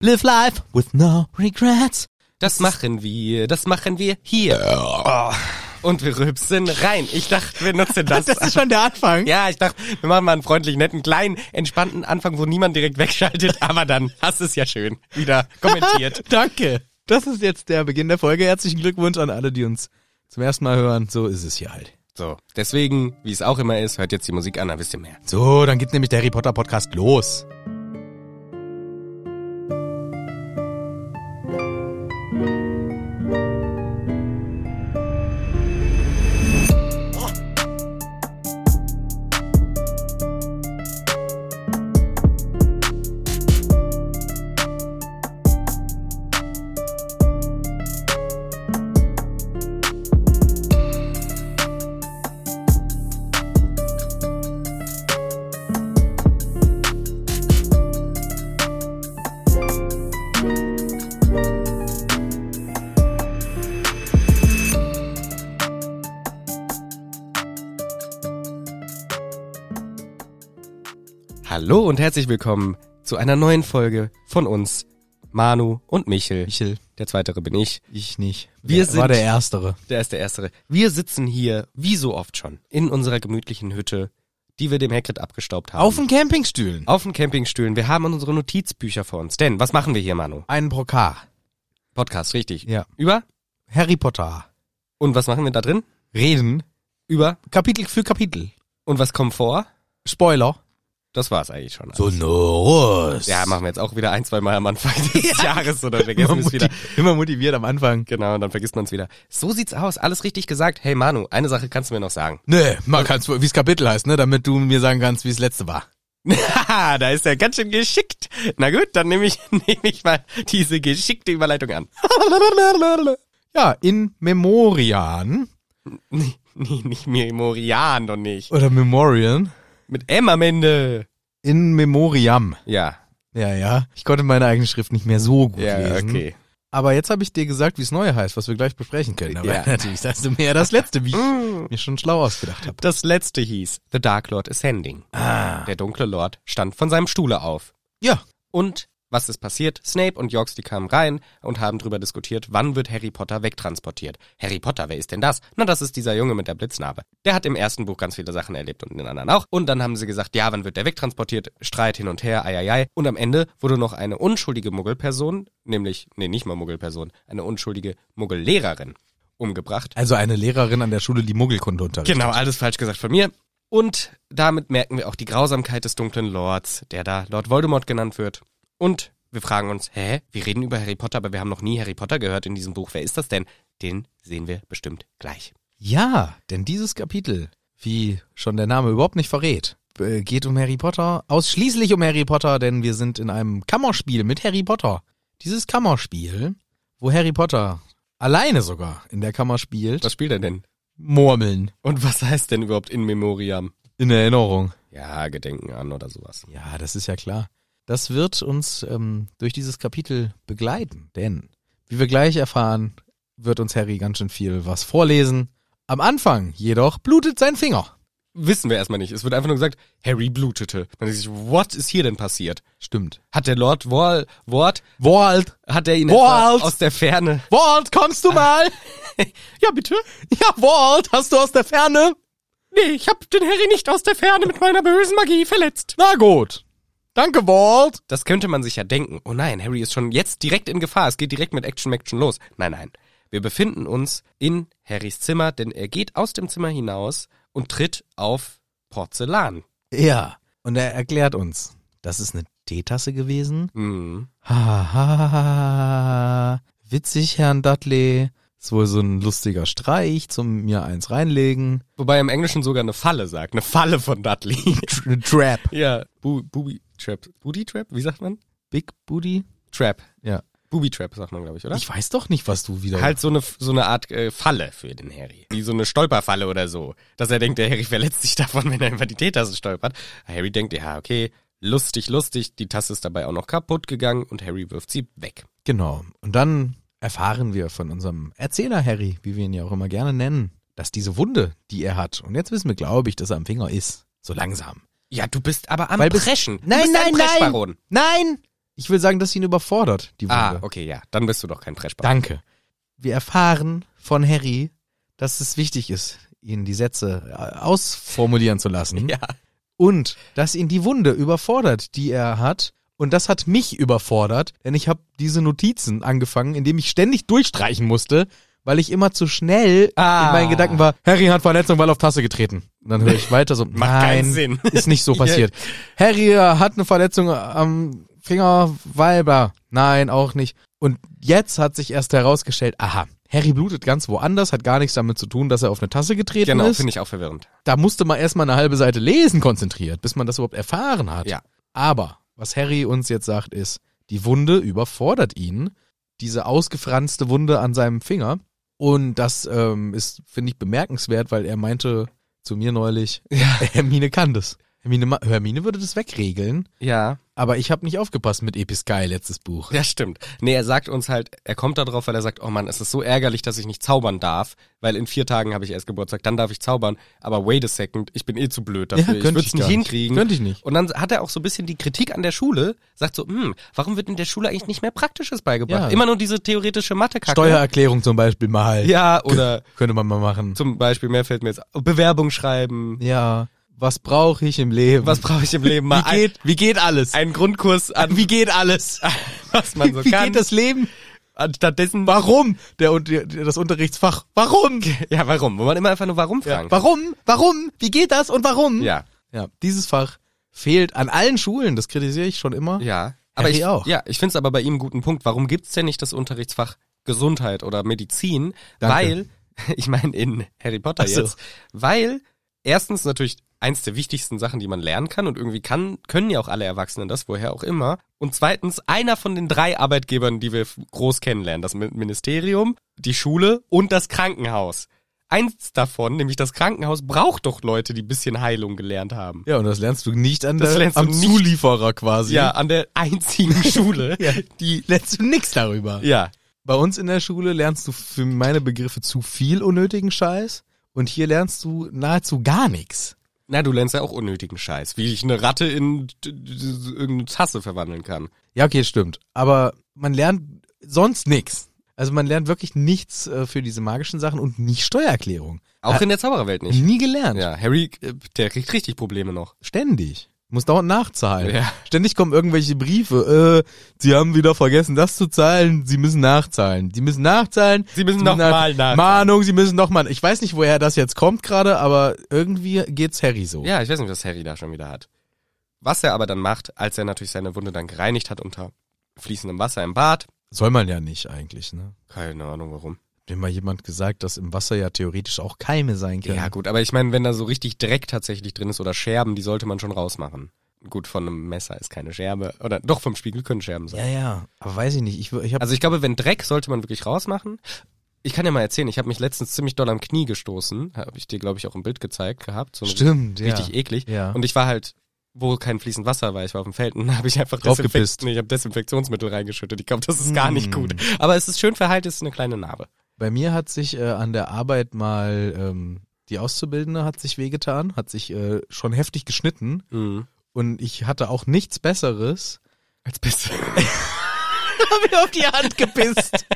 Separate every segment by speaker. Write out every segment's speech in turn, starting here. Speaker 1: Live life with no regrets.
Speaker 2: Das Oh. machen wir, das machen wir hier. Und wir rübsen rein. Ich dachte, wir nutzen das.
Speaker 1: Das ist schon der Anfang.
Speaker 2: ja, ich dachte, wir machen mal einen freundlichen, netten, kleinen, entspannten Anfang, wo niemand direkt wegschaltet, aber dann hast du es ja schön wieder kommentiert.
Speaker 1: Danke. Das ist jetzt der Beginn der Folge. Herzlichen Glückwunsch an alle, die uns zum ersten Mal hören. So ist es hier halt.
Speaker 2: So, deswegen, wie es auch immer ist, hört jetzt die Musik an, dann wisst ihr mehr.
Speaker 1: So, dann geht nämlich der Harry Potter Podcast los.
Speaker 2: Hallo und herzlich willkommen zu einer neuen Folge von uns, Manu und Michel.
Speaker 1: Michel,
Speaker 2: Der zweitere bin ich,
Speaker 1: ich nicht.
Speaker 2: Wir
Speaker 1: Wir
Speaker 2: sind-
Speaker 1: war der Erstere.
Speaker 2: der ist der erstere. Wir sitzen hier, wie so oft schon, in unserer gemütlichen Hütte, die wir dem Hagrid abgestaubt haben.
Speaker 1: den Campingstühlen.
Speaker 2: auf den Campingstühlen. Wir haben unsere Notizbücher vor uns. Denn, was machen wir hier, Manu?
Speaker 1: Einen Brokar.
Speaker 2: Podcast, richtig.
Speaker 1: Ja.
Speaker 2: Über?
Speaker 1: Harry Potter.
Speaker 2: Und was machen wir da drin?
Speaker 1: Reden.
Speaker 2: Über?
Speaker 1: Kapitel für Kapitel.
Speaker 2: Und was kommt vor?
Speaker 1: Spoiler.
Speaker 2: Das war's eigentlich schon.
Speaker 1: Sonorus.
Speaker 2: Ja, machen wir jetzt auch wieder ein, zwei Mal am Anfang des Jahres oder vergessen
Speaker 1: immer,
Speaker 2: wir es wieder.
Speaker 1: motiviert, immer motiviert am Anfang.
Speaker 2: Genau, und dann vergisst man es wieder. So sieht's aus, alles richtig gesagt. Hey Manu, eine Sache kannst du mir noch sagen.
Speaker 1: Nee, man kann's, wie es Kapitel heißt, ne, damit du mir sagen kannst, wie es letzte war.
Speaker 2: Haha, da ist er ganz schön geschickt. Na gut, dann nehme ich, nehm ich mal diese geschickte Überleitung an.
Speaker 1: Ja, in Memorian
Speaker 2: Nee, nee, nicht Memorian doch nicht.
Speaker 1: oder Memorian.
Speaker 2: Mit M am Ende.
Speaker 1: In Memoriam.
Speaker 2: Ja,
Speaker 1: Ja, ja. Ich konnte meine eigene Schrift nicht mehr so gut
Speaker 2: ja,
Speaker 1: lesen.
Speaker 2: okay.
Speaker 1: Aber jetzt habe ich dir gesagt, wie es neue heißt, was wir gleich besprechen können. Aber
Speaker 2: Ja.
Speaker 1: natürlich sagst du mir ja das letzte, wie ich mir schon schlau ausgedacht habe.
Speaker 2: Das letzte hieß The Dark Lord Ascending. Ah. Der dunkle Lord stand von seinem Stuhle auf.
Speaker 1: Ja.
Speaker 2: Und was ist passiert? Snape und Yorks, die kamen rein und haben drüber diskutiert, wann wird Harry Potter wegtransportiert. Harry Potter, wer ist denn das? Na, das ist dieser Junge mit der Blitznarbe. Der hat im ersten Buch ganz viele Sachen erlebt und in den anderen auch. Und dann haben sie gesagt, ja, wann wird der wegtransportiert? Streit hin und her, ei, ei, ei. Und am Ende wurde noch eine unschuldige Muggelperson, nämlich, nee, nicht mal Muggelperson, eine unschuldige Muggellehrerin umgebracht.
Speaker 1: Also eine Lehrerin an der Schule, die Muggelkunde unterrichtet.
Speaker 2: Genau, alles falsch gesagt von mir. Und damit merken wir auch die Grausamkeit des dunklen Lords, der da Lord Voldemort genannt wird. Und wir fragen uns, hä, wir reden über Harry Potter, aber wir haben noch nie Harry Potter gehört in diesem Buch. Wer ist das denn? Den sehen wir bestimmt gleich.
Speaker 1: Ja, denn dieses Kapitel, wie schon der Name überhaupt nicht verrät, äh, geht um Harry Potter, ausschließlich um Harry Potter, denn wir sind in einem Kammerspiel mit Harry Potter. Dieses Kammerspiel, wo Harry Potter alleine sogar in der Kammer spielt,
Speaker 2: Was spielt er denn?
Speaker 1: Murmeln
Speaker 2: Und was heißt denn überhaupt in Memoriam?
Speaker 1: in Erinnerung.
Speaker 2: Ja, Gedenken an oder sowas.
Speaker 1: Ja, das ist ja klar. Das wird uns ähm, durch dieses Kapitel begleiten, denn wie wir gleich erfahren, wird uns Harry ganz schön viel was vorlesen. Am Anfang jedoch blutet sein Finger.
Speaker 2: Wissen wir erstmal nicht. Es wird einfach nur gesagt, Harry blutete. Man denkt sich, what ist hier denn passiert?
Speaker 1: Stimmt.
Speaker 2: Hat der Lord Wall, Ward,
Speaker 1: Walt,
Speaker 2: hat er ihn
Speaker 1: Walt!
Speaker 2: etwa aus der Ferne?
Speaker 1: Walt, kommst du mal?
Speaker 2: Ja, bitte?
Speaker 1: Ja, Walt, hast du aus der Ferne?
Speaker 2: Nee, ich hab den Harry nicht aus der Ferne mit meiner bösen Magie verletzt.
Speaker 1: Na gut. Danke, Walt.
Speaker 2: Das könnte man sich ja denken. Oh nein, Harry ist schon jetzt direkt in Gefahr. Es geht direkt mit Action Action los. Nein, nein. Wir befinden uns in Harrys Zimmer, denn er geht aus dem Zimmer hinaus und tritt auf Porzellan.
Speaker 1: Ja, und er erklärt uns, das ist eine Teetasse gewesen.
Speaker 2: Hm.
Speaker 1: Ha, ha, ha, ha. Witzig, Herrn Dudley. Ist wohl so ein lustiger Streich zum mir eins reinlegen.
Speaker 2: Wobei im Englischen sogar eine Falle sagt. Eine Falle von Dudley.
Speaker 1: Tr Trap.
Speaker 2: ja, Bu Booby Trap. Booty Trap? Wie sagt man?
Speaker 1: Big Booty?
Speaker 2: Trap.
Speaker 1: Ja.
Speaker 2: Booby Trap sagt man, glaube ich, oder?
Speaker 1: Ich weiß doch nicht, was du wieder.
Speaker 2: Halt so eine, so eine Art äh, Falle für den Harry. Wie so eine Stolperfalle oder so. Dass er denkt, der Harry verletzt sich davon, wenn er über die Teetasse stolpert. Harry denkt, ja, okay, lustig, lustig. Die Tasse ist dabei auch noch kaputt gegangen und Harry wirft sie weg.
Speaker 1: Genau. Und dann erfahren wir von unserem Erzähler Harry, wie wir ihn ja auch immer gerne nennen, dass diese Wunde, die er hat, und jetzt wissen wir, glaube ich, dass er am Finger ist. So langsam.
Speaker 2: Ja, du bist aber am
Speaker 1: Weil bis-
Speaker 2: Preschen. Du
Speaker 1: Nein,
Speaker 2: bist
Speaker 1: nein,
Speaker 2: ein
Speaker 1: nein.
Speaker 2: Preschbaron.
Speaker 1: Nein! Ich will sagen, dass sie ihn überfordert, die Wunde.
Speaker 2: Ah, okay, ja. Dann bist du doch kein Trashball.
Speaker 1: Danke. Wir erfahren von Harry, dass es wichtig ist, ihn die Sätze äh, ausformulieren zu lassen.
Speaker 2: Ja.
Speaker 1: Und dass ihn die Wunde überfordert, die er hat. Und das hat mich überfordert, denn ich habe diese Notizen angefangen, indem ich ständig durchstreichen musste, weil ich immer zu schnell
Speaker 2: Ah.
Speaker 1: in meinen Gedanken war, Harry hat Verletzung, weil er auf Tasse getreten. Und dann höre ich weiter so,
Speaker 2: Macht keinen
Speaker 1: nein,
Speaker 2: Sinn.
Speaker 1: ist nicht so passiert. Harry äh, hat eine Verletzung am Finger, weil bla. Nein, auch nicht. Und jetzt hat sich erst herausgestellt, aha, Harry blutet ganz woanders, hat gar nichts damit zu tun, dass er auf eine Tasse getreten
Speaker 2: Genau,
Speaker 1: ist
Speaker 2: finde ich auch verwirrend.
Speaker 1: da musste man erstmal eine halbe Seite lesen konzentriert, bis man das überhaupt erfahren hat.
Speaker 2: Ja.
Speaker 1: Aber was Harry uns jetzt sagt, ist, die Wunde überfordert ihn, diese ausgefranste Wunde an seinem Finger. Und das ähm, ist, finde ich, bemerkenswert, weil er meinte zu mir neulich, Hermine kann das. Hermine, ma- Hermine würde das wegregeln,
Speaker 2: Ja.
Speaker 1: aber ich habe nicht aufgepasst mit Episkai letztes Buch.
Speaker 2: Ja, stimmt. Nee, er sagt uns halt, er kommt da drauf, weil er sagt, oh Mann, es ist so ärgerlich, dass ich nicht zaubern darf, weil in vier Tagen habe ich erst Geburtstag, dann darf ich zaubern, aber wait a second, ich bin eh zu blöd dafür, ich
Speaker 1: könnte
Speaker 2: würde
Speaker 1: ich
Speaker 2: es nicht
Speaker 1: gar nicht.
Speaker 2: hinkriegen.
Speaker 1: Könnte ich nicht.
Speaker 2: Und dann hat er auch so ein bisschen die Kritik an der Schule, sagt so, hm, warum wird in der Schule eigentlich nicht mehr Praktisches beigebracht?
Speaker 1: Ja.
Speaker 2: Immer nur diese theoretische Mathe-Kacke.
Speaker 1: Steuererklärung zum Beispiel mal.
Speaker 2: Ja, oder
Speaker 1: Könnte man mal machen.
Speaker 2: zum Beispiel, mehr fällt mir jetzt, Bewerbung schreiben,
Speaker 1: Ja. Was brauche ich im Leben?
Speaker 2: was brauche ich im Leben mal?
Speaker 1: wie, geht, wie geht alles?
Speaker 2: ein, einen Grundkurs an,
Speaker 1: Wie geht alles?
Speaker 2: was man so
Speaker 1: Wie
Speaker 2: kann.
Speaker 1: geht das Leben?
Speaker 2: Anstattdessen,
Speaker 1: Warum? Der, und- der, das Unterrichtsfach. Warum?
Speaker 2: ja, warum? Wo man immer einfach nur warum fragen kann.
Speaker 1: Warum? Warum? Wie geht das und warum?
Speaker 2: Ja.
Speaker 1: ja. Dieses Fach fehlt an allen Schulen. Das kritisiere ich schon immer.
Speaker 2: Ja, aber
Speaker 1: Harry
Speaker 2: ich,
Speaker 1: auch.
Speaker 2: ja, ich finde es aber bei ihm einen guten Punkt. Warum gibt's denn nicht das Unterrichtsfach Gesundheit oder Medizin?
Speaker 1: Danke.
Speaker 2: Weil, ich meine in Harry Potter
Speaker 1: Ach so.
Speaker 2: jetzt, weil erstens natürlich eins der wichtigsten Sachen, die man lernen kann und irgendwie kann, können ja auch alle Erwachsenen das, woher auch immer. Und zweitens, einer von den drei Arbeitgebern, die wir f- groß kennenlernen, das Min- Ministerium, die Schule und das Krankenhaus. Eins davon, nämlich das Krankenhaus, braucht doch Leute, die ein bisschen Heilung gelernt haben.
Speaker 1: Ja, und das lernst du nicht an
Speaker 2: Das
Speaker 1: der,
Speaker 2: lernst du
Speaker 1: am
Speaker 2: nicht.
Speaker 1: Zulieferer quasi.
Speaker 2: Ja, an der einzigen Schule,
Speaker 1: Ja.
Speaker 2: die
Speaker 1: Lernst du nichts darüber.
Speaker 2: ja,
Speaker 1: Bei uns in der Schule lernst du für meine Begriffe zu viel unnötigen Scheiß. Und hier lernst du nahezu gar nichts.
Speaker 2: Na, du lernst ja auch unnötigen Scheiß, wie ich eine Ratte in d- d- d- irgendeine Tasse verwandeln kann.
Speaker 1: Ja, okay, stimmt. Aber man lernt sonst nichts. Also man lernt wirklich nichts äh, für diese magischen Sachen und nicht Steuererklärung.
Speaker 2: Auch in der Zaubererwelt nicht.
Speaker 1: Nie gelernt.
Speaker 2: Ja, Harry, äh, der kriegt richtig Probleme
Speaker 1: Oh.
Speaker 2: noch.
Speaker 1: Ständig. Muss dauernd nachzahlen.
Speaker 2: Ja.
Speaker 1: Ständig kommen irgendwelche Briefe. Äh, sie haben wieder vergessen, das zu zahlen. Sie müssen nachzahlen. Sie müssen nachzahlen.
Speaker 2: Sie müssen noch mal nachzahlen.
Speaker 1: Mahnung, sie müssen nochmal. Ich weiß nicht, woher das jetzt kommt gerade, aber irgendwie geht's Harry so.
Speaker 2: Ja, ich weiß nicht, was Harry da schon wieder hat. Was er aber dann macht, als er natürlich seine Wunde dann gereinigt hat unter fließendem Wasser im Bad.
Speaker 1: Soll man ja nicht eigentlich, ne?
Speaker 2: Keine Ahnung warum.
Speaker 1: Hat mir mal jemand gesagt, dass im Wasser ja theoretisch auch Keime sein
Speaker 2: Ja,
Speaker 1: können.
Speaker 2: gut, aber ich meine, wenn da so richtig Dreck tatsächlich drin ist oder Scherben, die sollte man schon rausmachen. Gut, von einem Messer ist keine Scherbe. Oder doch, vom Spiegel können Scherben sein.
Speaker 1: ja, ja. Aber weiß ich nicht. Ich, wür- ich hab,
Speaker 2: Also ich glaube, wenn Dreck sollte man wirklich rausmachen. Ich kann ja mal erzählen, ich habe mich letztens ziemlich doll am Knie gestoßen. Habe ich dir, glaube ich, auch im Bild gezeigt gehabt. So ein
Speaker 1: stimmt, ja.
Speaker 2: Richtig eklig.
Speaker 1: Ja.
Speaker 2: Und ich war halt, wo kein fließend Wasser war, ich war auf dem Feld und habe ich einfach
Speaker 1: Draufgepisst.
Speaker 2: nee, ich hab Desinfektionsmittel reingeschüttet. Ich glaube, das ist gar nicht
Speaker 1: Mm.
Speaker 2: gut. Aber es ist schön verheilt, es ist eine kleine Narbe.
Speaker 1: Bei mir hat sich äh, an der Arbeit mal ähm, die Auszubildende hat sich wehgetan, hat sich äh, schon heftig geschnitten
Speaker 2: Mhm.
Speaker 1: und ich hatte auch nichts Besseres.
Speaker 2: Als bist
Speaker 1: Hab mir auf die Hand gepisst.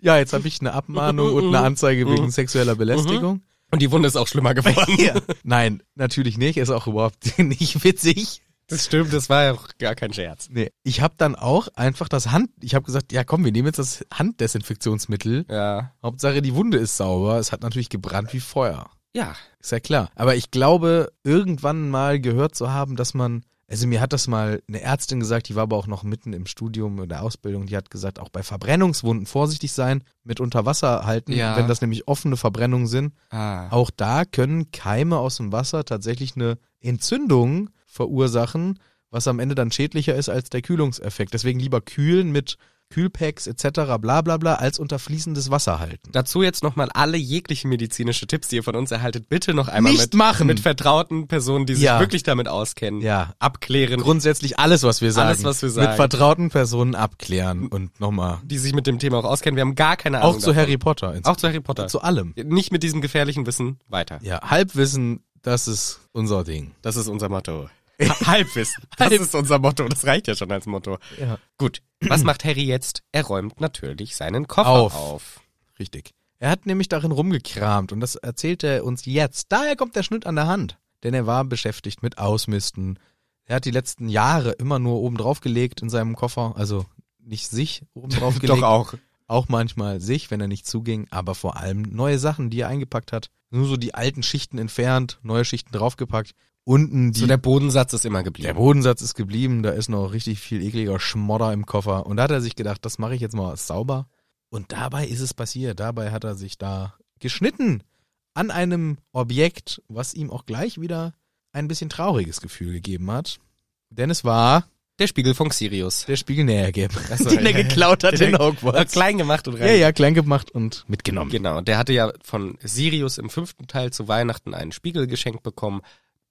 Speaker 1: ja, jetzt habe ich eine Abmahnung und eine Anzeige wegen sexueller Belästigung.
Speaker 2: Und die Wunde ist auch schlimmer geworden.
Speaker 1: Nein, natürlich nicht. Ist auch überhaupt nicht witzig.
Speaker 2: Das stimmt, das war ja auch gar kein Scherz.
Speaker 1: Nee, ich habe dann auch einfach das Hand. Ich habe gesagt, ja komm, wir nehmen jetzt das Handdesinfektionsmittel.
Speaker 2: Ja.
Speaker 1: Hauptsache die Wunde ist sauber. Es hat natürlich gebrannt wie Feuer.
Speaker 2: Ja.
Speaker 1: Ist ja klar. Aber ich glaube, irgendwann mal gehört zu haben, dass man, also mir hat das mal eine Ärztin gesagt, die war aber auch noch mitten im Studium oder Ausbildung, die hat gesagt, auch bei Verbrennungswunden vorsichtig sein, mit unter Wasser halten,
Speaker 2: Ja.
Speaker 1: wenn das nämlich offene Verbrennungen sind.
Speaker 2: Ah.
Speaker 1: Auch da können Keime aus dem Wasser tatsächlich eine Entzündung verursachen, was am Ende dann schädlicher ist als der Kühlungseffekt. Deswegen lieber kühlen mit Kühlpacks etc. bla bla bla, als unter fließendes Wasser halten.
Speaker 2: Dazu jetzt nochmal alle jegliche medizinische Tipps, die ihr von uns erhaltet, bitte noch einmal
Speaker 1: Nicht
Speaker 2: mit,
Speaker 1: machen.
Speaker 2: mit vertrauten Personen, die sich
Speaker 1: Ja.
Speaker 2: wirklich damit auskennen,
Speaker 1: Ja,
Speaker 2: abklären,
Speaker 1: grundsätzlich alles, was wir sagen.
Speaker 2: Alles, was wir sagen.
Speaker 1: Mit vertrauten Personen abklären und nochmal.
Speaker 2: die sich mit dem Thema auch auskennen. also Wir haben gar keine Ahnung.
Speaker 1: Auch zu
Speaker 2: davon.
Speaker 1: Harry Potter. ins-
Speaker 2: auch zu Harry Potter.
Speaker 1: zu allem.
Speaker 2: Nicht mit diesem gefährlichen Wissen weiter.
Speaker 1: Ja, Halbwissen, das ist unser Ding.
Speaker 2: Das ist unser Motto. Halbwissen. Das ist unser Motto. Das reicht ja schon als Motto.
Speaker 1: Ja.
Speaker 2: Gut. Was macht Harry jetzt? Er räumt natürlich seinen Koffer auf.
Speaker 1: Auf. Richtig. Er hat nämlich darin rumgekramt und das erzählt er uns jetzt. Daher kommt der Schnitt an der Hand. Denn er war beschäftigt mit Ausmisten. Er hat die letzten Jahre immer nur oben drauf gelegt in seinem Koffer. Also nicht sich oben drauf gelegt.
Speaker 2: Doch auch.
Speaker 1: auch manchmal sich, wenn er nicht zuging, aber vor allem neue Sachen, die er eingepackt hat. Nur so die alten Schichten entfernt, neue Schichten draufgepackt. Unten die,
Speaker 2: So der Bodensatz ist immer
Speaker 1: der
Speaker 2: geblieben.
Speaker 1: Bodensatz ist geblieben, da ist noch richtig viel ekliger Schmodder im Koffer. Und da hat er sich gedacht, das mache ich jetzt mal sauber. Und dabei ist es passiert. Dabei hat er sich da geschnitten an einem Objekt, was ihm auch gleich wieder ein bisschen trauriges Gefühl gegeben hat. Denn es war
Speaker 2: Der Spiegel von Sirius.
Speaker 1: der Spiegel näher gegeben,
Speaker 2: Achso,
Speaker 1: den er
Speaker 2: ja, ja.
Speaker 1: geklaut hat
Speaker 2: Den
Speaker 1: in
Speaker 2: er-
Speaker 1: Hogwarts.
Speaker 2: Klein gemacht und rein.
Speaker 1: Ja, ja, klein gemacht und mitgenommen.
Speaker 2: Genau, der hatte ja von Sirius im fünften Teil zu Weihnachten einen Spiegel geschenkt bekommen,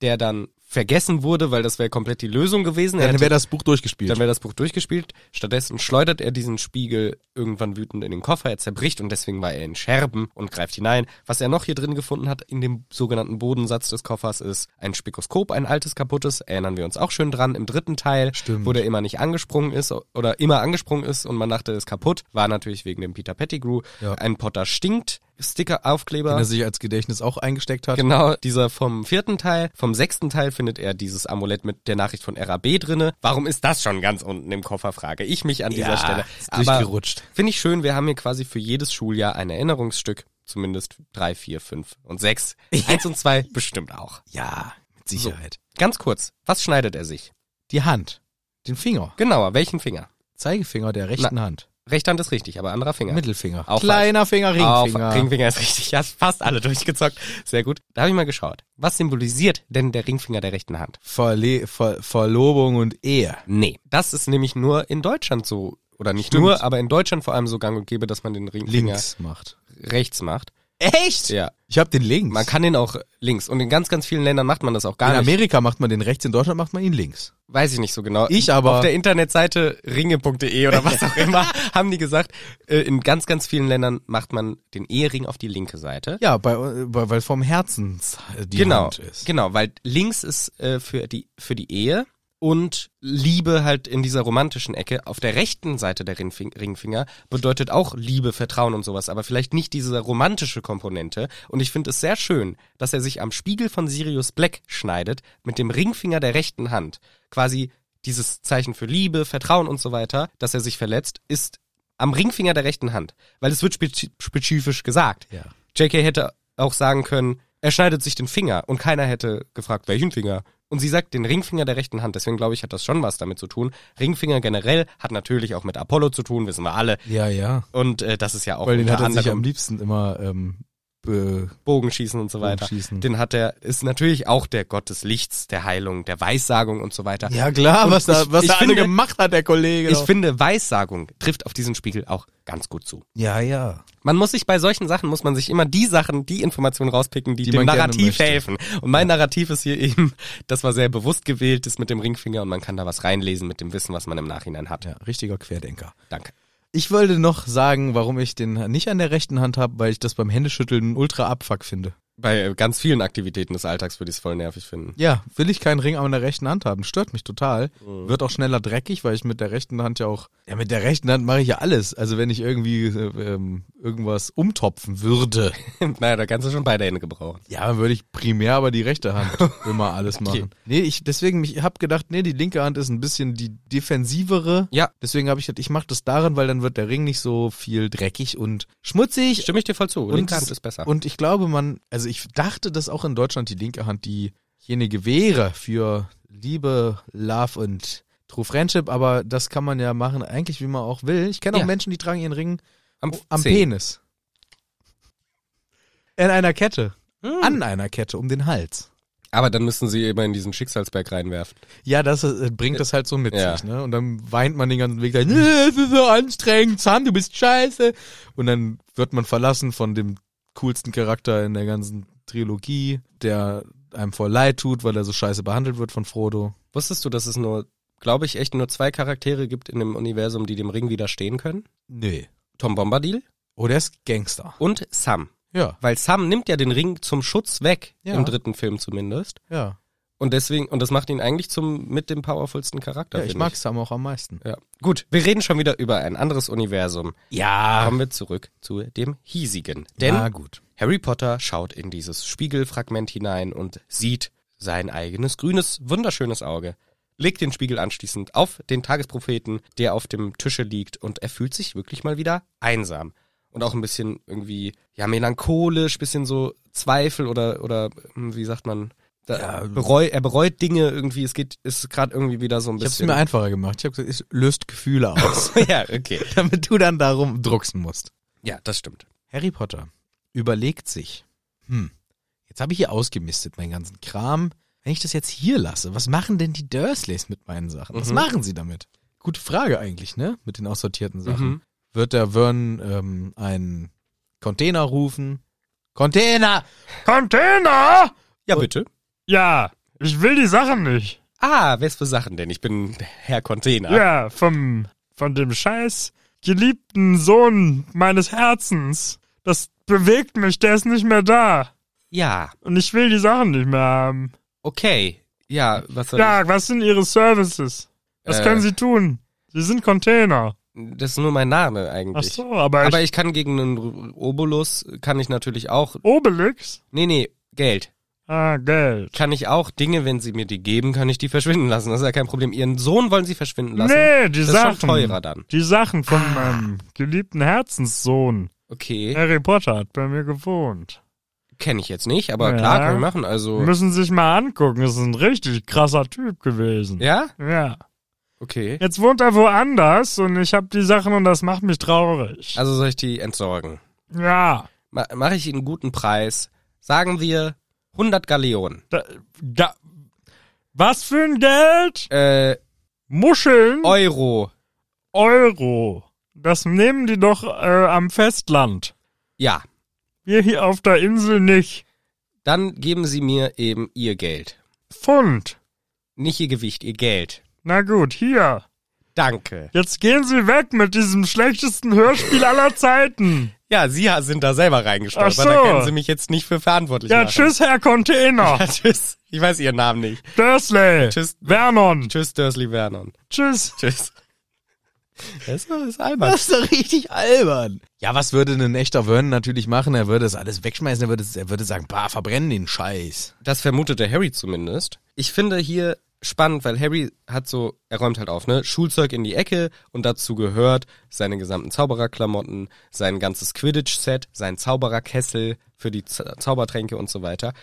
Speaker 2: der dann vergessen wurde, weil das wäre komplett die Lösung gewesen. Er
Speaker 1: Dann
Speaker 2: hätte-
Speaker 1: wäre das Buch durchgespielt.
Speaker 2: dann wäre das Buch durchgespielt. Stattdessen schleudert er diesen Spiegel irgendwann wütend in den Koffer. Er zerbricht und deswegen war er in Scherben und greift hinein. Was er noch hier drin gefunden hat in dem sogenannten Bodensatz des Koffers ist ein Spikoskop, ein altes kaputtes. Erinnern wir uns auch schön dran. Im dritten Teil,
Speaker 1: Stimmt.
Speaker 2: wo der immer nicht angesprungen ist oder immer angesprungen ist und man dachte, ist kaputt, war natürlich wegen dem Peter Pettigrew.
Speaker 1: Ja.
Speaker 2: Ein Potter stinkt. Sticker-Aufkleber.
Speaker 1: den er sich als Gedächtnis auch eingesteckt hat.
Speaker 2: Genau, dieser vom vierten Teil. Vom sechsten Teil findet er dieses Amulett mit der Nachricht von RAB drinne. Warum ist das schon ganz unten im Koffer, frage ich mich an dieser
Speaker 1: Ja,
Speaker 2: Stelle.
Speaker 1: ist
Speaker 2: Aber
Speaker 1: durchgerutscht.
Speaker 2: finde ich schön, wir haben hier quasi für jedes Schuljahr ein Erinnerungsstück. Zumindest drei, vier, fünf und sechs. Eins und zwei bestimmt auch.
Speaker 1: Ja, mit Sicherheit.
Speaker 2: Ganz kurz, was schneidet er sich?
Speaker 1: Die Hand. Den Finger.
Speaker 2: Genauer, welchen Finger?
Speaker 1: Zeigefinger der rechten Hand.
Speaker 2: Rechte Hand ist richtig, aber anderer Finger.
Speaker 1: Mittelfinger.
Speaker 2: Auch
Speaker 1: Kleiner Finger, Ringfinger.
Speaker 2: Auf, Ringfinger ist richtig. Ja, fast alle durchgezockt. Sehr gut. Da habe ich mal geschaut. Was symbolisiert denn der Ringfinger der rechten Hand?
Speaker 1: Verle Ver Verlobung und Ehe.
Speaker 2: Nee, das ist nämlich nur in Deutschland so. Oder nicht
Speaker 1: Stimmt.
Speaker 2: nur, aber in Deutschland vor allem so gang und gäbe, dass man den Ringfinger
Speaker 1: Links macht.
Speaker 2: rechts macht.
Speaker 1: Echt?
Speaker 2: Ja.
Speaker 1: Ich hab den links.
Speaker 2: Man kann den auch links. Und in ganz, ganz vielen Ländern macht man das auch
Speaker 1: in
Speaker 2: gar nicht.
Speaker 1: Amerika macht man den rechts, in Deutschland macht man ihn links.
Speaker 2: Weiß ich nicht so genau.
Speaker 1: Ich aber-
Speaker 2: Auf der Internetseite ringe.de oder was auch immer haben die gesagt, äh, in ganz, ganz vielen Ländern macht man den Ehering auf die linke Seite.
Speaker 1: Ja, bei, bei, weil vom Herzen die
Speaker 2: genau,
Speaker 1: Hand ist.
Speaker 2: Genau, weil links ist äh, für, die, für die Ehe und Liebe halt in dieser romantischen Ecke. Auf der rechten Seite der Ringfing- Ringfinger bedeutet auch Liebe, Vertrauen und sowas, aber vielleicht nicht diese romantische Komponente. Und ich finde es sehr schön, dass er sich am Spiegel von Sirius Black schneidet mit dem Ringfinger der rechten Hand. Quasi dieses Zeichen für Liebe, Vertrauen und so weiter, dass er sich verletzt, ist am Ringfinger der rechten Hand. Weil es wird spezi- spezifisch gesagt.
Speaker 1: Ja.
Speaker 2: JK hätte auch sagen können, er schneidet sich den Finger und keiner hätte gefragt, welchen Finger. Und sie sagt den Ringfinger der rechten Hand. Deswegen glaube ich, hat das schon was damit zu tun. Ringfinger generell hat natürlich auch mit Apollo zu tun, wissen wir alle.
Speaker 1: Ja, ja.
Speaker 2: Und äh, das ist ja auch
Speaker 1: Weil den
Speaker 2: unter
Speaker 1: hat er sich um
Speaker 2: anderem
Speaker 1: am liebsten immer ähm, be
Speaker 2: Bogenschießen und so weiter.
Speaker 1: Bogenschießen.
Speaker 2: Den hat er, ist natürlich auch der Gott des Lichts, der Heilung, der Weissagung und so weiter.
Speaker 1: Ja genau. klar,
Speaker 2: Und
Speaker 1: was
Speaker 2: ich-
Speaker 1: da, was
Speaker 2: ich
Speaker 1: da alle
Speaker 2: finde-
Speaker 1: gemacht hat, der Kollege.
Speaker 2: Ich finde, Weissagung trifft auf diesen Spiegel auch ganz gut zu.
Speaker 1: ja, ja.
Speaker 2: Man muss sich bei solchen Sachen, muss man sich immer die Sachen, die Informationen rauspicken, die,
Speaker 1: Die
Speaker 2: dem
Speaker 1: man gerne
Speaker 2: Narrativ
Speaker 1: möchte.
Speaker 2: helfen. Und mein Narrativ ist hier eben, das war sehr bewusst gewählt, das mit dem Ringfinger und man kann da was reinlesen mit dem Wissen, was man im Nachhinein hat.
Speaker 1: Ja, richtiger Querdenker.
Speaker 2: Danke.
Speaker 1: Ich wollte noch sagen, warum ich den nicht an der rechten Hand habe, weil ich das beim Händeschütteln ultra abfuck finde.
Speaker 2: Bei äh, ganz vielen Aktivitäten des Alltags würde ich es voll nervig finden.
Speaker 1: Ja, will ich keinen Ring an der rechten Hand haben. Stört mich total. Wird auch schneller dreckig, weil ich mit der rechten Hand ja auch. Ja, mit der rechten Hand mache ich ja alles. Also wenn ich irgendwie äh, ähm, irgendwas umtopfen würde,
Speaker 2: naja, da kannst du schon beide Hände gebrauchen.
Speaker 1: ja, dann würde ich primär aber die rechte Hand immer alles machen. Nee, ich deswegen, ich habe gedacht, nee, die linke Hand ist ein bisschen die defensivere.
Speaker 2: Ja,
Speaker 1: Deswegen habe ich gedacht, ich mache das daran, weil dann wird der Ring nicht so viel dreckig und schmutzig.
Speaker 2: stimme ich dir voll zu.
Speaker 1: Und
Speaker 2: Linke
Speaker 1: es-
Speaker 2: Hand ist besser.
Speaker 1: Und ich glaube, man, also ich dachte, dass auch in Deutschland die linke Hand diejenige wäre für Liebe, Love und True Friendship, aber das kann man ja machen, eigentlich wie man auch will. Ich kenne auch
Speaker 2: Ja.
Speaker 1: Menschen, die tragen ihren Ring am
Speaker 2: Zeh.
Speaker 1: Penis. In einer Kette. An einer Kette, um den Hals.
Speaker 2: Aber dann müssen sie immer in diesen Schicksalsberg reinwerfen.
Speaker 1: Ja, das äh, bringt das halt so mit
Speaker 2: Ja.
Speaker 1: sich, ne? Und dann weint man den ganzen Weg, sagt, "Nee, es ist so anstrengend, Sam, du bist scheiße. Und dann wird man verlassen von dem coolsten Charakter in der ganzen Trilogie, der einem voll leid tut, weil er so scheiße behandelt wird von Frodo.
Speaker 2: Wusstest du, dass es nur, glaube ich, echt nur zwei Charaktere gibt in dem Universum, die dem Ring widerstehen können?
Speaker 1: Nee.
Speaker 2: Tom Bombadil
Speaker 1: Oh, der ist Gangster.
Speaker 2: und Sam.
Speaker 1: Ja,
Speaker 2: Weil Sam nimmt ja den Ring zum Schutz weg,
Speaker 1: Ja.
Speaker 2: im dritten Film zumindest.
Speaker 1: ja.
Speaker 2: Und deswegen, und das macht ihn eigentlich zum mit dem powervollsten Charakter.
Speaker 1: Ja, ich
Speaker 2: finde
Speaker 1: mag Sam auch am meisten.
Speaker 2: Ja. Gut, wir reden schon wieder über ein anderes Universum.
Speaker 1: Ja.
Speaker 2: Kommen wir zurück zu dem hiesigen. Denn
Speaker 1: Na gut.
Speaker 2: Harry Potter schaut in dieses Spiegelfragment hinein und sieht sein eigenes grünes, wunderschönes Auge. Legt den Spiegel anschließend auf den Tagespropheten, der auf dem Tische liegt, und er fühlt sich wirklich mal wieder einsam. Und auch ein bisschen irgendwie, ja, melancholisch, bisschen so Zweifel oder, oder hm, wie sagt man, da,
Speaker 1: Ja. ähm.
Speaker 2: bereu, er bereut Dinge irgendwie, es geht, ist gerade irgendwie wieder so ein
Speaker 1: Ich hab's
Speaker 2: bisschen.
Speaker 1: mir einfacher gemacht. Ich hab gesagt, es löst Gefühle aus,
Speaker 2: ja, okay.
Speaker 1: damit du dann darum drucksen musst.
Speaker 2: Ja, das stimmt.
Speaker 1: Harry Potter überlegt sich, hm, jetzt habe ich hier ausgemistet meinen ganzen Kram. Wenn ich das jetzt hier lasse, was machen denn die Dursleys mit meinen Sachen? Was
Speaker 2: Mhm.
Speaker 1: machen sie damit? Gute Frage eigentlich, ne? Mit den aussortierten Sachen.
Speaker 2: Mhm.
Speaker 1: Wird der Vern ähm, einen Container rufen? Container!
Speaker 3: Container?
Speaker 2: Ja, bitte.
Speaker 3: Ja, ich will die Sachen nicht.
Speaker 2: Ah, was für Sachen denn? Ich bin Herr Container.
Speaker 3: Ja, vom, von dem scheiß geliebten Sohn meines Herzens. Das bewegt mich, der ist nicht mehr da.
Speaker 2: ja.
Speaker 3: Und ich will die Sachen nicht mehr haben.
Speaker 2: Okay. Ja, was soll
Speaker 3: Ja, was sind Ihre Services? Was
Speaker 2: Äh.
Speaker 3: können Sie tun? Sie sind Container.
Speaker 2: ich? Das ist nur mein Name eigentlich.
Speaker 3: Ach so, aber,
Speaker 2: Aber
Speaker 3: ich,
Speaker 2: ich kann gegen einen R- Obolus, kann ich natürlich auch,
Speaker 3: Obelix?
Speaker 2: nee, nee, Geld.
Speaker 3: Ah, Geld.
Speaker 2: Kann ich auch Dinge, wenn sie mir die geben, kann ich die verschwinden lassen. Das ist ja kein Problem. Ihren Sohn wollen sie verschwinden lassen.
Speaker 3: Nee, die
Speaker 2: das
Speaker 3: Sachen.
Speaker 2: ist schon teurer dann.
Speaker 3: Die Sachen von meinem geliebten Herzenssohn.
Speaker 2: Okay,
Speaker 3: Harry Potter hat bei mir gewohnt.
Speaker 2: kenne ich jetzt nicht, aber
Speaker 3: Ja.
Speaker 2: klar, können wir machen. Also,
Speaker 3: Müssen sich mal angucken, ist ein richtig krasser Typ gewesen.
Speaker 2: ja?
Speaker 3: Ja.
Speaker 2: Okay.
Speaker 3: Jetzt wohnt er woanders und ich habe die Sachen und das macht mich traurig.
Speaker 2: Also soll ich die entsorgen?
Speaker 3: ja.
Speaker 2: Ma Mache ich ihnen einen guten Preis? Sagen wir 100 Galeonen.
Speaker 3: Da, da, was für ein Geld?
Speaker 2: Äh,
Speaker 3: Muscheln?
Speaker 2: Euro.
Speaker 3: Euro. Das nehmen die doch äh, am Festland.
Speaker 2: Ja.
Speaker 3: Wir hier auf der Insel nicht.
Speaker 2: Dann geben sie mir eben ihr Geld.
Speaker 3: Pfund.
Speaker 2: Nicht ihr Gewicht, ihr Geld.
Speaker 3: Na gut, hier.
Speaker 2: Danke.
Speaker 3: Jetzt gehen Sie weg mit diesem schlechtesten Hörspiel aller Zeiten.
Speaker 2: Ja, Sie sind da selber reingestolpert.
Speaker 3: Ach so.
Speaker 2: Da können Sie mich jetzt nicht für verantwortlich
Speaker 3: Ja,
Speaker 2: machen.
Speaker 3: tschüss, Herr Container.
Speaker 2: Ja, tschüss. Ich weiß Ihren Namen nicht.
Speaker 3: Dursley.
Speaker 2: Tschüss.
Speaker 3: Vernon.
Speaker 2: Tschüss, Dursley Vernon.
Speaker 3: Tschüss.
Speaker 2: Tschüss. Das ist, das ist albern.
Speaker 1: Das ist doch richtig albern. Ja, was würde denn ein echter Vern natürlich machen? Er würde es alles wegschmeißen, er würde, er würde sagen, bah, verbrennen den Scheiß.
Speaker 2: Das vermutete Harry zumindest. Ich finde hier spannend, weil Harry hat so, er räumt halt auf, ne? Schulzeug in die Ecke und dazu gehört seine gesamten Zaubererklamotten, sein ganzes Quidditch-Set, sein Zaubererkessel für die Z Zaubertränke und so weiter.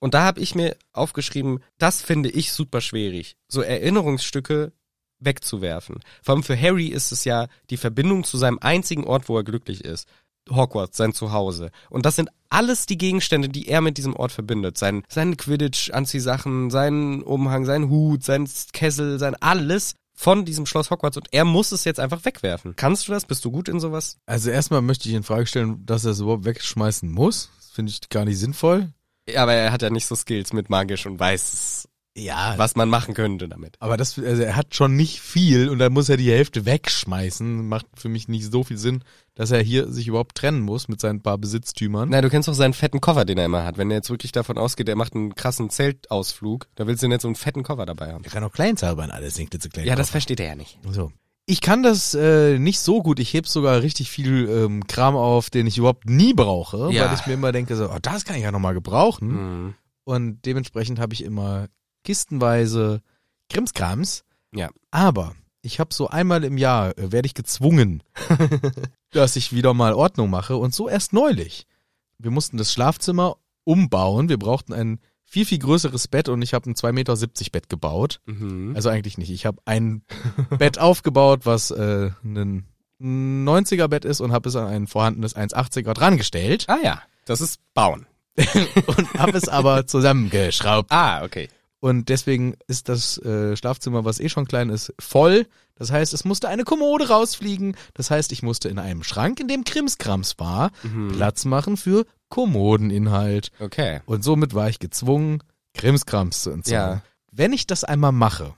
Speaker 2: Und da habe ich mir aufgeschrieben, das finde ich super schwierig, so Erinnerungsstücke wegzuwerfen. Vor allem für Harry ist es ja die Verbindung zu seinem einzigen Ort, wo er glücklich ist. Hogwarts, sein Zuhause. Und das sind alles die Gegenstände, die er mit diesem Ort verbindet. Sein, sein Quidditch-Anziehsachen, seinen Umhang, sein Hut, sein Kessel, sein alles von diesem Schloss Hogwarts. Und er muss es jetzt einfach wegwerfen. Kannst du das? Bist du gut in sowas?
Speaker 1: Also erstmal möchte ich in Frage stellen, dass er es überhaupt wegschmeißen muss. Das finde ich gar nicht sinnvoll.
Speaker 2: Ja, aber er hat ja nicht so Skills mit magisch und weiß,
Speaker 1: Ja,
Speaker 2: was man machen könnte damit.
Speaker 1: Aber das, also er hat schon nicht viel und dann muss er die Hälfte wegschmeißen. Macht für mich nicht so viel Sinn, dass er hier sich überhaupt trennen muss mit seinen paar Besitztümern.
Speaker 2: Na, du kennst doch seinen fetten Koffer, den er immer hat. Wenn er jetzt wirklich davon ausgeht, er macht einen krassen Zeltausflug, da willst du nicht so einen fetten Koffer dabei haben.
Speaker 1: Er kann auch klein zaubern, alles singt zu klein.
Speaker 2: Ja, das versteht er ja nicht.
Speaker 1: so. Ich kann das äh, nicht so gut. Ich heb sogar richtig viel ähm, Kram auf, den ich überhaupt nie brauche,
Speaker 2: Ja.
Speaker 1: weil ich mir immer denke, so, oh, das kann ich ja nochmal gebrauchen.
Speaker 2: Mhm.
Speaker 1: Und dementsprechend habe ich immer kistenweise Krimskrams.
Speaker 2: Ja.
Speaker 1: Aber ich habe so einmal im Jahr, äh, werde ich gezwungen, dass ich wieder mal Ordnung mache. Und so erst neulich. Wir mussten das Schlafzimmer umbauen. Wir brauchten ein viel, viel größeres Bett und ich habe ein 2,70 Meter Bett gebaut.
Speaker 2: Mhm.
Speaker 1: Also eigentlich nicht. Ich habe ein Bett aufgebaut, was äh, ein 90er Bett ist und habe es an ein vorhandenes 1,80er dran gestellt
Speaker 2: Ah ja, das ist Bauen.
Speaker 1: und habe es aber zusammengeschraubt.
Speaker 2: Ah, okay.
Speaker 1: Und deswegen ist das äh, Schlafzimmer, was eh schon klein ist, voll. Das heißt, es musste eine Kommode rausfliegen. Das heißt, ich musste in einem Schrank, in dem Krimskrams war, Platz machen für Kommodeninhalt.
Speaker 2: Okay.
Speaker 1: Und somit war ich gezwungen, Krimskrams zu entsorgen.
Speaker 2: Ja.
Speaker 1: Wenn ich das einmal mache,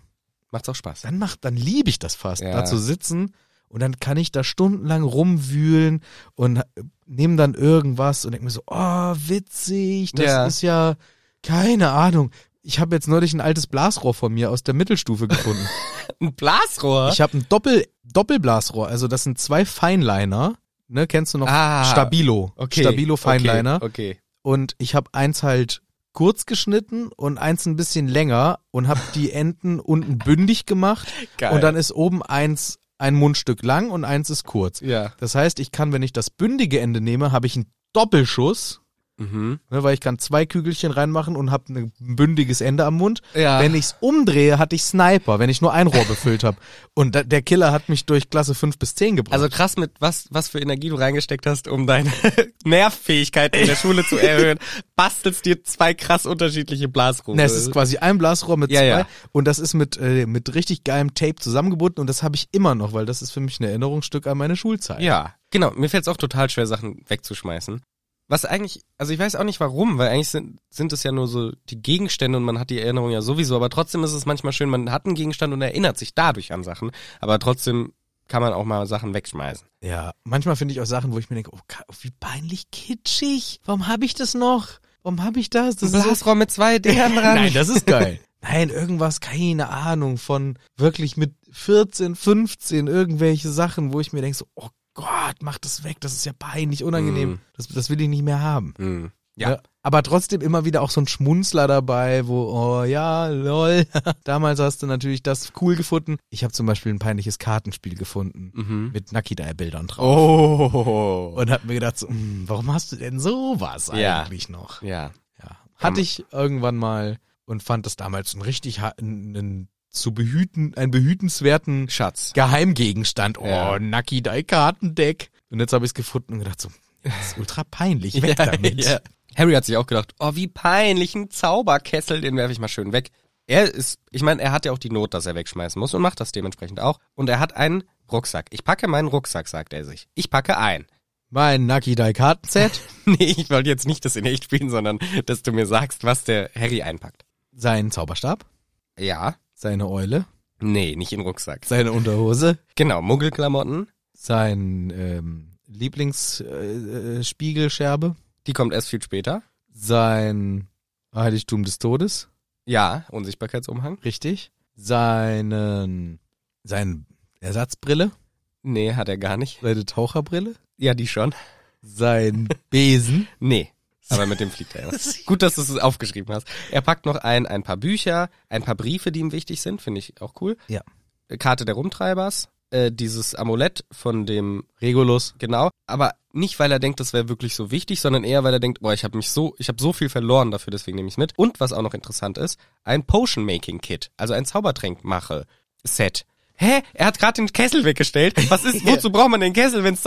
Speaker 2: Macht's auch Spaß.
Speaker 1: dann macht, dann liebe ich das fast,
Speaker 2: Ja.
Speaker 1: da zu sitzen und dann kann ich da stundenlang rumwühlen und äh, nehme dann irgendwas und denke mir so, oh, witzig, das
Speaker 2: Ja.
Speaker 1: ist ja keine Ahnung. Ich habe jetzt neulich ein altes Blasrohr von mir aus der Mittelstufe gefunden.
Speaker 2: Ein Blasrohr?
Speaker 1: Ich habe ein Doppel Doppelblasrohr, also das sind zwei Feinliner, ne, kennst du noch?
Speaker 2: Ah,
Speaker 1: Stabilo,
Speaker 2: okay.
Speaker 1: Stabilo Feinliner
Speaker 2: Okay, okay.
Speaker 1: und ich habe eins halt kurz geschnitten und eins ein bisschen länger und habe die Enden unten bündig gemacht
Speaker 2: Geil.
Speaker 1: und dann ist oben eins ein Mundstück lang und eins ist kurz.
Speaker 2: ja.
Speaker 1: Das heißt, ich kann, wenn ich das bündige Ende nehme, habe ich einen Doppelschuss,
Speaker 2: Mhm.
Speaker 1: ne, weil ich kann zwei Kügelchen reinmachen und habe ein bündiges Ende am Mund.
Speaker 2: Ja.
Speaker 1: Wenn ich's umdrehe, hatte ich Sniper, wenn ich nur ein Rohr befüllt habe. Und da, der Killer hat mich durch Klasse 5 bis 10 gebracht.
Speaker 2: Also krass, mit was, was für Energie du reingesteckt hast, um deine Nervfähigkeit in der Schule zu erhöhen, bastelst dir zwei krass unterschiedliche Blasrohre.
Speaker 1: Ne, es ist quasi ein Blasrohr mit
Speaker 2: Ja,
Speaker 1: zwei
Speaker 2: ja.
Speaker 1: und das ist mit, äh, mit richtig geilem Tape zusammengebunden und das habe ich immer noch, weil das ist für mich ein Erinnerungsstück an meine Schulzeit.
Speaker 2: Ja, genau. Mir fällt es auch total schwer, Sachen wegzuschmeißen. Was eigentlich, also ich weiß auch nicht warum, weil eigentlich sind, sind es ja nur so die Gegenstände und man hat die Erinnerung ja sowieso, aber trotzdem ist es manchmal schön, man hat einen Gegenstand und erinnert sich dadurch an Sachen, aber trotzdem kann man auch mal Sachen wegschmeißen.
Speaker 1: Ja, manchmal finde ich auch Sachen, wo ich mir denke, oh, ka- wie peinlich kitschig. Warum habe ich das noch? Warum habe ich das? Das
Speaker 2: Ein
Speaker 1: ist so-
Speaker 2: Blasrohr mit zwei Dingern dran.
Speaker 1: Nein, das ist geil. Nein, irgendwas, keine Ahnung, von wirklich mit 14, 15 irgendwelche Sachen, wo ich mir denke, so, oh Gott, mach das weg, das ist ja peinlich, unangenehm.
Speaker 2: Mm.
Speaker 1: Das, das will ich nicht mehr haben.
Speaker 2: Hm. Ja.
Speaker 1: Ne? Aber trotzdem immer wieder auch so ein Schmunzler dabei, wo, oh ja, lol. Damals hast du natürlich das cool gefunden. Ich habe zum Beispiel ein peinliches Kartenspiel gefunden
Speaker 2: Mhm.
Speaker 1: mit Nakida-Bildern drauf.
Speaker 2: Oh.
Speaker 1: Und hab mir gedacht, so, hm, warum hast du denn sowas
Speaker 2: Ja. Hm.
Speaker 1: eigentlich noch?
Speaker 2: Ja.
Speaker 1: Ja. Hatte ich irgendwann mal und fand das damals einen richtig ha- einen, einen zu behüten, einen behütenswerten
Speaker 2: Schatz.
Speaker 1: Geheimgegenstand. Oh,
Speaker 2: Ja.
Speaker 1: Nucky Dai Kartendeck. Und jetzt habe ich es gefunden und gedacht so, das ist ultra peinlich, weg damit.
Speaker 2: Ja. Harry hat sich auch gedacht, oh, wie peinlich, ein Zauberkessel, den werfe ich mal schön weg. Er ist, ich meine, er hat ja auch die Not, dass er wegschmeißen muss und macht das dementsprechend auch. Und er hat einen Rucksack. Ich packe meinen Rucksack, sagt er sich. Ich packe ein.
Speaker 1: Mein Nucky Dai Kartenset,
Speaker 2: Nee, ich wollte jetzt nicht das in echt spielen, sondern dass du mir sagst, was der Harry einpackt.
Speaker 1: sein Zauberstab,
Speaker 2: Ja?
Speaker 1: seine Eule,
Speaker 2: Nee, nicht in den Rucksack.
Speaker 1: seine Unterhose,
Speaker 2: Genau, Muggelklamotten,
Speaker 1: sein ähm, Lieblingsspiegelscherbe, äh, Spiegelscherbe,
Speaker 2: die kommt erst viel später.
Speaker 1: sein Heiligtum des Todes.
Speaker 2: Ja, Unsichtbarkeitsumhang.
Speaker 1: Richtig. Seinen, seine Ersatzbrille,
Speaker 2: Nee, hat er gar nicht.
Speaker 1: seine Taucherbrille,
Speaker 2: Ja, die schon.
Speaker 1: sein Besen.
Speaker 2: Nee. Aber mit dem fliegt er immer. Gut, dass du es aufgeschrieben hast. Er packt noch ein, ein paar Bücher, ein paar Briefe, die ihm wichtig sind, finde ich auch cool.
Speaker 1: Ja.
Speaker 2: Karte der Rumtreibers, äh, dieses Amulett von dem,
Speaker 1: Regulus.
Speaker 2: genau. Aber nicht, weil er denkt, das wäre wirklich so wichtig, sondern eher, weil er denkt, boah, ich habe mich so, ich habe so viel verloren dafür, deswegen nehme ich es mit. Und was auch noch interessant ist, ein Potion-Making-Kit, also ein Zaubertränkmache-Set. Hä? Er hat gerade den Kessel weggestellt. Was ist, wozu braucht man den Kessel, wenn es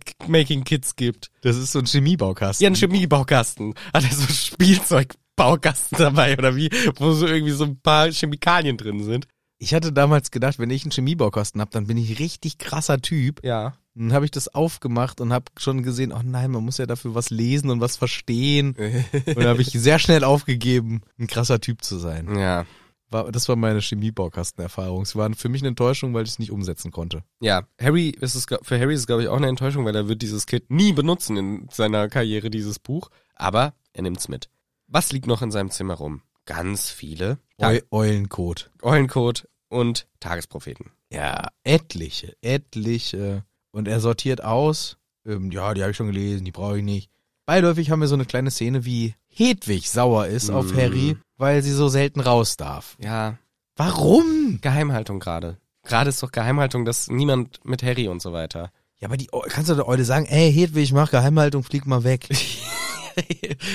Speaker 2: Zaubertrank-Making-Kits gibt?
Speaker 1: Das ist so ein Chemiebaukasten.
Speaker 2: Ja, einen Chemiebaukasten. Hat er so einen Spielzeugbaukasten dabei oder wie, wo so irgendwie so ein paar Chemikalien drin sind.
Speaker 1: Ich hatte damals gedacht, wenn ich einen Chemiebaukasten habe, dann bin ich richtig krasser Typ.
Speaker 2: Ja.
Speaker 1: Dann habe ich das aufgemacht und habe schon gesehen, oh nein, man muss ja dafür was lesen und was verstehen. Und da habe ich sehr schnell aufgegeben, ein krasser Typ zu sein.
Speaker 2: Ja.
Speaker 1: War, das war meine Chemiebaukastenerfahrung. Es war für mich eine Enttäuschung, weil ich es nicht umsetzen konnte.
Speaker 2: Ja, Harry ist es glaub- für Harry ist es glaube ich auch eine Enttäuschung, weil er wird dieses Kit nie benutzen in seiner Karriere dieses Buch, aber er nimmt's mit. Was liegt noch in seinem Zimmer rum? Ganz viele
Speaker 1: Eu Eulenkot.
Speaker 2: Eulencode und Tagespropheten.
Speaker 1: Ja, etliche, etliche. Und er sortiert aus. Ähm, ja, die habe ich schon gelesen, die brauche ich nicht. Beiläufig haben wir so eine kleine Szene, wie Hedwig sauer ist auf
Speaker 2: Mm.
Speaker 1: Harry, weil sie so selten raus darf.
Speaker 2: Ja,
Speaker 1: Warum?
Speaker 2: Geheimhaltung gerade. Gerade ist doch Geheimhaltung, dass niemand mit Harry und so weiter.
Speaker 1: Ja, aber die Eu- kannst du der Eule sagen, ey Hedwig, mach Geheimhaltung, flieg mal weg.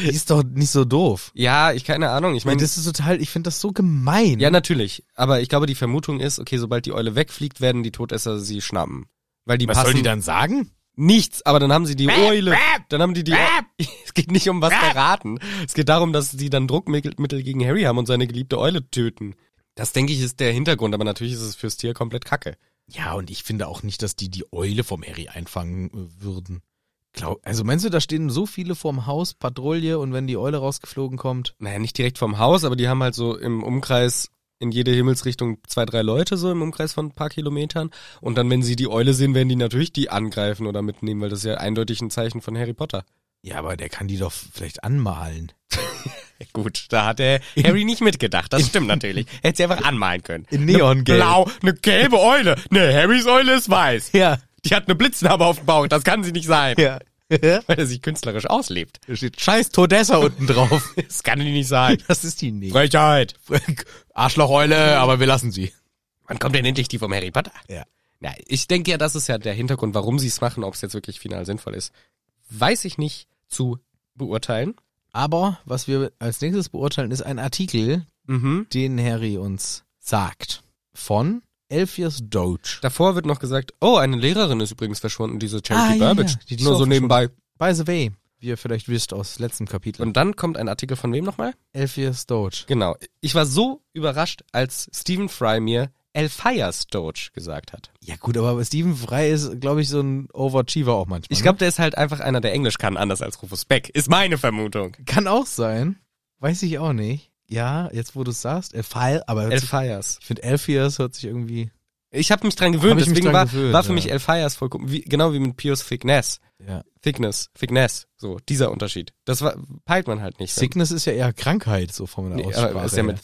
Speaker 1: die ist doch nicht so doof.
Speaker 2: Ja, ich keine Ahnung, ich
Speaker 1: Ich meine,
Speaker 2: meine
Speaker 1: das ist total, ich finde das so gemein.
Speaker 2: Ja, natürlich. Aber ich glaube, die Vermutung ist, okay, sobald die Eule wegfliegt, werden die Todesser sie schnappen. Weil die
Speaker 1: was
Speaker 2: passen
Speaker 1: soll die dann sagen?
Speaker 2: nichts, aber dann haben sie die Eule. Dann haben die die Es geht nicht um was verraten. Es geht darum, dass sie dann Druckmittel Mittel gegen Harry haben und seine geliebte Eule töten. Das denke ich ist der Hintergrund, aber natürlich ist es fürs Tier komplett Kacke.
Speaker 1: Ja, und ich finde auch nicht, dass die die Eule vom Harry einfangen äh, würden. Glaub, also meinst du, da stehen so viele vorm Haus, Patrouille und wenn die Eule rausgeflogen kommt?
Speaker 2: Naja, nicht direkt vom Haus, aber die haben halt so im Umkreis in jede Himmelsrichtung zwei, drei Leute so im Umkreis von ein paar Kilometern. Und dann, wenn sie die Eule sehen, werden die natürlich die angreifen oder mitnehmen, weil das ist ja eindeutig ein Zeichen von Harry Potter.
Speaker 1: Ja, aber der kann die doch vielleicht anmalen.
Speaker 2: Gut, da hat der Harry nicht mitgedacht. Das stimmt natürlich. Hätte sie einfach anmalen können.
Speaker 1: In Neongelb.
Speaker 2: Eine blau, eine gelbe Eule. Ne, Harrys Eule ist weiß.
Speaker 1: Ja.
Speaker 2: Die hat eine Blitznarbe auf dem Bauch. Das kann sie nicht sein.
Speaker 1: Ja.
Speaker 2: Weil er sich künstlerisch auslebt.
Speaker 1: Da steht scheiß Todessa unten drauf.
Speaker 2: Das kann die nicht sein.
Speaker 1: Das ist die nicht.
Speaker 2: Frechheit.
Speaker 1: Arschlocheule, aber wir lassen sie.
Speaker 2: Wann kommt denn endlich die vom Harry Potter?
Speaker 1: Ja.
Speaker 2: Na, ich denke ja, das ist ja der Hintergrund, warum sie es machen, ob es jetzt wirklich final sinnvoll ist. Weiß ich nicht zu beurteilen.
Speaker 1: Aber was wir als nächstes beurteilen, ist ein Artikel,
Speaker 2: Mhm.
Speaker 1: den Harry uns sagt. Von Elpheus Doge.
Speaker 2: Davor wird noch gesagt, oh, eine Lehrerin ist übrigens verschwunden, diese
Speaker 1: Ah,
Speaker 2: Charity
Speaker 1: ja,
Speaker 2: Burbage.
Speaker 1: ja, die- die ist
Speaker 2: Nur
Speaker 1: auch
Speaker 2: so nebenbei.
Speaker 1: By the way, wie ihr vielleicht wisst aus letztem Kapitel.
Speaker 2: Und dann kommt ein Artikel von wem nochmal?
Speaker 1: Elpheus Doge.
Speaker 2: Genau. Ich war so überrascht, als Stephen Fry mir Elfire Stoge gesagt hat.
Speaker 1: Ja gut, aber Stephen Fry ist, glaube ich, so ein Overachiever auch manchmal.
Speaker 2: Ich glaube, der ist halt einfach einer, der Englisch kann, anders als Rufus Beck. Ist meine Vermutung.
Speaker 1: ne? kann auch sein. Weiß ich auch nicht. Ja, jetzt wo du es sagst, äh, Fall, aber hört sich-
Speaker 2: Elfires.
Speaker 1: ich finde Elpheus hört sich irgendwie
Speaker 2: Ich habe mich dran gewöhnt,
Speaker 1: Hab ich mich
Speaker 2: deswegen
Speaker 1: dran
Speaker 2: war,
Speaker 1: gewöhnt,
Speaker 2: war für
Speaker 1: ja.
Speaker 2: mich Elfires vollkommen, wie, genau wie mit Pius Thickness.
Speaker 1: ja.
Speaker 2: Thickness, Thickness, so, dieser Unterschied. Das war, peilt man halt nicht.
Speaker 1: Sickness ist ja eher Krankheit so von der
Speaker 2: nee, aber
Speaker 1: Aussprache.
Speaker 2: ist ja mit
Speaker 1: her.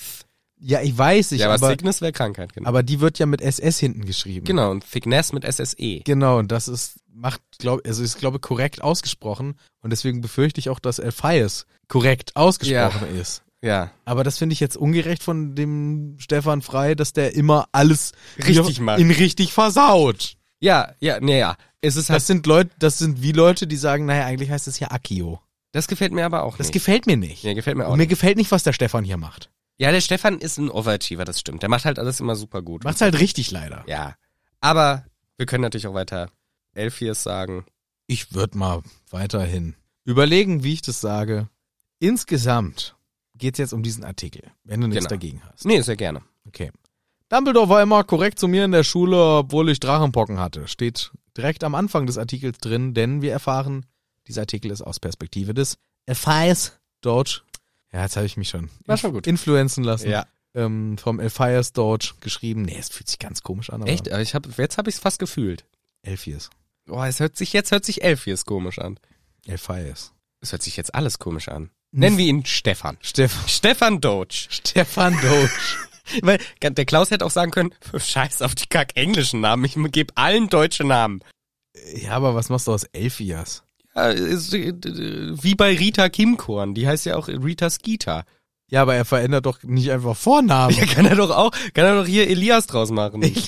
Speaker 1: ja, ich weiß nicht,
Speaker 2: Ja, aber,
Speaker 1: aber, aber,
Speaker 2: Sickness wäre Krankheit, genau.
Speaker 1: die wird ja mit SS hinten geschrieben.
Speaker 2: genau, und Thickness mit E. SSE.
Speaker 1: Genau, und das ist macht glaube also ist glaube korrekt ausgesprochen und deswegen befürchte ich auch, dass Elpheus korrekt ausgesprochen ist.
Speaker 2: Ja,
Speaker 1: Aber das finde ich jetzt ungerecht von dem Stefan Frei, dass der immer alles
Speaker 2: Richtig
Speaker 1: in-
Speaker 2: macht.
Speaker 1: in richtig versaut.
Speaker 2: ja, ja, naja. Es ist halt,
Speaker 1: Das sind Leute, das sind wie Leute, die sagen, naja, eigentlich heißt es ja Akio.
Speaker 2: das gefällt mir aber auch
Speaker 1: Das
Speaker 2: nicht.
Speaker 1: gefällt mir nicht.
Speaker 2: Ja, gefällt mir auch
Speaker 1: Und mir
Speaker 2: nicht.
Speaker 1: gefällt nicht, was der Stefan hier macht.
Speaker 2: Ja, der Stefan ist ein Overachiever, das stimmt. Der macht halt alles immer super gut.
Speaker 1: Macht's halt richtig leider.
Speaker 2: Ja. Aber wir können natürlich auch weiter Elfiers sagen.
Speaker 1: Ich würde mal weiterhin überlegen, wie ich das sage. Insgesamt geht's jetzt um diesen Artikel, wenn du nichts
Speaker 2: Genau.
Speaker 1: dagegen hast.
Speaker 2: Nee, sehr gerne.
Speaker 1: Okay. Dumbledore war immer korrekt zu mir in der Schule, obwohl ich Drachenpocken hatte. Steht direkt am Anfang des Artikels drin, denn wir erfahren, dieser Artikel ist aus Perspektive des Elphias Dodge. Ja, jetzt habe ich mich schon,
Speaker 2: War schon gut.
Speaker 1: influenzen lassen.
Speaker 2: Ja.
Speaker 1: Ähm, vom Elphias Dodge geschrieben. Nee, es fühlt sich ganz komisch an. Aber
Speaker 2: Echt? Aber ich hab, jetzt habe ich es fast gefühlt.
Speaker 1: Elphias.
Speaker 2: Boah, es hört sich, jetzt hört sich Elfiers komisch an.
Speaker 1: Elphias.
Speaker 2: Es hört sich jetzt alles komisch an. Nennen wir ihn Stefan.
Speaker 1: Stefan,
Speaker 2: Stefan Doge.
Speaker 1: Stefan Dodge.
Speaker 2: Weil der Klaus hätte auch sagen können, scheiß auf die kack englischen Namen, ich gebe allen deutsche Namen.
Speaker 1: ja, aber was machst du aus Elphias?
Speaker 2: Ja, ist, äh, äh, wie bei Rita Kimkorn, die heißt ja auch Rita Skeeter.
Speaker 1: Ja, aber er verändert doch nicht einfach Vornamen.
Speaker 2: Ja, kann er doch auch, kann er doch hier Elias draus machen.
Speaker 1: Elias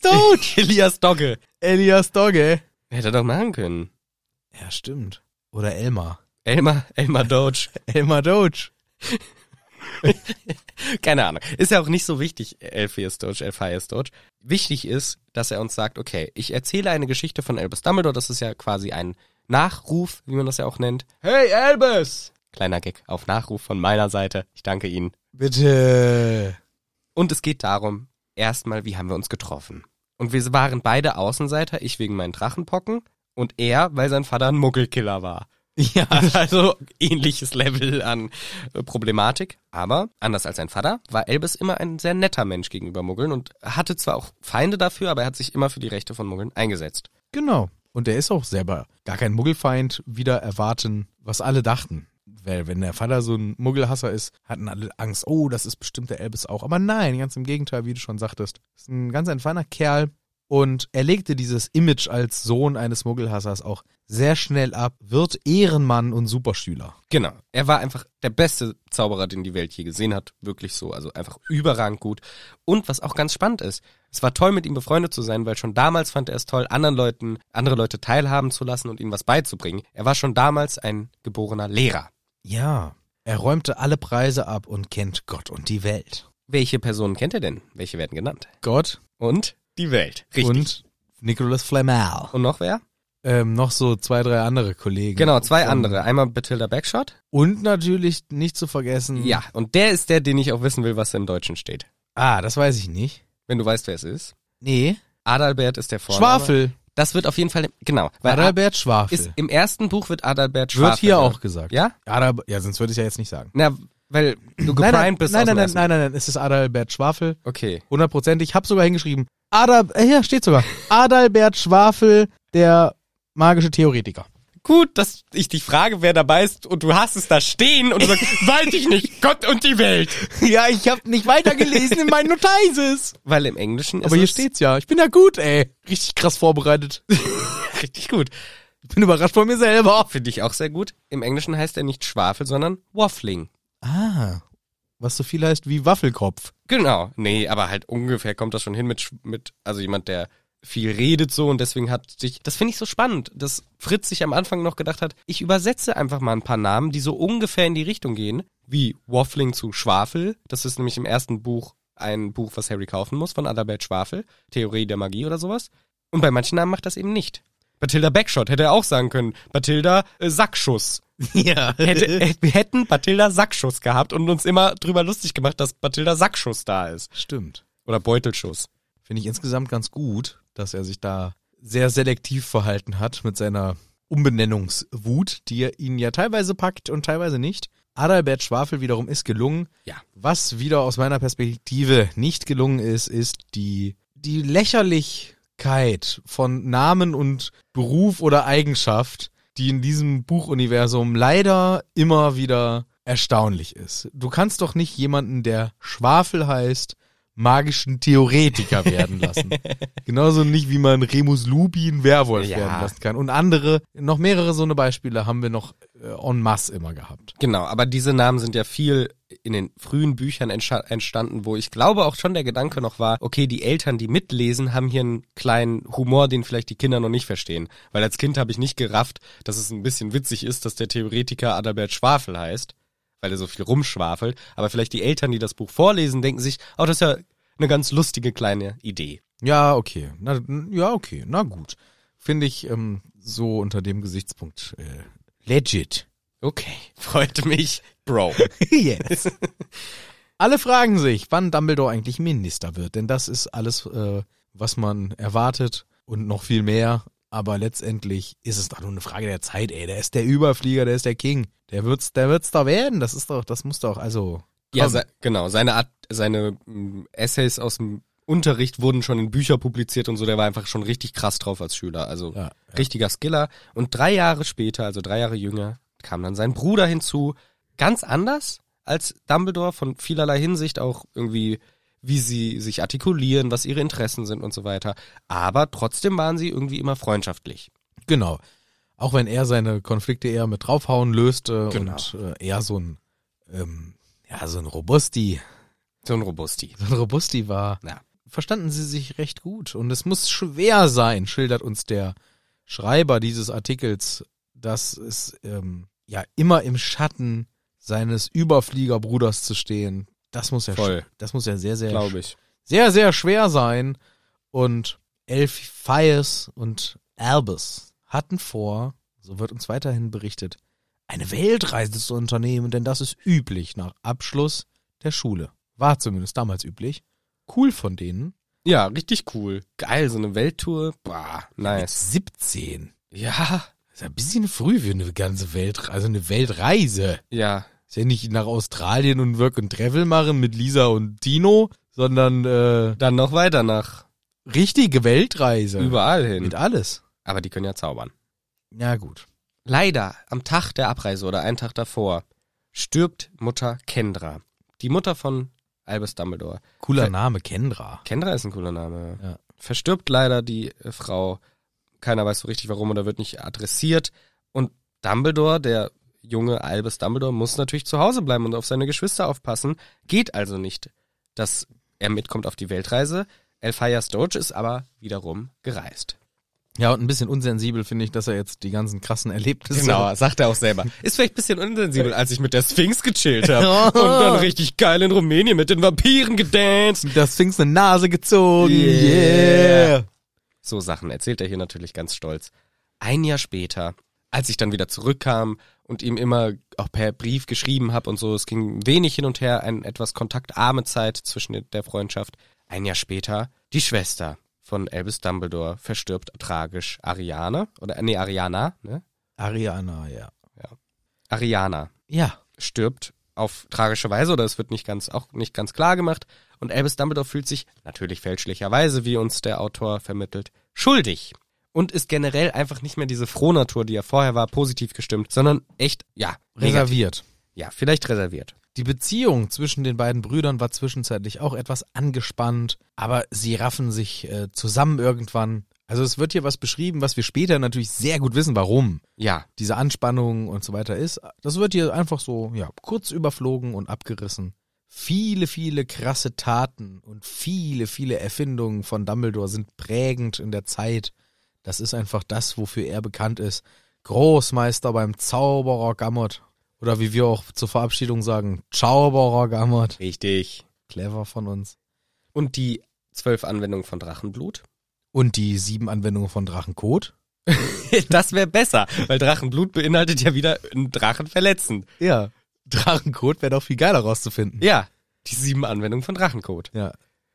Speaker 1: Dodge.
Speaker 2: Elias Dogge.
Speaker 1: Elias Dogge.
Speaker 2: Hätte er doch machen können.
Speaker 1: Ja, stimmt. Oder Elmar.
Speaker 2: Elmar, Elmar Doge.
Speaker 1: Elmar Doge.
Speaker 2: Keine Ahnung. Ist ja auch nicht so wichtig, Elpheus Doge, Elphias Doge. Wichtig ist, dass er uns sagt, okay, ich erzähle eine Geschichte von Albus Dumbledore. Das ist ja quasi ein Nachruf, wie man das ja auch nennt.
Speaker 1: Hey, Albus!
Speaker 2: Kleiner Gag auf Nachruf von meiner Seite. Ich danke Ihnen.
Speaker 1: Bitte.
Speaker 2: Und es geht darum, erstmal, wie haben wir uns getroffen? Und wir waren beide Außenseiter, ich wegen meinen Drachenpocken und er, weil sein Vater ein Muggelkiller war.
Speaker 1: Ja.
Speaker 2: Also ähnliches Level an äh, Problematik. Aber anders als sein Vater war Elbis immer ein sehr netter Mensch gegenüber Muggeln und hatte zwar auch Feinde dafür, aber er hat sich immer für die Rechte von Muggeln eingesetzt.
Speaker 1: Genau. Und er ist auch selber gar kein Muggelfeind, wieder erwarten, was alle dachten. Weil wenn der Vater so ein Muggelhasser ist, hatten alle Angst, oh, das ist bestimmt der Elbis auch. Aber nein, ganz im Gegenteil, wie du schon sagtest. Ist ein ganz ein feiner Kerl. Und er legte dieses Image als Sohn eines Muggelhassers auch sehr schnell ab, wird Ehrenmann und Superschüler.
Speaker 2: Genau. Er war einfach der beste Zauberer, den die Welt je gesehen hat. Wirklich so. Also einfach überragend gut. Und was auch ganz spannend ist, es war toll, mit ihm befreundet zu sein, weil schon damals fand er es toll, anderen Leuten, andere Leute teilhaben zu lassen und ihnen was beizubringen. Er war schon damals ein geborener Lehrer.
Speaker 1: Ja. Er räumte alle Preise ab und kennt Gott und die Welt.
Speaker 2: Welche Personen kennt er denn? Welche werden genannt?
Speaker 1: Gott
Speaker 2: Und die Welt. Richtig.
Speaker 1: und Nicolas Flamel.
Speaker 2: Und noch wer?
Speaker 1: Ähm, noch so zwei, drei andere Kollegen.
Speaker 2: Genau, zwei
Speaker 1: Von-
Speaker 2: andere. Einmal Bathilda Backshot.
Speaker 1: Und natürlich nicht zu vergessen.
Speaker 2: Ja, und der ist der, den ich auch wissen will, was im Deutschen steht.
Speaker 1: Ah, das weiß ich nicht.
Speaker 2: Wenn du weißt, wer es ist.
Speaker 1: Nee.
Speaker 2: Adalbert ist der Vorname.
Speaker 1: Schwafel.
Speaker 2: Das wird auf jeden Fall, genau. Weil
Speaker 1: Adalbert Schwafel.
Speaker 2: ist, im ersten Buch wird Adalbert Schwafel.
Speaker 1: Wird hier auch gesagt.
Speaker 2: Ja?
Speaker 1: Adal ja, sonst würde ich ja jetzt nicht sagen.
Speaker 2: Na, weil du
Speaker 1: Nein, nein,
Speaker 2: geprimed bist
Speaker 1: nein, nein,
Speaker 2: aus dem
Speaker 1: nein,
Speaker 2: ersten
Speaker 1: nein, nein, nein, es ist Adalbert Schwafel.
Speaker 2: Buch. Okay.
Speaker 1: Hundertprozentig. Ich habe sogar hingeschrieben. Adal, äh, hier steht sogar. Adalbert Schwafel, der magische Theoretiker.
Speaker 2: gut, dass ich dich frage, wer dabei ist und du hast es da stehen und du sagst, weiß ich nicht, Gott und die Welt.
Speaker 1: Ja, ich habe nicht weitergelesen in meinen Notizes.
Speaker 2: Weil im Englischen ist
Speaker 1: Aber hier
Speaker 2: es
Speaker 1: steht's ja. Ich bin ja gut, ey. Richtig krass vorbereitet.
Speaker 2: richtig gut.
Speaker 1: Ich bin überrascht von mir selber.
Speaker 2: Finde ich auch sehr gut. Im Englischen heißt er nicht Schwafel, sondern Waffling.
Speaker 1: Ah, was so viel heißt wie Waffelkopf.
Speaker 2: Genau. Nee, aber halt ungefähr kommt das schon hin mit, Sch- mit also jemand, der viel redet so und deswegen hat sich, das finde ich so spannend, dass Fritz sich am Anfang noch gedacht hat, ich übersetze einfach mal ein paar Namen, die so ungefähr in die Richtung gehen, wie Waffling zu Schwafel, das ist nämlich im ersten Buch ein Buch, was Harry kaufen muss von Adalbert Schwafel, Theorie der Magie oder sowas. Und bei manchen Namen macht das eben nicht. Bathilda Backshot hätte er auch sagen können, Bathilda äh, Sackschuss.
Speaker 1: Ja.
Speaker 2: Hätte, äh, wir hätten Bathilda Sackschuss gehabt und uns immer drüber lustig gemacht, dass Bathilda Sackschuss da ist.
Speaker 1: Stimmt.
Speaker 2: Oder Beutelschuss.
Speaker 1: Finde ich insgesamt ganz gut, dass er sich da sehr selektiv verhalten hat mit seiner Umbenennungswut, die er ihn ja teilweise packt und teilweise nicht. Adalbert Schwafel wiederum ist gelungen.
Speaker 2: Ja.
Speaker 1: Was wieder aus meiner Perspektive nicht gelungen ist, ist die, die Lächerlichkeit von Namen und Beruf oder Eigenschaft, die in diesem Buchuniversum leider immer wieder erstaunlich ist. Du kannst doch nicht jemanden, der Schwafel heißt, magischen Theoretiker werden lassen. Genauso nicht, wie man Remus Lupi einen Werwolf
Speaker 2: Ja.
Speaker 1: werden lassen kann. Und andere, noch mehrere so eine Beispiele haben wir noch äh, en masse immer gehabt.
Speaker 2: Genau, aber diese Namen sind ja viel in den frühen Büchern entscha- entstanden, wo ich glaube auch schon der Gedanke noch war, okay, die Eltern, die mitlesen, haben hier einen kleinen Humor, den vielleicht die Kinder noch nicht verstehen. Weil als Kind habe ich nicht gerafft, dass es ein bisschen witzig ist, dass der Theoretiker Adalbert Schwafel heißt, weil er so viel rumschwafelt. Aber vielleicht die Eltern, die das Buch vorlesen, denken sich, oh, das ist ja eine ganz lustige kleine Idee.
Speaker 1: Ja, okay. Na, n- ja, okay. Na gut. Finde ich ähm, so unter dem Gesichtspunkt äh, legit.
Speaker 2: Okay, freut mich, Bro.
Speaker 1: yes. Alle fragen sich, wann Dumbledore eigentlich Minister wird, denn das ist alles, äh, was man erwartet und noch viel mehr. Aber letztendlich ist es doch nur eine Frage der Zeit, ey. Der ist der Überflieger, der ist der King. Der wird's, der wird's da werden. Das ist doch, das muss doch, also.
Speaker 2: Ja,
Speaker 1: komm.
Speaker 2: se genau. Seine Art, seine mm, Essays aus dem Unterricht wurden schon in Bücher publiziert und so. Der war einfach schon richtig krass drauf als Schüler. Also
Speaker 1: Ja, ja.
Speaker 2: richtiger Skiller. Und drei Jahre später, also drei Jahre jünger, kam dann sein Bruder hinzu. Ganz anders als Dumbledore von vielerlei Hinsicht auch irgendwie wie sie sich artikulieren, was ihre Interessen sind und so weiter. Aber trotzdem waren sie irgendwie immer freundschaftlich.
Speaker 1: Genau. Auch wenn er seine Konflikte eher mit draufhauen löste
Speaker 2: Genau.
Speaker 1: und äh, eher so ein, ähm, ja, so ein Robusti,
Speaker 2: So ein Robusti.
Speaker 1: so ein Robusti war.
Speaker 2: Ja.
Speaker 1: verstanden sie sich recht gut. Und es muss schwer sein, schildert uns der Schreiber dieses Artikels, dass es ähm, ja immer im Schatten seines Überfliegerbruders zu stehen. Das muss ja, sch-
Speaker 2: Voll.
Speaker 1: das muss ja sehr, sehr,
Speaker 2: Glaube ich.
Speaker 1: sehr, sehr schwer sein. Und Elphias und Albus hatten vor, so wird uns weiterhin berichtet, eine Weltreise zu unternehmen, denn das ist üblich nach Abschluss der Schule. War zumindest damals üblich. Cool von denen.
Speaker 2: Ja, richtig cool. Geil, so eine Welttour. Bah, nice.
Speaker 1: 17.
Speaker 2: Ja,
Speaker 1: Ist ja ein bisschen früh für eine ganze Weltreise, also eine Weltreise.
Speaker 2: ja.
Speaker 1: Ist ja nicht nach Australien und Work and Travel machen mit Lisa und Dino, sondern äh,
Speaker 2: Dann noch weiter nach
Speaker 1: richtige Weltreise.
Speaker 2: überall hin.
Speaker 1: Mit alles.
Speaker 2: Aber die können ja zaubern.
Speaker 1: Ja gut.
Speaker 2: Leider, am Tag der Abreise oder einen Tag davor, stirbt Mutter Kendra. Die Mutter von Albus Dumbledore.
Speaker 1: Cooler
Speaker 2: Ver-
Speaker 1: Name, Kendra.
Speaker 2: Kendra ist ein cooler Name.
Speaker 1: Ja.
Speaker 2: Verstirbt leider die äh, Frau. Keiner weiß so richtig warum oder wird nicht adressiert. Und Dumbledore, der junge Albus Dumbledore, muss natürlich zu Hause bleiben und auf seine Geschwister aufpassen. Geht also nicht, dass er mitkommt auf die Weltreise. Elphias Doge ist aber wiederum gereist.
Speaker 1: Ja, und ein bisschen unsensibel finde ich, dass er jetzt die ganzen krassen Erlebnisse.
Speaker 2: Genau, sagt er auch selber. Ist vielleicht ein bisschen unsensibel, als ich mit der Sphinx gechillt habe und dann richtig geil in Rumänien mit den Vampiren gedanced.
Speaker 1: Das Ding eine Nase gezogen.
Speaker 2: Yeah. So Sachen erzählt er hier natürlich ganz stolz. Ein Jahr später, als ich dann wieder zurückkam und ihm immer auch per Brief geschrieben habe und so, es ging wenig hin und her, eine etwas kontaktarme Zeit zwischen der Freundschaft. Ein Jahr später, die Schwester von Albus Dumbledore verstirbt tragisch Ariane oder nee Ariana, ne?
Speaker 1: Ariana, ja.
Speaker 2: Ariana.
Speaker 1: Ja.
Speaker 2: stirbt auf tragische Weise oder es wird nicht ganz auch nicht ganz klar gemacht und Albus Dumbledore fühlt sich natürlich fälschlicherweise, wie uns der Autor vermittelt, schuldig und ist generell einfach nicht mehr diese Frohnatur, die er vorher war, positiv gestimmt, sondern echt, ja, negativ.
Speaker 1: Reserviert.
Speaker 2: Ja, vielleicht reserviert.
Speaker 1: Die Beziehung zwischen den beiden Brüdern war zwischenzeitlich auch etwas angespannt, aber sie raffen sich äh, zusammen irgendwann. Also es wird hier was beschrieben, was wir später natürlich sehr gut wissen, warum
Speaker 2: Ja,
Speaker 1: diese Anspannung und so weiter ist. Das wird hier einfach so, ja, kurz überflogen und abgerissen. Viele, viele krasse Taten und viele, viele Erfindungen von Dumbledore sind prägend in der Zeit. Das ist einfach das, wofür er bekannt ist. Großmeister beim Zauberer Gammot. Oder wie wir auch zur Verabschiedung sagen, Zauberer Gammot.
Speaker 2: richtig.
Speaker 1: Clever von uns.
Speaker 2: Und die zwölf Anwendungen von Drachenblut?
Speaker 1: Und die sieben Anwendungen von Drachenkot.
Speaker 2: Das wäre besser, weil Drachenblut beinhaltet ja wieder einen Drachen verletzen.
Speaker 1: Ja. Drachenkot wäre doch viel geiler rauszufinden.
Speaker 2: Ja, die sieben Anwendungen von Drachencode.
Speaker 1: Ja.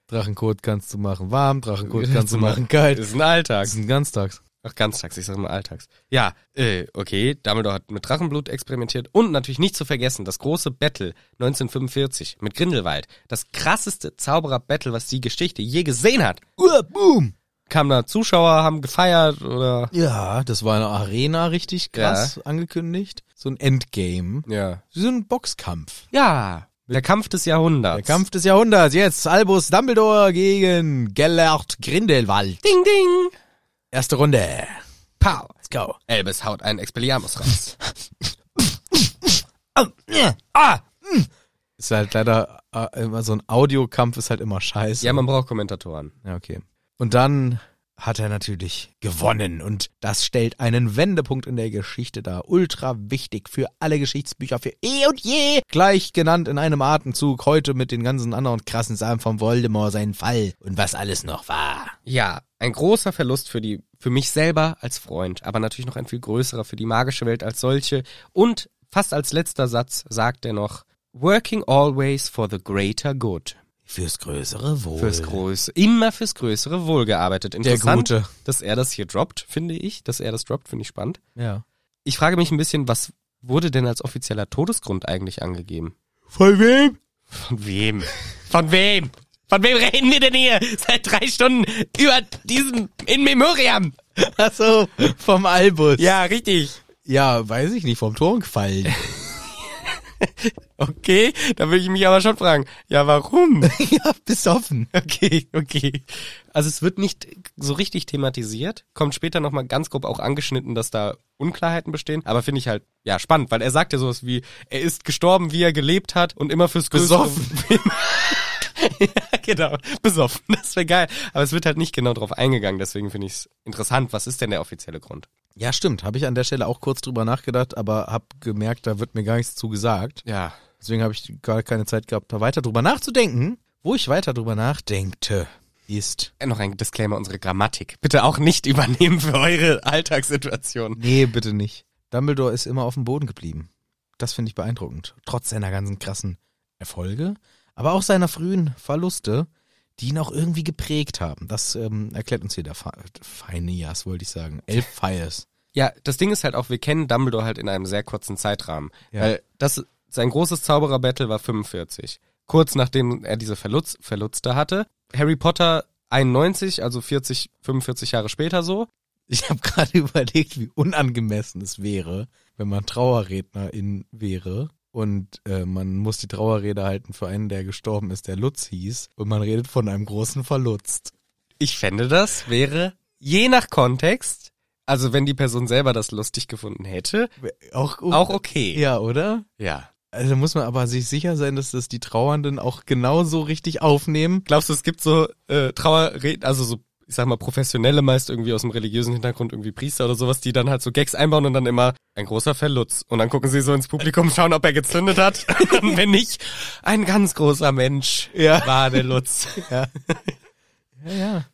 Speaker 1: Drachenkot kannst du machen warm, Drachenkot kannst du machen kalt.
Speaker 2: Das ist ein Alltag.
Speaker 1: Das ist ein Ganztags.
Speaker 2: Ach, ganztags, ich sag immer alltags. Ja, äh, okay, Dumbledore hat mit Drachenblut experimentiert und natürlich nicht zu vergessen, das große Battle 1945 mit Grindelwald, das krasseste Zauberer-Battle, was die Geschichte je gesehen hat.
Speaker 1: Uh, boom.
Speaker 2: Kamen da Zuschauer, haben gefeiert oder...
Speaker 1: Ja, das war eine Arena, richtig krass angekündigt. So ein Endgame.
Speaker 2: Ja.
Speaker 1: So ein Boxkampf.
Speaker 2: Ja, der Kampf des Jahrhunderts.
Speaker 1: Der Kampf des Jahrhunderts. Jetzt Albus Dumbledore gegen Gellert Grindelwald.
Speaker 2: Ding, ding.
Speaker 1: Erste Runde.
Speaker 2: Pow.
Speaker 1: Let's go.
Speaker 2: Elbes haut einen Expelliarmus raus.
Speaker 1: Ah. mm. Ist halt leider äh, immer so ein Audiokampf ist halt immer scheiße.
Speaker 2: ja, man braucht Kommentatoren.
Speaker 1: Ja, okay. Und dann hat er natürlich gewonnen und das stellt einen Wendepunkt in der Geschichte dar. Ultra wichtig für alle Geschichtsbücher für eh und je. Gleich genannt in einem Atemzug heute mit den ganzen anderen krassen Sachen von Voldemort seinen Fall und was alles noch war.
Speaker 2: Ja, ein großer Verlust für die, für mich selber als Freund, aber natürlich noch ein viel größerer für die magische Welt als solche. Und fast als letzter Satz sagt er noch, working always for the greater good.
Speaker 1: Fürs größere Wohl.
Speaker 2: Fürs Größe, immer fürs größere Wohl gearbeitet. Interessant,
Speaker 1: Gute.
Speaker 2: dass er das hier droppt, finde ich. Dass er das droppt, finde ich spannend.
Speaker 1: Ja.
Speaker 2: Ich frage mich ein bisschen, was wurde denn als offizieller Todesgrund eigentlich angegeben?
Speaker 1: Von wem?
Speaker 2: Von wem? Von wem? Von wem reden wir denn hier? Seit drei Stunden über diesen In Memoriam.
Speaker 1: Achso, vom Albus.
Speaker 2: Ja, richtig.
Speaker 1: Ja, weiß ich nicht, vom Turm gefallen.
Speaker 2: Okay, da will ich mich aber schon fragen. Ja, warum?
Speaker 1: ja, besoffen.
Speaker 2: Okay, okay. Also es wird nicht so richtig thematisiert, kommt später nochmal ganz grob auch angeschnitten, dass da Unklarheiten bestehen, aber finde ich halt, ja, spannend, weil er sagt ja sowas wie, er ist gestorben, wie er gelebt hat und immer fürs Größere. ja, genau, besoffen, das wäre geil. Aber es wird halt nicht genau drauf eingegangen, deswegen finde ich es interessant, was ist denn der offizielle Grund?
Speaker 1: Ja, stimmt. Habe ich an der Stelle auch kurz drüber nachgedacht, aber habe gemerkt, da wird mir gar nichts zu gesagt.
Speaker 2: Ja.
Speaker 1: Deswegen habe ich gar keine Zeit gehabt, da weiter drüber nachzudenken. Wo ich weiter drüber nachdenkte, ist.
Speaker 2: Äh, Noch ein Disclaimer, unsere Grammatik. Bitte auch nicht übernehmen für eure Alltagssituation.
Speaker 1: Nee, bitte nicht. Dumbledore ist immer auf dem Boden geblieben. Das finde ich beeindruckend. Trotz seiner ganzen krassen Erfolge, aber auch seiner frühen Verluste, die ihn auch irgendwie geprägt haben. Das ähm, erklärt uns hier der Fa Feineas, wollte ich sagen. Elf Fires.
Speaker 2: Ja, das Ding ist halt auch, wir kennen Dumbledore halt in einem sehr kurzen Zeitrahmen.
Speaker 1: Ja.
Speaker 2: Weil das, sein großes Zauberer-Battle war 45. Kurz nachdem er diese Verlutz, Verlutzte hatte. Harry Potter 91, also 40, 45 Jahre später so.
Speaker 1: Ich habe gerade überlegt, wie unangemessen es wäre, wenn man Trauerrednerin wäre und äh, man muss die Trauerrede halten für einen, der gestorben ist, der Lutz hieß und man redet von einem großen Verlutzt.
Speaker 2: Ich fände, das wäre je nach Kontext, also wenn die Person selber das lustig gefunden hätte,
Speaker 1: Auch,
Speaker 2: auch okay.
Speaker 1: Uh. Ja, oder?
Speaker 2: ja.
Speaker 1: Also da muss man aber sich sicher sein, dass das die Trauernden auch genauso richtig aufnehmen.
Speaker 2: Glaubst du, es gibt so äh, Trauerreden, also so, ich sag mal, professionelle meist irgendwie aus dem religiösen Hintergrund, irgendwie Priester oder sowas, die dann halt so Gags einbauen und dann immer ein großer Verlutz. Und dann gucken sie so ins Publikum, schauen, ob er gezündet hat. und wenn nicht, ein ganz großer Mensch
Speaker 1: Ja.
Speaker 2: war der Lutz.
Speaker 1: Ja, ja.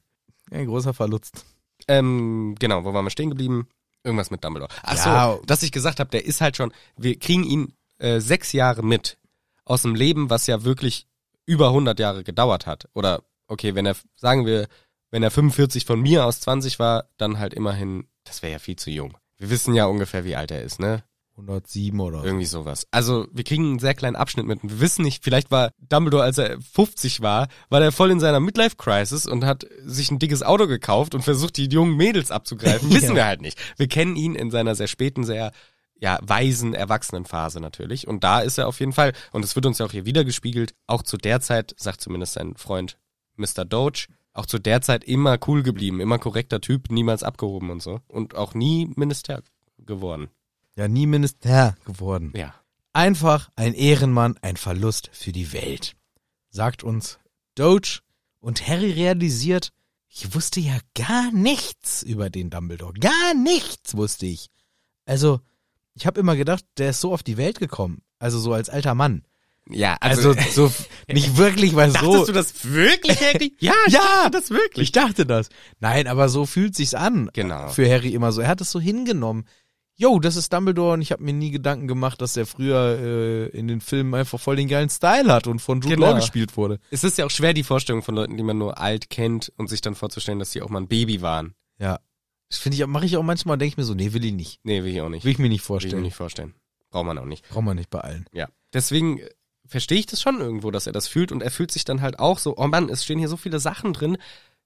Speaker 1: Ein großer Verlutzt.
Speaker 2: ähm, genau, wo waren wir stehen geblieben? Irgendwas mit Dumbledore. Ach so,
Speaker 1: Ja.
Speaker 2: dass ich gesagt habe, der ist halt schon, wir kriegen ihn äh, sechs Jahre mit aus dem Leben, was ja wirklich über 100 Jahre gedauert hat. Oder, okay, wenn er, sagen wir, wenn er 45 von mir aus 20 war, dann halt immerhin, das wäre ja viel zu jung. Wir wissen ja ungefähr, wie alt er ist, ne?
Speaker 1: 107 oder so.
Speaker 2: Irgendwie sowas. Also wir kriegen einen sehr kleinen Abschnitt mit. Wir wissen nicht, vielleicht war Dumbledore, als er 50 war, war der voll in seiner Midlife-Crisis und hat sich ein dickes Auto gekauft und versucht, die jungen Mädels abzugreifen. Wissen
Speaker 1: Ja.
Speaker 2: wir halt nicht. Wir kennen ihn in seiner sehr späten, sehr ja, weisen Erwachsenenphase natürlich. Und da ist er auf jeden Fall, und es wird uns ja auch hier wieder gespiegelt, auch zu der Zeit, sagt zumindest sein Freund Mr. Doge, auch zu der Zeit immer cool geblieben, immer korrekter Typ, niemals abgehoben und so. Und auch nie Minister geworden.
Speaker 1: Ja, nie Minister geworden.
Speaker 2: Ja.
Speaker 1: Einfach ein Ehrenmann, ein Verlust für die Welt, sagt uns Doge. Und Harry realisiert, ich wusste ja gar nichts über den Dumbledore. Gar nichts wusste ich. Also, ich habe immer gedacht, der ist so auf die Welt gekommen. Also so als alter Mann.
Speaker 2: Ja,
Speaker 1: Also so nicht wirklich, weil so.
Speaker 2: das wirklich, Harry? ja,
Speaker 1: ich dachte
Speaker 2: das wirklich.
Speaker 1: ich dachte das. Nein, aber so fühlt sich's an.
Speaker 2: Genau.
Speaker 1: Für Harry immer so. Er hat es so hingenommen. Yo, das ist Dumbledore und ich habe mir nie Gedanken gemacht, dass der früher äh, in den Filmen einfach voll den geilen Style hat und von Jude
Speaker 2: Genau.
Speaker 1: Law gespielt wurde.
Speaker 2: Es ist ja auch schwer, die Vorstellung von Leuten, die man nur alt kennt und sich dann vorzustellen, dass die auch mal ein Baby waren.
Speaker 1: Ja. Das finde ich, mache ich auch manchmal, denke ich mir so, nee, will ich nicht.
Speaker 2: Nee, will ich auch nicht.
Speaker 1: Will ich mir nicht
Speaker 2: Will ich mir
Speaker 1: vorstellen.
Speaker 2: nicht vorstellen. Braucht man auch nicht.
Speaker 1: Braucht man nicht bei allen.
Speaker 2: Ja. Deswegen äh, verstehe ich das schon irgendwo, dass er das fühlt und er fühlt sich dann halt auch so, oh Mann, es stehen hier so viele Sachen drin.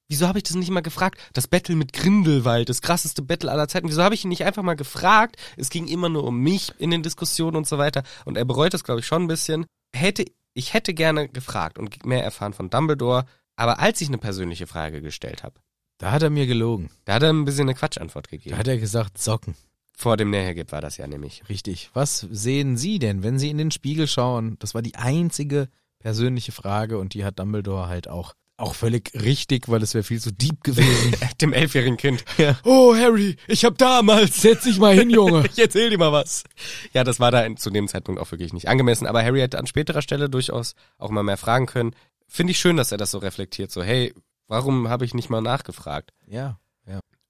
Speaker 2: Wieso habe ich das nicht mal gefragt? Das Battle mit Grindelwald, das krasseste Battle aller Zeiten. Wieso habe ich ihn nicht einfach mal gefragt? Es ging immer nur um mich in den Diskussionen und so weiter. Und er bereut das, glaube ich, schon ein bisschen. Hätte, ich hätte gerne gefragt und mehr erfahren von Dumbledore. Aber als ich eine persönliche Frage gestellt habe,
Speaker 1: Da hat er mir gelogen.
Speaker 2: da hat er ein bisschen eine Quatschantwort
Speaker 1: Da
Speaker 2: gegeben.
Speaker 1: hat er gesagt, Socken.
Speaker 2: Vor dem Nähergib war das ja nämlich.
Speaker 1: Richtig. Was sehen Sie denn, wenn Sie in den Spiegel schauen? Das war die einzige persönliche Frage und die hat Dumbledore halt auch, auch völlig richtig, weil es wäre viel zu deep gewesen.
Speaker 2: Dem elfjährigen Kind.
Speaker 1: Ja.
Speaker 2: Oh, Harry, ich habe damals
Speaker 1: Setz dich mal hin, Junge.
Speaker 2: Ich erzähl dir mal was. Ja, das war da in- zu dem Zeitpunkt auch wirklich nicht angemessen. Aber Harry hätte an späterer Stelle durchaus auch mal mehr fragen können. Finde ich schön, dass er das so reflektiert. So, hey, warum habe ich nicht mal nachgefragt?
Speaker 1: Ja.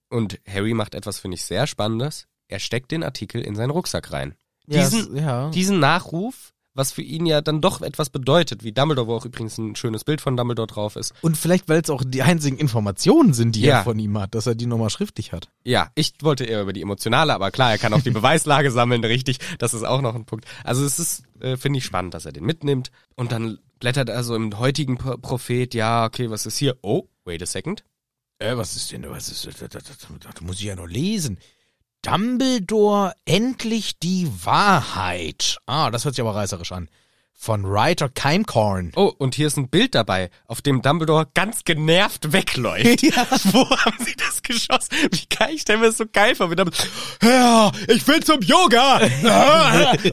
Speaker 2: Und Harry macht etwas, finde ich, sehr Spannendes. Er steckt den Artikel in seinen Rucksack rein. Diesen-
Speaker 1: ja, es- ja.
Speaker 2: Diesen Nachruf, was für ihn ja dann doch etwas bedeutet, wie Dumbledore, wo auch übrigens ein schönes Bild von Dumbledore drauf ist.
Speaker 1: und vielleicht, weil es auch die einzigen Informationen sind, die
Speaker 2: Ja.
Speaker 1: er von ihm hat, dass er die nochmal schriftlich hat.
Speaker 2: Ja, ich wollte eher über die emotionale, aber klar, er kann auch die Beweislage sammeln, richtig. Das ist auch noch ein Punkt. Also es ist, äh, finde ich, spannend, dass er den mitnimmt. Und dann blättert er so im heutigen Pro- Prophet, ja, okay, was ist hier? Oh, wait a second.
Speaker 1: Äh, was ist denn, was ist, das, das, das, das muss ich ja noch lesen. Dumbledore, endlich die Wahrheit. Ah, das hört sich aber reißerisch an. Von Writer Keimkorn.
Speaker 2: Oh, und hier ist ein Bild dabei, auf dem Dumbledore ganz genervt wegläuft. Wo haben sie das geschossen? Wie geil, ich stelle mir das so geil vor. Wie Dumbledore, ja, ich will zum Yoga.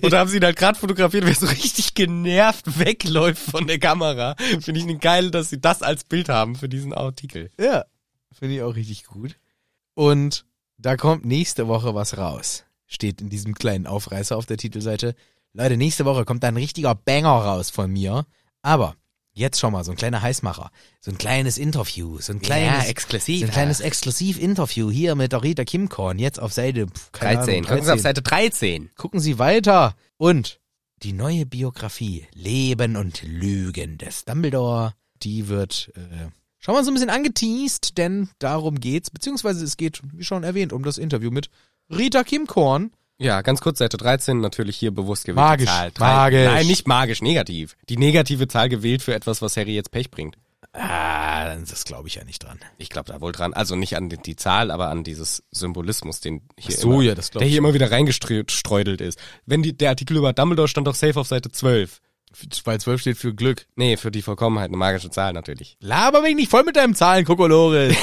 Speaker 2: und da haben sie ihn halt gerade fotografiert, wie er so richtig genervt wegläuft von der Kamera. Finde ich einen geil, dass sie das als Bild haben für diesen Artikel.
Speaker 1: Ja, finde ich auch richtig gut. Und da kommt nächste Woche was raus. Steht in diesem kleinen Aufreißer auf der Titelseite. Leute, nächste Woche kommt da ein richtiger Banger raus von mir. Aber jetzt schon mal so ein kleiner Heißmacher. So ein kleines Interview. So ein kleines,
Speaker 2: exklusiv.
Speaker 1: so ein kleines Exklusiv-Interview hier mit Dorita Kimkorn. Jetzt auf Seite pf, keine
Speaker 2: 13.
Speaker 1: Ahnung,
Speaker 2: Gucken Sie auf
Speaker 1: 13.
Speaker 2: Seite 13.
Speaker 1: Gucken Sie weiter. Und die neue Biografie Leben und Lügen des Dumbledore, die wird äh, schon mal so ein bisschen angeteased, denn darum geht's, beziehungsweise es geht, wie schon erwähnt, um das Interview mit Rita Kimkorn.
Speaker 2: Ja, ganz kurz, Seite 13, natürlich hier bewusst gewählt.
Speaker 1: Magisch,
Speaker 2: Zahl drei.
Speaker 1: magisch.
Speaker 2: Nein, nicht magisch, negativ. Die negative Zahl gewählt für etwas, was Harry jetzt Pech bringt.
Speaker 1: Ah, das glaube ich ja nicht dran.
Speaker 2: Ich glaube da wohl dran. Also nicht an die- die Zahl, aber an dieses Symbolismus, den hier
Speaker 1: Ach so,
Speaker 2: immer,
Speaker 1: ja, das glaub
Speaker 2: der
Speaker 1: ich
Speaker 2: hier immer wieder reingestreudelt ist. Wenn die, der Artikel über Dumbledore stand doch safe auf Seite 12.
Speaker 1: Weil 12 steht für Glück.
Speaker 2: Nee, für die Vollkommenheit eine magische Zahl natürlich.
Speaker 1: Laber mich nicht voll mit deinem Zahlen, Kokolores.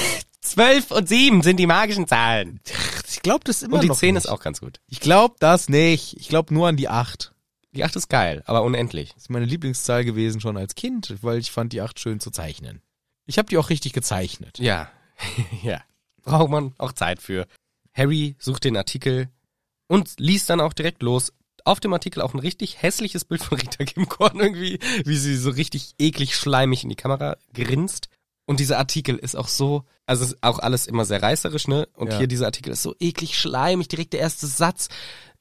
Speaker 2: 12 und 7 sind die magischen Zahlen.
Speaker 1: Ich glaube das immer
Speaker 2: Und die
Speaker 1: noch
Speaker 2: 10
Speaker 1: nicht.
Speaker 2: ist auch ganz gut.
Speaker 1: Ich glaube das nicht. Ich glaube nur an die 8.
Speaker 2: Die 8 ist geil, aber unendlich.
Speaker 1: Das ist meine Lieblingszahl gewesen schon als Kind, weil ich fand die 8 schön zu zeichnen. Ich habe die auch richtig gezeichnet.
Speaker 2: Ja. ja. Braucht man auch Zeit für. Harry sucht den Artikel und liest dann auch direkt los. Auf dem Artikel auch ein richtig hässliches Bild von Rita Kimkorn irgendwie, wie sie so richtig eklig schleimig in die Kamera grinst. Und dieser Artikel ist auch so, also ist auch alles immer sehr reißerisch, ne? Und
Speaker 1: Ja.
Speaker 2: hier dieser Artikel ist so eklig schleimig, direkt der erste Satz.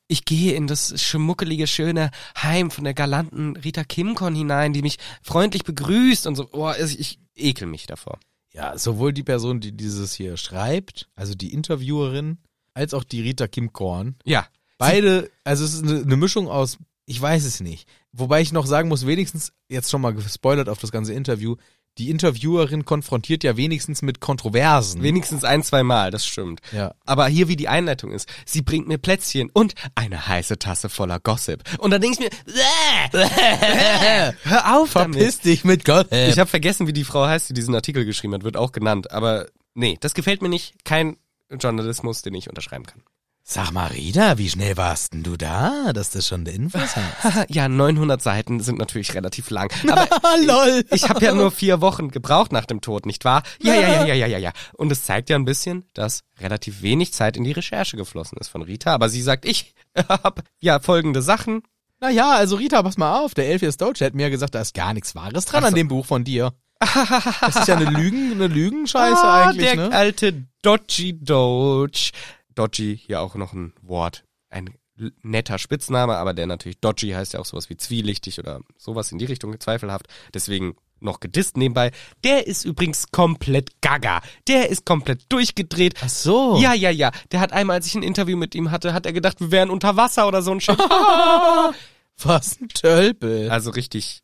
Speaker 2: Ich gehe in das schmuckelige, schöne Heim von der galanten Rita Kimkorn hinein, die mich freundlich begrüßt und so. Boah, ich, ich ekel mich davor.
Speaker 1: Ja, sowohl die Person, die dieses hier schreibt, also die Interviewerin, als auch die Rita Kim Korn.
Speaker 2: Ja,
Speaker 1: Beide, also es ist eine, eine Mischung aus, ich weiß es nicht. Wobei ich noch sagen muss, wenigstens, jetzt schon mal gespoilert auf das ganze Interview, die Interviewerin konfrontiert ja wenigstens mit Kontroversen.
Speaker 2: Wenigstens ein, zwei Mal, das stimmt.
Speaker 1: Ja.
Speaker 2: Aber hier, wie die Einleitung ist, sie bringt mir Plätzchen und eine heiße Tasse voller Gossip. Und dann denk ich mir, hör auf damit.
Speaker 1: Verpiss dich mit Gott.
Speaker 2: Ich habe vergessen, wie die Frau heißt, die diesen Artikel geschrieben hat, wird auch genannt. Aber nee, das gefällt mir nicht. Kein Journalismus, den ich unterschreiben kann.
Speaker 1: Sag mal, Rita, wie schnell warst denn du da, dass du schon die Infos hast?
Speaker 2: Ah, Ja, 900 Seiten sind natürlich relativ lang. Aber
Speaker 1: Lol.
Speaker 2: ich habe ja nur vier Wochen gebraucht nach dem Tod, nicht wahr? Ja, ja, ja, ja, ja, ja, ja. Und es zeigt ja ein bisschen, dass relativ wenig Zeit in die Recherche geflossen ist von Rita. Aber sie sagt, ich habe ja folgende Sachen.
Speaker 1: Naja, also Rita, pass mal auf, der Elfias Deutsche hat mir gesagt, da ist gar nichts Wahres dran an dem Buch von dir. Das ist ja eine Lügen, eine Lügenscheiße
Speaker 2: Ah,
Speaker 1: eigentlich,
Speaker 2: der
Speaker 1: ne?
Speaker 2: alte Dodgy Doge. Dodgy, hier auch noch ein Wort. Ein l- netter Spitzname, aber der natürlich Dodgy heißt ja auch sowas wie zwielichtig oder sowas in die Richtung, zweifelhaft. Deswegen noch gedisst nebenbei. Der ist übrigens komplett gaga. Der ist komplett durchgedreht.
Speaker 1: Ach so.
Speaker 2: Ja, ja, ja. Der hat einmal, als ich ein Interview mit ihm hatte, hat er gedacht, wir wären unter Wasser oder so ein Schiff.
Speaker 1: Was ein Tölpel.
Speaker 2: also richtig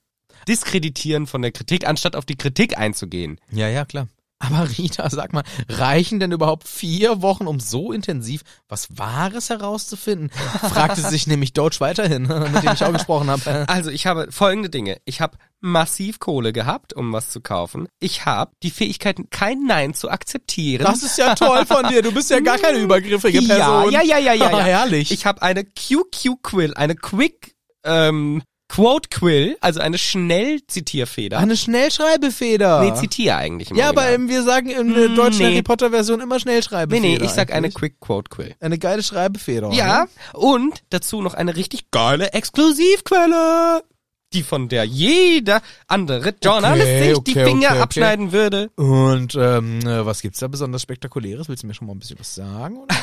Speaker 2: diskreditieren von der Kritik, anstatt auf die Kritik einzugehen.
Speaker 1: Ja, ja, klar. Aber Rita, sag mal, reichen denn überhaupt vier Wochen, um so intensiv was Wahres herauszufinden? Fragte sich nämlich Deutsch weiterhin, mit dem ich auch gesprochen habe.
Speaker 2: Also ich habe folgende Dinge. Ich habe massiv Kohle gehabt, um was zu kaufen. Ich habe die Fähigkeit, kein Nein zu akzeptieren.
Speaker 1: Das ist ja toll von dir. Du bist ja gar keine übergriffige
Speaker 2: ja,
Speaker 1: Person. Ah,
Speaker 2: ja, ja, ja, ja, ja.
Speaker 1: Herrlich.
Speaker 2: Ich habe eine QQ-Quill, eine Quick ähm, Quote Quill, also eine Schnellzitierfeder.
Speaker 1: Eine Schnellschreibefeder.
Speaker 2: nee, zitier eigentlich. Im
Speaker 1: ja, aber
Speaker 2: Original.
Speaker 1: ähm, wir sagen in der
Speaker 2: Mm,
Speaker 1: deutschen
Speaker 2: nee.
Speaker 1: Harry Potter Version immer Schnellschreibefeder.
Speaker 2: nee, nee, ich sag eine
Speaker 1: eigentlich. Oh,
Speaker 2: Quick Quote Quill.
Speaker 1: eine geile ne? Schreibefeder.
Speaker 2: Ja, und dazu noch eine richtig geile Exklusivquelle, die von der jeder andere Journalist sich die
Speaker 1: okay,
Speaker 2: Finger
Speaker 1: okay, okay.
Speaker 2: abschneiden würde.
Speaker 1: Und ähm, äh, was gibt's da besonders spektakuläres? Willst du mir schon mal ein bisschen was sagen? Oder?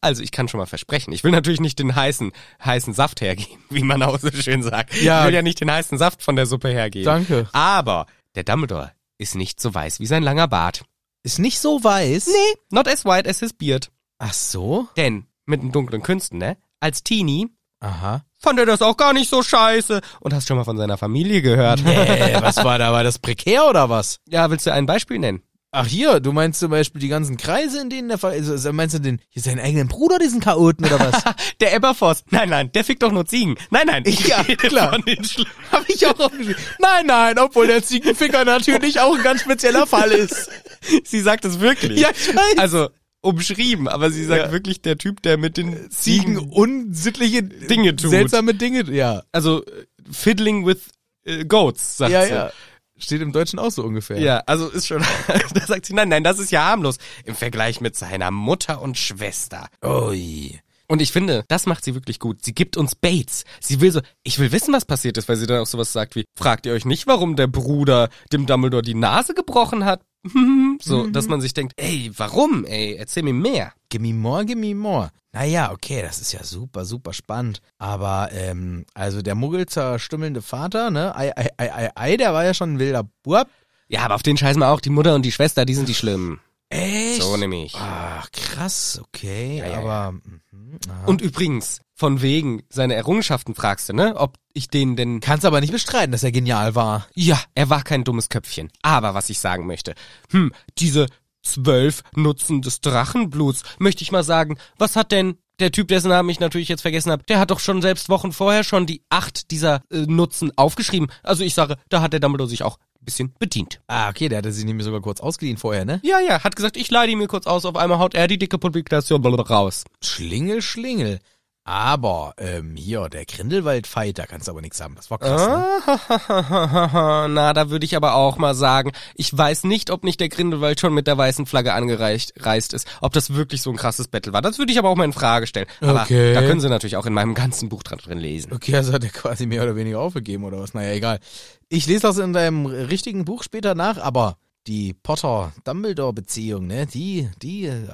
Speaker 2: Also ich kann schon mal versprechen. Ich will natürlich nicht den heißen, heißen Saft hergeben, wie man auch so schön sagt.
Speaker 1: Ja.
Speaker 2: Ich will ja nicht den heißen Saft von der Suppe hergeben.
Speaker 1: Danke.
Speaker 2: Aber der Dumbledore ist nicht so weiß wie sein langer Bart.
Speaker 1: Ist nicht so weiß.
Speaker 2: Nee, not as white as his beard.
Speaker 1: Ach so.
Speaker 2: Denn mit den dunklen Künsten, ne? Als Teenie
Speaker 1: Aha.
Speaker 2: fand er das auch gar nicht so scheiße. Und hast schon mal von seiner Familie gehört.
Speaker 1: Äh, was war da? War das prekär oder was?
Speaker 2: Ja, willst du ein Beispiel nennen?
Speaker 1: Ach hier, du meinst zum Beispiel die ganzen Kreise, in denen der Fall. Also, also meinst du den hier seinen eigenen Bruder, diesen Chaoten oder was?
Speaker 2: Der Eberforce. Nein, nein, der fickt doch nur Ziegen. Nein, nein. Ich
Speaker 1: Ja,
Speaker 2: rede
Speaker 1: klar.
Speaker 2: Von den Schl-
Speaker 1: Hab ich auch aufgeschrieben. Nein, nein, obwohl der Ziegenfinger natürlich auch ein ganz spezieller Fall ist.
Speaker 2: Sie sagt es wirklich.
Speaker 1: Ja, ich weiß.
Speaker 2: Also umschrieben, aber sie sagt
Speaker 1: Ja.
Speaker 2: wirklich der Typ, der mit den
Speaker 1: Ziegen
Speaker 2: Ziegen.
Speaker 1: unsittliche
Speaker 2: Dinge tut.
Speaker 1: Seltsame Dinge, ja.
Speaker 2: Also äh, fiddling with äh, goats, sagt
Speaker 1: Ja,
Speaker 2: sie.
Speaker 1: ja. Steht im Deutschen auch so ungefähr.
Speaker 2: Ja, also ist schon. da sagt sie, nein, nein, das ist ja harmlos im Vergleich mit seiner Mutter und Schwester.
Speaker 1: Oh Ui.
Speaker 2: Und ich finde, das macht sie wirklich gut. Sie gibt uns Baits. Sie will so, ich will wissen, was passiert ist, weil sie dann auch sowas sagt wie, fragt ihr euch nicht, warum der Bruder dem Dumbledore die Nase gebrochen hat? so, dass man sich denkt, ey, warum, ey, erzähl mir mehr.
Speaker 1: Gimme more, gimme more. Naja, okay, das ist ja super, super spannend. Aber, ähm, also der Muggel zerstümmelnde Vater, ne? Ei, ei, ei, ei, ei, der war ja schon ein wilder Bub.
Speaker 2: Ja, aber auf den scheißen wir auch. Die Mutter und die Schwester, die sind die Schlimmen.
Speaker 1: Echt?
Speaker 2: So nämlich.
Speaker 1: Ach, krass, okay.
Speaker 2: Ja, ja,
Speaker 1: aber, mhm, aha.
Speaker 2: Und übrigens, von wegen seiner Errungenschaften fragst du, ne? Ob ich den denn...
Speaker 1: kannst aber nicht bestreiten, dass er genial war.
Speaker 2: Ja, er war kein dummes Köpfchen. Aber was ich sagen möchte, hm, diese zwölf Nutzen des Drachenbluts, möchte ich mal sagen, was hat denn der Typ, dessen Namen ich natürlich jetzt vergessen habe, der hat doch schon selbst Wochen vorher schon die acht dieser äh, Nutzen aufgeschrieben. Also ich sage, da hat der Dumbledore sich auch ein bisschen bedient.
Speaker 1: Ah, okay, der hatte sie nämlich sogar kurz ausgeliehen vorher, ne?
Speaker 2: Ja, ja, hat gesagt, ich leide ihn mir kurz aus, auf einmal haut er die dicke Publikation raus.
Speaker 1: Schlingel, Schlingel. Aber, ähm, hier, der Grindelwald-Fight, da kannst du aber nichts haben. Das war
Speaker 2: Ah.
Speaker 1: krass, ne?
Speaker 2: Na, da würde ich aber auch mal sagen, ich weiß nicht, ob nicht der Grindelwald schon mit der weißen Flagge angereist reist ist, ob das wirklich so ein krasses Battle war. Das würde ich aber auch mal in Frage stellen. Aber
Speaker 1: Okay.
Speaker 2: da können Sie natürlich auch in meinem ganzen Buch dran drin lesen.
Speaker 1: Okay, also hat er quasi mehr oder weniger aufgegeben oder was? Naja, egal. Ich lese das in deinem richtigen Buch später nach, aber die Potter-Dumbledore-Beziehung, ne? Die, die, äh,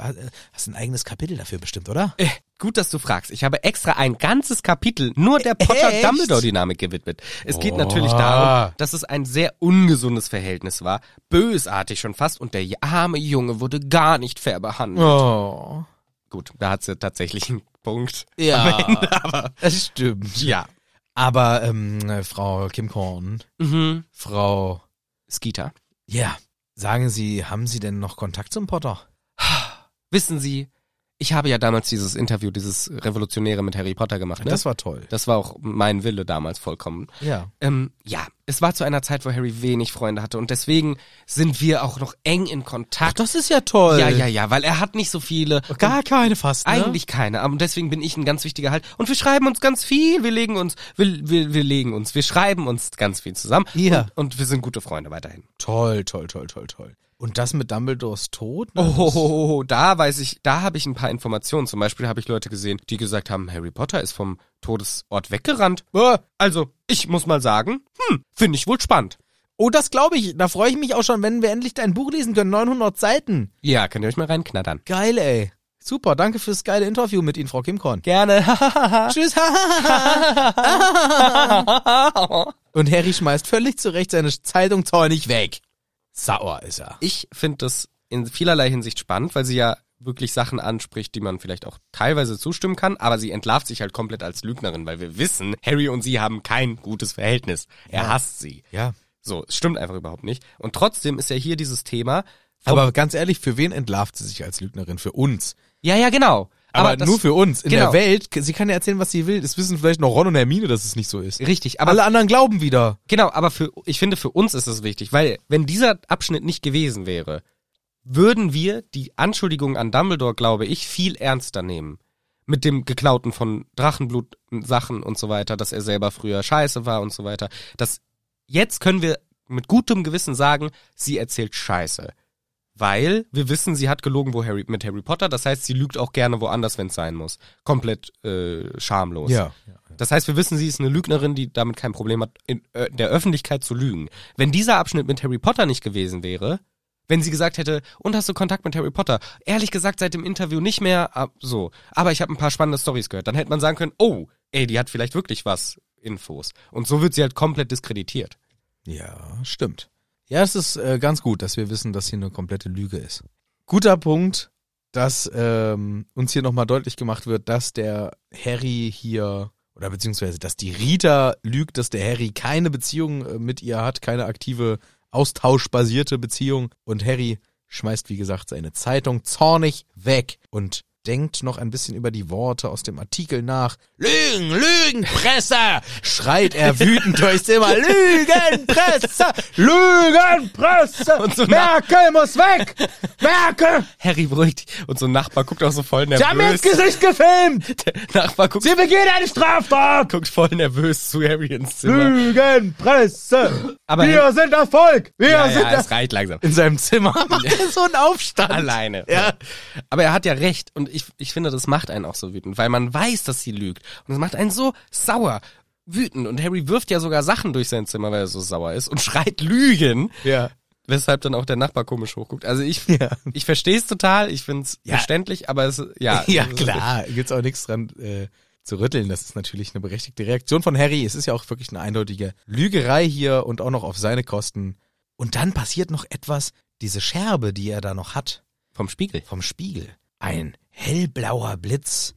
Speaker 1: hast ein eigenes Kapitel dafür bestimmt, oder?
Speaker 2: Äh, Gut, dass du fragst. Ich habe extra ein ganzes Kapitel nur der
Speaker 1: Äh, Echt?
Speaker 2: Potter-Dumbledore-Dynamik gewidmet. Es geht natürlich darum, dass es ein sehr ungesundes Verhältnis war, bösartig schon fast, und der arme Junge wurde gar nicht fair behandelt.
Speaker 1: Oh.
Speaker 2: Gut, da hat sie tatsächlich einen Punkt.
Speaker 1: Ja,
Speaker 2: Aber
Speaker 1: das stimmt.
Speaker 2: ja.
Speaker 1: Aber ähm, äh, Frau Kim Korn,
Speaker 2: Mhm.
Speaker 1: Frau,
Speaker 2: Skeeter.
Speaker 1: ja, sagen Sie, haben Sie denn noch Kontakt zum Potter?
Speaker 2: Wissen Sie, ich habe ja damals dieses Interview, dieses Revolutionäre mit Harry Potter gemacht. Ne?
Speaker 1: Das war toll.
Speaker 2: das war auch mein Wille damals vollkommen.
Speaker 1: Ja.
Speaker 2: Ähm, ja, es war zu einer Zeit, wo Harry wenig Freunde hatte und deswegen sind wir auch noch eng in
Speaker 1: Ach,
Speaker 2: Kontakt.
Speaker 1: das ist ja toll.
Speaker 2: ja, ja, ja, weil er hat nicht so viele.
Speaker 1: Gar keine fast, ne?
Speaker 2: Eigentlich keine, aber deswegen bin ich ein ganz wichtiger Halt. Und wir schreiben uns ganz viel, wir legen uns, wir, wir, wir legen uns, wir schreiben uns ganz viel zusammen.
Speaker 1: Ja.
Speaker 2: Und, und wir sind gute Freunde weiterhin.
Speaker 1: Toll, toll, toll, toll, toll. Und das mit Dumbledores Tod? Ne?
Speaker 2: Oh, oh, oh, oh, da weiß ich, da habe ich ein paar Informationen. Zum Beispiel habe ich Leute gesehen, die gesagt haben, Harry Potter ist vom Todesort weggerannt. Äh, Also, ich muss mal sagen, hm, finde ich wohl spannend.
Speaker 1: Oh, das glaube ich. Da freue ich mich auch schon, wenn wir endlich dein Buch lesen können. 900 Seiten.
Speaker 2: Ja, könnt ihr euch mal reinknattern.
Speaker 1: Geil, ey. Super, danke fürs geile Interview mit Ihnen, Frau Kimkorn.
Speaker 2: Gerne.
Speaker 1: Tschüss. Und Harry schmeißt völlig zurecht seine Zeitung zornig weg. Sauer ist er.
Speaker 2: ich finde das in vielerlei Hinsicht spannend, weil sie ja wirklich Sachen anspricht, die man vielleicht auch teilweise zustimmen kann, aber sie entlarvt sich halt komplett als Lügnerin, weil wir wissen, Harry und sie haben kein gutes Verhältnis. Er hasst sie.
Speaker 1: Ja.
Speaker 2: So, es stimmt einfach überhaupt nicht. Und trotzdem ist ja hier dieses Thema.
Speaker 1: Aber ganz ehrlich, für wen entlarvt sie sich als Lügnerin? Für uns.
Speaker 2: Ja, ja, genau.
Speaker 1: Aber,
Speaker 2: das-
Speaker 1: nur für uns. In
Speaker 2: genau.
Speaker 1: der Welt, sie kann ja erzählen, was sie will. Es wissen vielleicht noch Ron und Hermine, dass es nicht so ist.
Speaker 2: Richtig, aber
Speaker 1: Alle anderen glauben wieder.
Speaker 2: genau, aber für ich finde für uns ist es wichtig, weil wenn dieser Abschnitt nicht gewesen wäre, würden wir die Anschuldigung an Dumbledore, glaube ich, viel ernster nehmen. Mit dem geklauten von Drachenblut Sachen und so weiter, dass er selber früher scheiße war und so weiter. Das jetzt können wir mit gutem Gewissen sagen, sie erzählt Scheiße. Weil wir wissen, sie hat gelogen wo Harry, mit Harry Potter, das heißt, sie lügt auch gerne woanders, wenn es sein muss. Komplett äh, schamlos. Das heißt, wir wissen, sie ist eine Lügnerin, die damit kein Problem hat, in äh, der Öffentlichkeit zu lügen. Wenn dieser Abschnitt mit Harry Potter nicht gewesen wäre, wenn sie gesagt hätte, und hast du Kontakt mit Harry Potter? Ehrlich gesagt, seit dem Interview nicht mehr, ab, so. Aber ich habe ein paar spannende Stories gehört. Dann hätte man sagen können, oh, ey, die hat vielleicht wirklich was, Infos. Und so wird sie halt komplett diskreditiert.
Speaker 1: Ja, stimmt. Ja, es ist äh, ganz gut, dass wir wissen, dass hier eine komplette Lüge ist. Guter Punkt, dass ähm, uns hier nochmal deutlich gemacht wird, dass der Harry hier, oder beziehungsweise, dass die Rita lügt, dass der Harry keine Beziehung äh, mit ihr hat, keine aktive, austauschbasierte Beziehung. Und Harry schmeißt, wie gesagt, seine Zeitung zornig weg und denkt noch ein bisschen über die Worte aus dem Artikel nach. Lügen, Lügenpresse! schreit er wütend durchs Zimmer. Lügenpresse! Lügenpresse!
Speaker 2: Und so nach-
Speaker 1: Merkel muss weg! Merkel!
Speaker 2: Harry beruhigt. Und so ein Nachbar guckt auch so voll
Speaker 1: Sie haben mir ins
Speaker 2: nervös.
Speaker 1: Gesicht gefilmt!
Speaker 2: Der Nachbar guckt,
Speaker 1: Sie begehen eine Straftat!
Speaker 2: guckt voll nervös zu Harry ins Zimmer.
Speaker 1: Lügenpresse!
Speaker 2: Aber
Speaker 1: Wir sind Erfolg! Wir
Speaker 2: ja,
Speaker 1: sind
Speaker 2: ja, es reicht langsam.
Speaker 1: In seinem Zimmer macht er so einen Aufstand.
Speaker 2: Alleine.
Speaker 1: Ja.
Speaker 2: Aber er hat ja recht und ich, ich finde, das macht einen auch so wütend, weil man weiß, dass sie lügt. Und das macht einen so sauer, wütend. Und Harry wirft ja sogar Sachen durch sein Zimmer, weil er so sauer ist und schreit Lügen,
Speaker 1: Ja.
Speaker 2: weshalb dann auch der Nachbar komisch hochguckt. Also ich,
Speaker 1: Ja.
Speaker 2: ich verstehe es total, ich finde es
Speaker 1: Ja.
Speaker 2: verständlich, aber es, ja.
Speaker 1: Ja, klar. Gibt's auch nichts dran äh, zu rütteln. Das ist natürlich eine berechtigte Reaktion von Harry. Es ist ja auch wirklich eine eindeutige Lügerei hier und auch noch auf seine Kosten. Und dann passiert noch etwas. Diese Scherbe, die er da noch hat
Speaker 2: Vom Spiegel.
Speaker 1: vom Spiegel. Ein hellblauer Blitz.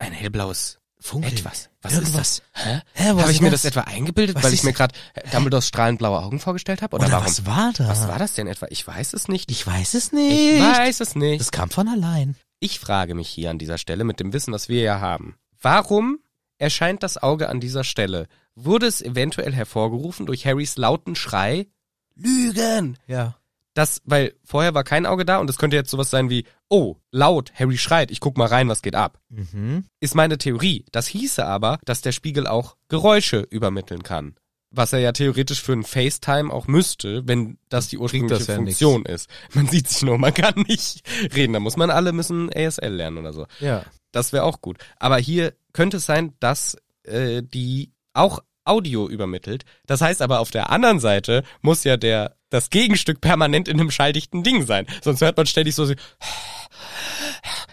Speaker 2: Ein hellblaues
Speaker 1: Funkeln.
Speaker 2: Etwas. Was
Speaker 1: Irgendwas.
Speaker 2: ist das? Hä?
Speaker 1: Hä, was
Speaker 2: Habe ich
Speaker 1: ist
Speaker 2: mir
Speaker 1: das?
Speaker 2: das etwa eingebildet,
Speaker 1: Was
Speaker 2: weil
Speaker 1: ist
Speaker 2: ich mir
Speaker 1: das?
Speaker 2: gerade Dumbledores strahlend blaue Augen vorgestellt habe? Oder,
Speaker 1: Oder
Speaker 2: warum?
Speaker 1: was war da?
Speaker 2: was war das denn etwa? Ich weiß es nicht.
Speaker 1: Ich weiß es
Speaker 2: Ich
Speaker 1: nicht.
Speaker 2: weiß es nicht.
Speaker 1: Das kam von allein.
Speaker 2: Ich frage mich hier an dieser Stelle mit dem Wissen, das wir ja haben. Warum erscheint das Auge an dieser Stelle? Wurde es eventuell hervorgerufen durch Harrys lauten Schrei? Lügen!
Speaker 1: Ja.
Speaker 2: Das, weil vorher war kein Auge da und es könnte jetzt sowas sein wie, oh, laut, Harry schreit, ich guck mal rein, was geht ab.
Speaker 1: Mhm.
Speaker 2: Ist meine Theorie. Das hieße aber, dass der Spiegel auch Geräusche übermitteln kann. Was er ja theoretisch für ein FaceTime auch müsste, wenn das die ursprüngliche
Speaker 1: das ja nix.
Speaker 2: Funktion ist. Man sieht sich nur, man kann nicht reden. Da muss man alle müssen ASL lernen oder so.
Speaker 1: Ja.
Speaker 2: Das wäre auch gut. Aber hier könnte es sein, dass äh, die auch Audio übermittelt. Das heißt aber auf der anderen Seite muss ja der das Gegenstück permanent in einem schalldichten Ding sein. Sonst hört man ständig so. so-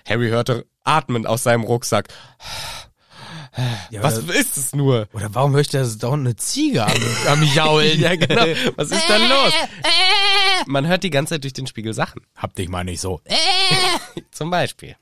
Speaker 2: Harry hörte atmen aus seinem Rucksack.
Speaker 1: ja
Speaker 2: Was
Speaker 1: oder-
Speaker 2: ist es nur?
Speaker 1: Oder warum möchte er da eine Ziege am, am Jaulen?
Speaker 2: Ja, genau. Was ist denn los? Man hört die ganze Zeit durch den Spiegel Sachen.
Speaker 1: Hab dich mal nicht so.
Speaker 2: Zum Beispiel.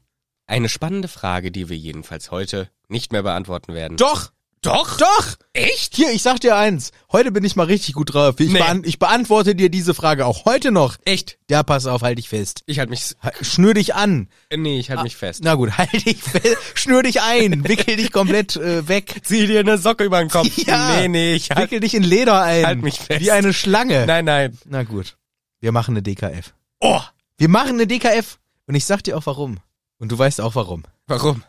Speaker 2: Eine spannende Frage, die wir jedenfalls heute nicht mehr beantworten werden.
Speaker 1: Doch!
Speaker 2: Doch?
Speaker 1: Doch!
Speaker 2: Echt?
Speaker 1: Hier, ich sag dir eins. Heute bin ich mal richtig gut drauf. Ich,
Speaker 2: Nee.
Speaker 1: beant ich beantworte dir diese Frage auch heute noch.
Speaker 2: Echt?
Speaker 1: Ja, pass auf, halt dich fest.
Speaker 2: Ich halte mich.
Speaker 1: Ha- Schnür dich an.
Speaker 2: Nee,
Speaker 1: Ah.
Speaker 2: ich halte mich fest.
Speaker 1: Na gut, halt dich fest. Schnür dich ein. Wickel dich komplett äh, weg.
Speaker 2: Zieh dir eine Socke über den Kopf.
Speaker 1: Ja.
Speaker 2: Nee, nee, ich halte.
Speaker 1: Wickel dich in Leder ein.
Speaker 2: Halt mich fest.
Speaker 1: Wie eine Schlange.
Speaker 2: Nein, nein.
Speaker 1: Na gut. Wir machen eine DKF.
Speaker 2: Oh!
Speaker 1: Wir machen eine DKF. Und ich sag dir auch warum. Und du weißt auch warum.
Speaker 2: Warum?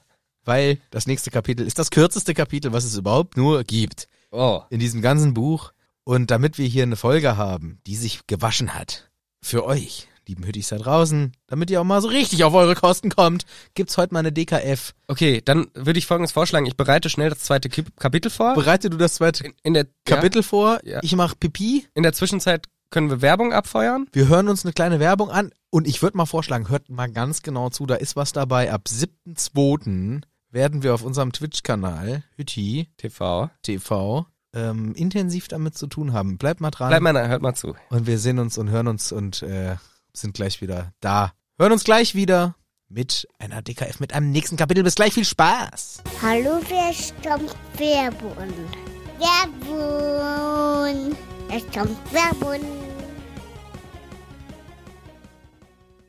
Speaker 1: Weil das nächste Kapitel ist das kürzeste Kapitel, was es überhaupt nur gibt.
Speaker 2: Oh.
Speaker 1: in diesem ganzen Buch. Und damit wir hier eine Folge haben, die sich gewaschen hat, für euch, lieben Hüttis da draußen, damit ihr auch mal so richtig auf eure Kosten kommt, gibt's heute mal eine DKF.
Speaker 2: Okay, dann würde ich folgendes vorschlagen. Ich bereite schnell das zweite Kip- Kapitel vor.
Speaker 1: Bereite du das zweite
Speaker 2: in, in der
Speaker 1: Kapitel vor,
Speaker 2: Ja.
Speaker 1: ich mach Pipi,
Speaker 2: Ja, in der Zwischenzeit können wir Werbung abfeuern.
Speaker 1: wir hören uns eine kleine Werbung an und ich würde mal vorschlagen, hört mal ganz genau zu, da ist was dabei. Ab 7.2. werden wir auf unserem Twitch-Kanal Hütti
Speaker 2: TV.
Speaker 1: TV ähm, intensiv damit zu tun haben. Bleibt mal dran.
Speaker 2: Bleib mal, hört mal zu.
Speaker 1: Und wir sehen uns und hören uns und äh, sind gleich wieder da. Hören uns gleich wieder mit einer DKF, mit einem nächsten Kapitel. Bis gleich, viel Spaß!
Speaker 4: Hallo, wer stammt Werbun? Werbun! Es kommt Werbun!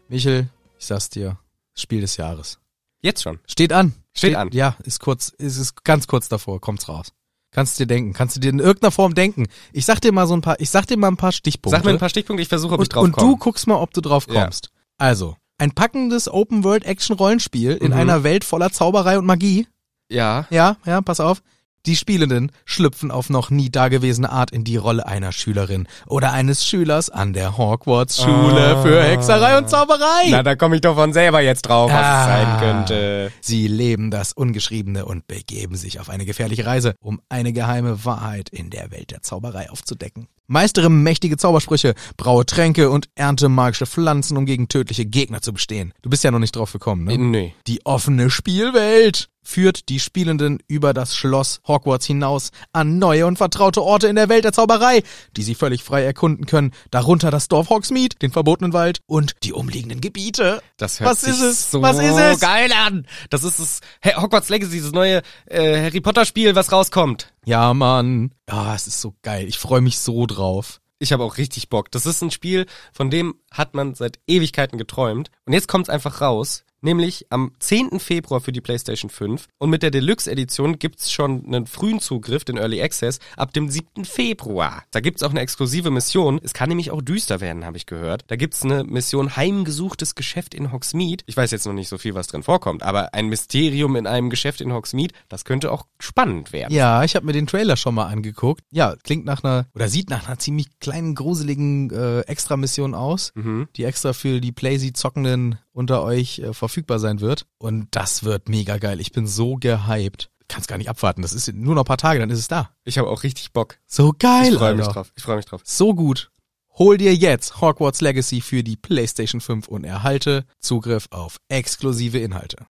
Speaker 1: Michel, ich sag's dir, Spiel des Jahres.
Speaker 2: Jetzt schon.
Speaker 1: Steht an.
Speaker 2: Steht an.
Speaker 1: Ja, ist kurz, ist, ist ganz kurz davor, kommt's raus. Kannst dir denken, kannst du dir in irgendeiner Form denken. Ich sag dir mal so ein paar, ich sag dir mal ein paar Stichpunkte.
Speaker 2: Sag mir ein paar Stichpunkte, ich versuche, ob ich
Speaker 1: und,
Speaker 2: drauf
Speaker 1: und
Speaker 2: komme.
Speaker 1: du guckst mal, ob du drauf
Speaker 2: Ja.
Speaker 1: kommst. Also, ein packendes Open-World-Action-Rollenspiel in
Speaker 2: Mhm.
Speaker 1: einer Welt voller Zauberei und Magie.
Speaker 2: Ja.
Speaker 1: Ja, ja, pass auf. Die Spielenden schlüpfen auf noch nie dagewesene Art in die Rolle einer Schülerin oder eines Schülers an der Hogwarts-Schule
Speaker 2: Ah.
Speaker 1: für Hexerei und Zauberei.
Speaker 2: Na, da komme ich doch von selber jetzt drauf, was
Speaker 1: Ah.
Speaker 2: es sein könnte.
Speaker 1: Sie leben das Ungeschriebene und begeben sich auf eine gefährliche Reise, um eine geheime Wahrheit in der Welt der Zauberei aufzudecken. Meistere mächtige Zaubersprüche, braue Tränke und ernte magische Pflanzen, um gegen tödliche Gegner zu bestehen. Du bist ja noch nicht drauf gekommen, ne?
Speaker 2: Nee.
Speaker 1: Die offene Spielwelt führt die Spielenden über das Schloss Hogwarts hinaus an neue und vertraute Orte in der Welt der Zauberei, die sie völlig frei erkunden können, darunter das Dorf Hogsmeade, den verbotenen Wald und die umliegenden Gebiete.
Speaker 2: Das hört
Speaker 1: Was
Speaker 2: sich
Speaker 1: ist es?
Speaker 2: so
Speaker 1: Was ist es?
Speaker 2: geil an. Das ist es Hey, Hogwarts Legacy, dieses neue äh, Harry Potter Spiel, was rauskommt.
Speaker 1: Ja, Mann. Ah, es ist so geil. Ich freue mich so drauf.
Speaker 2: Ich habe auch richtig Bock. Das ist ein Spiel, von dem hat man seit Ewigkeiten geträumt. Und jetzt kommt's einfach raus. Nämlich am 10. Februar für die PlayStation 5. Und mit der Deluxe-Edition gibt's schon einen frühen Zugriff, den Early Access, ab dem 7. Februar. Da gibt's auch eine exklusive Mission. Es kann nämlich auch düster werden, habe ich gehört. Da gibt's eine Mission Heimgesuchtes Geschäft in Hogsmeade. Ich weiß jetzt noch nicht so viel, was drin vorkommt, aber ein Mysterium in einem Geschäft in Hogsmeade, das könnte auch spannend werden.
Speaker 1: Ja, ich habe mir den Trailer schon mal angeguckt. Ja, klingt nach einer oder sieht nach einer ziemlich kleinen gruseligen äh, Extra-Mission aus,
Speaker 2: Mhm.
Speaker 1: die extra für die Playsy-Zockenden unter euch äh, verfügbar sein wird. Und das wird mega geil. Ich bin so gehypt. Kann's gar nicht abwarten. Das ist nur noch ein paar Tage, dann ist es da.
Speaker 2: Ich habe auch richtig Bock.
Speaker 1: So geil,
Speaker 2: Ich freue mich
Speaker 1: Alter.
Speaker 2: drauf. Ich freue mich drauf.
Speaker 1: So gut. Hol dir jetzt Hogwarts Legacy für die PlayStation 5 und erhalte Zugriff auf exklusive Inhalte.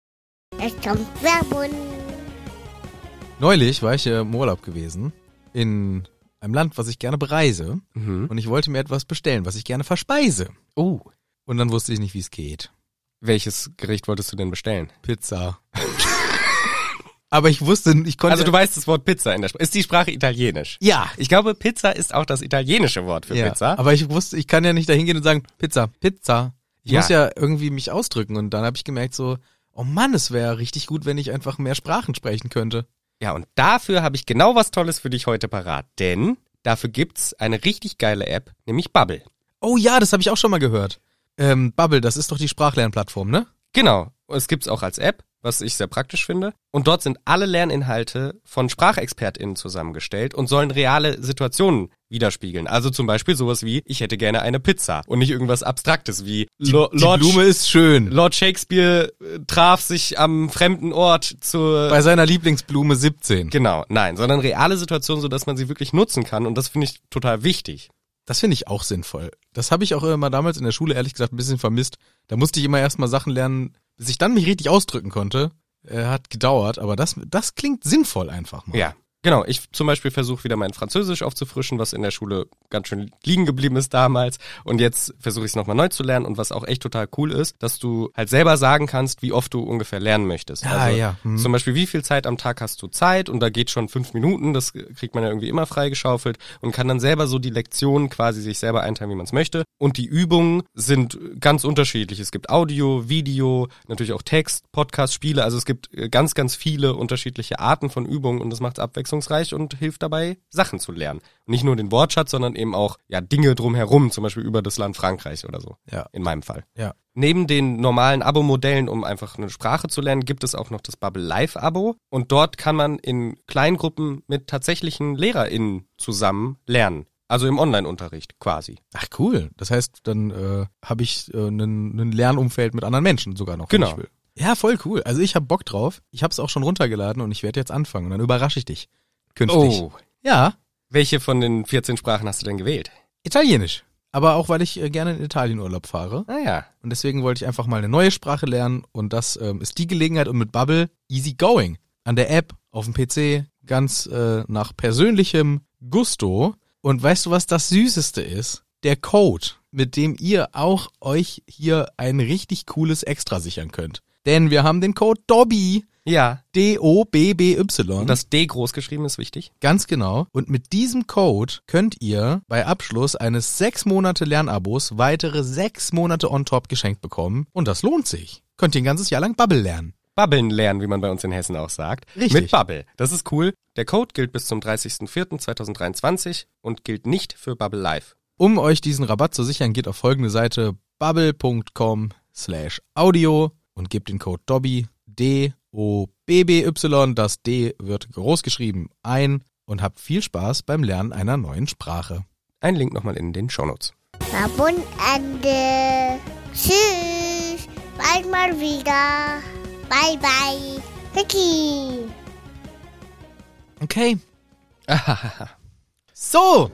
Speaker 4: Es kommt Werbun!
Speaker 1: Neulich war ich äh, im Urlaub gewesen in einem Land, was ich gerne bereise
Speaker 2: Mhm.
Speaker 1: und ich wollte mir etwas bestellen, was ich gerne verspeise.
Speaker 2: Oh.
Speaker 1: Und dann wusste ich nicht, wie es geht.
Speaker 2: Welches Gericht wolltest du denn bestellen?
Speaker 1: Pizza. Aber ich wusste, ich konnte
Speaker 2: Also du weißt das Wort Pizza in der Sprache. Ist die Sprache italienisch?
Speaker 1: ja,
Speaker 2: Ich glaube, Pizza ist auch das italienische Wort für
Speaker 1: ja.
Speaker 2: Pizza.
Speaker 1: Aber ich wusste, ich kann ja nicht dahin gehen und sagen Pizza, Pizza. Ich
Speaker 2: Ja.
Speaker 1: muss ja irgendwie mich ausdrücken und dann habe ich gemerkt so, oh Mann, es wäre richtig gut, wenn ich einfach mehr Sprachen sprechen könnte.
Speaker 2: Ja, und dafür habe ich genau was Tolles für dich heute parat. Denn dafür gibt's eine richtig geile App, nämlich Bubble.
Speaker 1: Oh ja, das habe ich auch schon mal gehört. Ähm, Bubble, das ist doch die Sprachlernplattform, ne?
Speaker 2: Genau. Es gibt's auch als App, was ich sehr praktisch finde. Und dort sind alle Lerninhalte von SprachexpertInnen zusammengestellt und sollen reale Situationen widerspiegeln. Also zum Beispiel sowas wie, ich hätte gerne eine Pizza und nicht irgendwas Abstraktes wie Lo- Lord-
Speaker 1: ist schön.
Speaker 2: Lord Shakespeare äh, traf sich am fremden Ort zur
Speaker 1: Bei seiner Lieblingsblume 17.
Speaker 2: Genau, nein, sondern reale Situationen, so dass man sie wirklich nutzen kann und das finde ich total wichtig.
Speaker 1: Das finde ich auch sinnvoll. Das habe ich auch immer damals in der Schule ehrlich gesagt ein bisschen vermisst. Da musste ich immer erstmal Sachen lernen, bis ich dann mich richtig ausdrücken konnte. Äh, hat gedauert, aber das, das klingt sinnvoll einfach mal.
Speaker 2: Ja. Genau, ich zum Beispiel versuche wieder mein Französisch aufzufrischen, was in der Schule ganz schön liegen geblieben ist damals. Und jetzt versuche ich es nochmal neu zu lernen. Und was auch echt total cool ist, dass du halt selber sagen kannst, wie oft du ungefähr lernen möchtest.
Speaker 1: Ah, ja, hm.
Speaker 2: Also Zum Beispiel, wie viel Zeit am Tag hast du Zeit? Und da geht schon fünf Minuten, das kriegt man ja irgendwie immer freigeschaufelt und kann dann selber so die Lektionen quasi sich selber einteilen, wie man es möchte. Und die Übungen sind ganz unterschiedlich. Es gibt Audio, Video, natürlich auch Text, Podcast, Spiele. Also es gibt äh, ganz, ganz viele unterschiedliche Arten von Übungen und das macht es abwechslungsreich und hilft dabei, Sachen zu lernen. Und nicht nur den Wortschatz, sondern eben auch ja, Dinge drumherum, zum Beispiel über das Land Frankreich oder so.
Speaker 1: Ja.
Speaker 2: In meinem Fall.
Speaker 1: Ja.
Speaker 2: Neben den normalen Abo-Modellen, um einfach eine Sprache zu lernen, gibt es auch noch das Bubble Live-Abo. Und dort kann man in Kleingruppen mit tatsächlichen LehrerInnen zusammen lernen. Also im Online-Unterricht quasi.
Speaker 1: Ach cool. Das heißt, dann äh, habe ich äh, ein Lernumfeld mit anderen Menschen sogar noch. wenn
Speaker 2: Genau.
Speaker 1: ich will. Ja, voll cool. Also ich habe Bock drauf. Ich habe es auch schon runtergeladen und ich werde jetzt anfangen. Und dann überrasche ich dich. Künftig.
Speaker 2: Oh.
Speaker 1: Ja,
Speaker 2: Welche von den 14 Sprachen hast du denn gewählt?
Speaker 1: Italienisch. Aber auch, weil ich äh, gerne in Italien Urlaub fahre.
Speaker 2: Ah ja.
Speaker 1: Und deswegen wollte ich einfach mal eine neue Sprache lernen. Und das ähm, ist die Gelegenheit. Und mit Bubble easy going. An der App, auf dem PC, ganz äh, nach persönlichem Gusto. Und weißt du, was das Süßeste ist? Der Code, mit dem ihr auch euch hier ein richtig cooles Extra sichern könnt. Denn wir haben den Code DOBBY.
Speaker 2: Ja.
Speaker 1: D-O-B-B-Y.
Speaker 2: Und das D groß geschrieben ist wichtig.
Speaker 1: Ganz genau. Und mit diesem Code könnt ihr bei Abschluss eines sechs Monate Lernabos weitere sechs Monate on top geschenkt bekommen. Und das lohnt sich. Könnt ihr ein ganzes Jahr lang Bubble lernen.
Speaker 2: Babbeln lernen, wie man bei uns in Hessen auch sagt.
Speaker 1: Richtig.
Speaker 2: Mit Bubble. Das ist cool. Der Code gilt bis zum 30.04.2023 und gilt nicht für Bubble Live.
Speaker 1: Um euch diesen Rabatt zu sichern, geht auf folgende Seite bubble.com slash audio und gebt den Code Dobby D-O-B-B-Y, das D wird groß geschrieben, ein und habt viel Spaß beim Lernen einer neuen Sprache.
Speaker 2: Ein Link nochmal in den Shownotes.
Speaker 4: Verbundende. Tschüss. Bald mal wieder. Bye, bye. Vicky.
Speaker 1: Okay. so,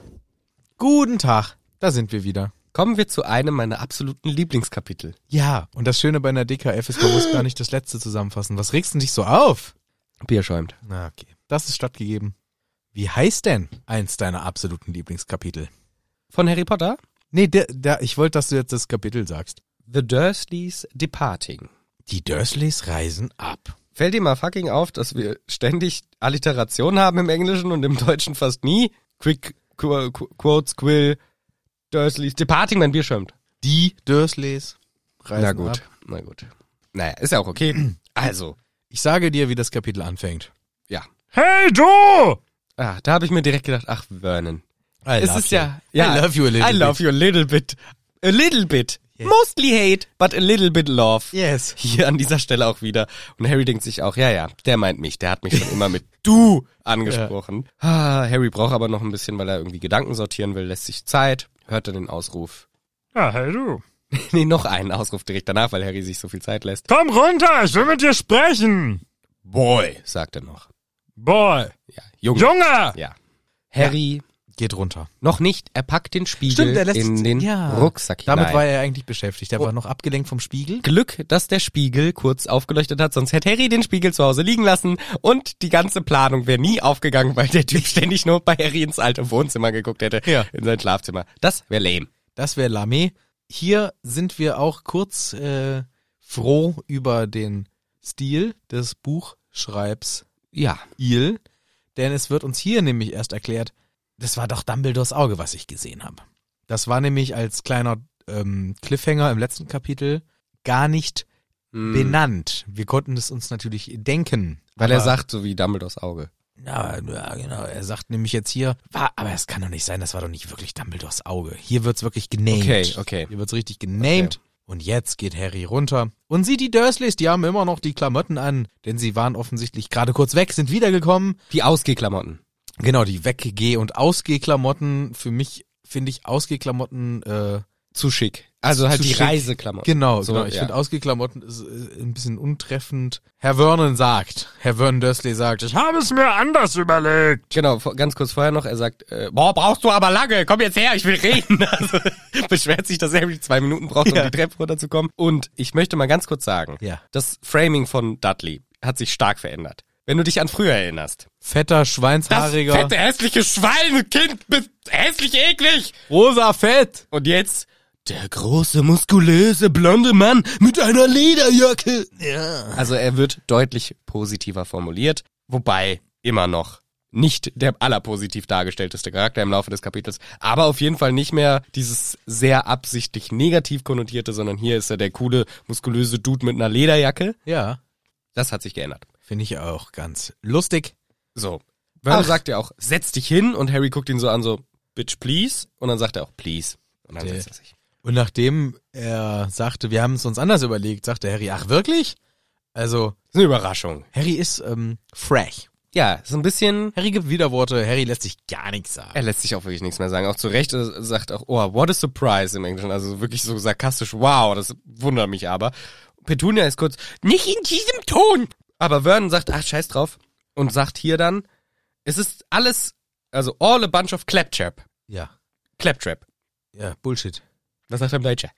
Speaker 1: guten Tag. Da sind wir wieder.
Speaker 2: Kommen wir zu einem meiner absoluten Lieblingskapitel.
Speaker 1: Ja, und das Schöne bei einer DKF ist, man muss gar nicht das letzte zusammenfassen. Was regst du dich so auf?
Speaker 2: Bier schäumt.
Speaker 1: Na, okay. Das ist stattgegeben. Wie heißt denn eins deiner absoluten Lieblingskapitel?
Speaker 2: Von Harry Potter?
Speaker 1: Nee, der, der, ich wollte, dass du jetzt das Kapitel sagst.
Speaker 2: The Dursleys Departing.
Speaker 1: Die Dursleys reisen ab.
Speaker 2: Fällt dir mal fucking auf, dass wir ständig Alliteration haben im Englischen und im Deutschen fast nie? Quick, qu qu Quotes, Quill, Dursleys, Departing, mein Bier schäumt.
Speaker 1: Die Dursleys reisen
Speaker 2: Na gut,
Speaker 1: ab.
Speaker 2: na gut. Naja, ist ja auch okay. Also,
Speaker 1: Ich sage dir, wie das Kapitel anfängt.
Speaker 2: ja.
Speaker 3: Hey du!
Speaker 2: Ah, da habe ich mir direkt gedacht, ach Vernon.
Speaker 1: I
Speaker 2: Es
Speaker 1: love
Speaker 2: ist
Speaker 1: you.
Speaker 2: ja, ja.
Speaker 1: I love you a little
Speaker 2: I love you a little bit. A little bit. Mostly hate, but a little bit love.
Speaker 1: Yes.
Speaker 2: Hier an dieser Stelle auch wieder. Und Harry denkt sich auch, ja, ja, der meint mich, der hat mich schon immer mit du angesprochen. Ah, Harry braucht aber noch ein bisschen, weil er irgendwie Gedanken sortieren will, lässt sich Zeit, hört dann den Ausruf.
Speaker 3: Ja, hey du.
Speaker 2: nee, noch einen Ausruf direkt danach, weil Harry sich so viel Zeit lässt.
Speaker 3: Komm runter, ich will mit dir sprechen.
Speaker 2: Boy, sagt er noch.
Speaker 3: Boy.
Speaker 2: Ja, Junge.
Speaker 3: Junge!
Speaker 2: Ja. Harry
Speaker 1: Geht runter.
Speaker 2: noch nicht, er packt den Spiegel in den
Speaker 1: ja.
Speaker 2: Rucksack Oh. hinein.
Speaker 1: Damit war er eigentlich beschäftigt. Er war noch abgelenkt vom Spiegel.
Speaker 2: Glück, dass der Spiegel kurz aufgeleuchtet hat, sonst hätte Harry den Spiegel zu Hause liegen lassen und die ganze Planung wäre nie aufgegangen, weil der Typ ständig nur bei Harry ins alte Wohnzimmer geguckt hätte,
Speaker 1: Ja.
Speaker 2: in sein Schlafzimmer. Das wäre lame.
Speaker 1: Das wäre Lame. Hier sind wir auch kurz äh, froh über den Stil des Buchschreibs
Speaker 2: Ja.
Speaker 1: Il, denn es wird uns hier nämlich erst erklärt, das war doch Dumbledores Auge, was ich gesehen habe. Das war nämlich als kleiner ähm, Cliffhanger im letzten Kapitel gar nicht
Speaker 2: Hm,
Speaker 1: benannt. Wir konnten es uns natürlich denken.
Speaker 2: weil er
Speaker 1: aber-
Speaker 2: sagt, so wie Dumbledores Auge.
Speaker 1: ja, ja, genau. Er sagt nämlich jetzt hier, war, aber es kann doch nicht sein, das war doch nicht wirklich Dumbledores Auge. Hier wird's wirklich genamed.
Speaker 2: Okay, okay.
Speaker 1: Hier wird's richtig genamed. Und jetzt geht Harry runter und sieht die Dursleys, die haben immer noch die Klamotten an, denn sie waren offensichtlich gerade kurz weg, sind wiedergekommen.
Speaker 2: Die Ausgehklamotten.
Speaker 1: Genau, die Weggeh- und Ausgehklamotten. Für mich finde ich Ausgehklamotten, äh,
Speaker 2: Zu schick. Also halt
Speaker 1: Zu
Speaker 2: die
Speaker 1: schick.
Speaker 2: Reiseklamotten.
Speaker 1: genau,
Speaker 2: So,
Speaker 1: genau. Ich
Speaker 2: ja.
Speaker 1: finde Ausgeklamotten ist, äh, ein bisschen untreffend. Herr Vernon sagt, Herr Vernon Dursley sagt, ich
Speaker 3: Ich habe es mir anders überlegt.
Speaker 2: Genau, vor- ganz kurz vorher noch, er sagt, äh, boah, brauchst du aber lange, komm jetzt her, ich will reden. Also, beschwert sich, dass Harry zwei Minuten braucht, um
Speaker 1: Ja.
Speaker 2: die Treppe runterzukommen. Und ich möchte mal ganz kurz sagen,
Speaker 1: Ja.
Speaker 2: das Framing von Dudley hat sich stark verändert. Wenn du dich an früher erinnerst.
Speaker 1: Fetter,
Speaker 2: Das
Speaker 1: schweinshaariger,
Speaker 2: fette, hässliche Schweinekind, bist hässlich eklig.
Speaker 1: rosa Fett.
Speaker 2: Und jetzt der große, muskulöse, blonde Mann mit einer Lederjacke.
Speaker 1: Ja.
Speaker 2: Also er wird deutlich positiver formuliert, wobei immer noch nicht der allerpositiv dargestellteste Charakter im Laufe des Kapitels, aber auf jeden Fall nicht mehr dieses sehr absichtlich negativ konnotierte, sondern hier ist er der coole, muskulöse Dude mit einer Lederjacke.
Speaker 1: Ja,
Speaker 2: Das hat sich geändert.
Speaker 1: finde ich auch ganz lustig.
Speaker 2: So. Vernon
Speaker 1: Ach.
Speaker 2: sagt ja auch, setz dich hin und Harry guckt ihn so an, so, bitch, please. Und dann sagt er auch, please. Und dann
Speaker 1: Der-
Speaker 2: setzt er sich.
Speaker 1: Und nachdem er sagte, wir haben es uns anders überlegt, sagte Harry, ach wirklich? Also,
Speaker 2: Das ist eine Überraschung.
Speaker 1: Harry ist ähm, frech.
Speaker 2: Ja, so ein bisschen
Speaker 1: Harry gibt Widerworte, Harry lässt sich gar nichts sagen.
Speaker 2: Er lässt sich auch wirklich nichts mehr sagen. Auch zu Recht äh, sagt auch, oh, what a surprise im Englischen. Also wirklich so sarkastisch, wow, das wundert mich aber. Petunia ist kurz, nicht in diesem Ton. Aber Vernon sagt, ach, scheiß drauf. Und sagt hier dann, es ist alles, also all a bunch of claptrap.
Speaker 1: Ja,
Speaker 2: Claptrap.
Speaker 1: ja, Bullshit.
Speaker 2: Was sagt er im Deutsche?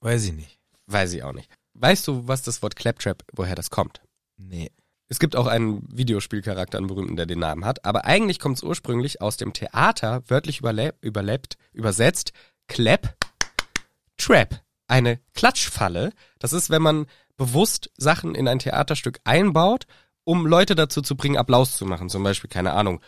Speaker 1: Weiß ich nicht.
Speaker 2: Weiß ich auch nicht. Weißt du, was das Wort claptrap, woher das kommt?
Speaker 1: Nee.
Speaker 2: Es gibt auch einen Videospielcharakter, einen berühmten, der den Namen hat, aber eigentlich kommt es ursprünglich aus dem Theater, wörtlich überle überlebt, übersetzt, Clap, Trap, eine Klatschfalle. Das ist, wenn man bewusst Sachen in ein Theaterstück einbaut, um Leute dazu zu bringen, Applaus zu machen. Zum Beispiel, keine Ahnung.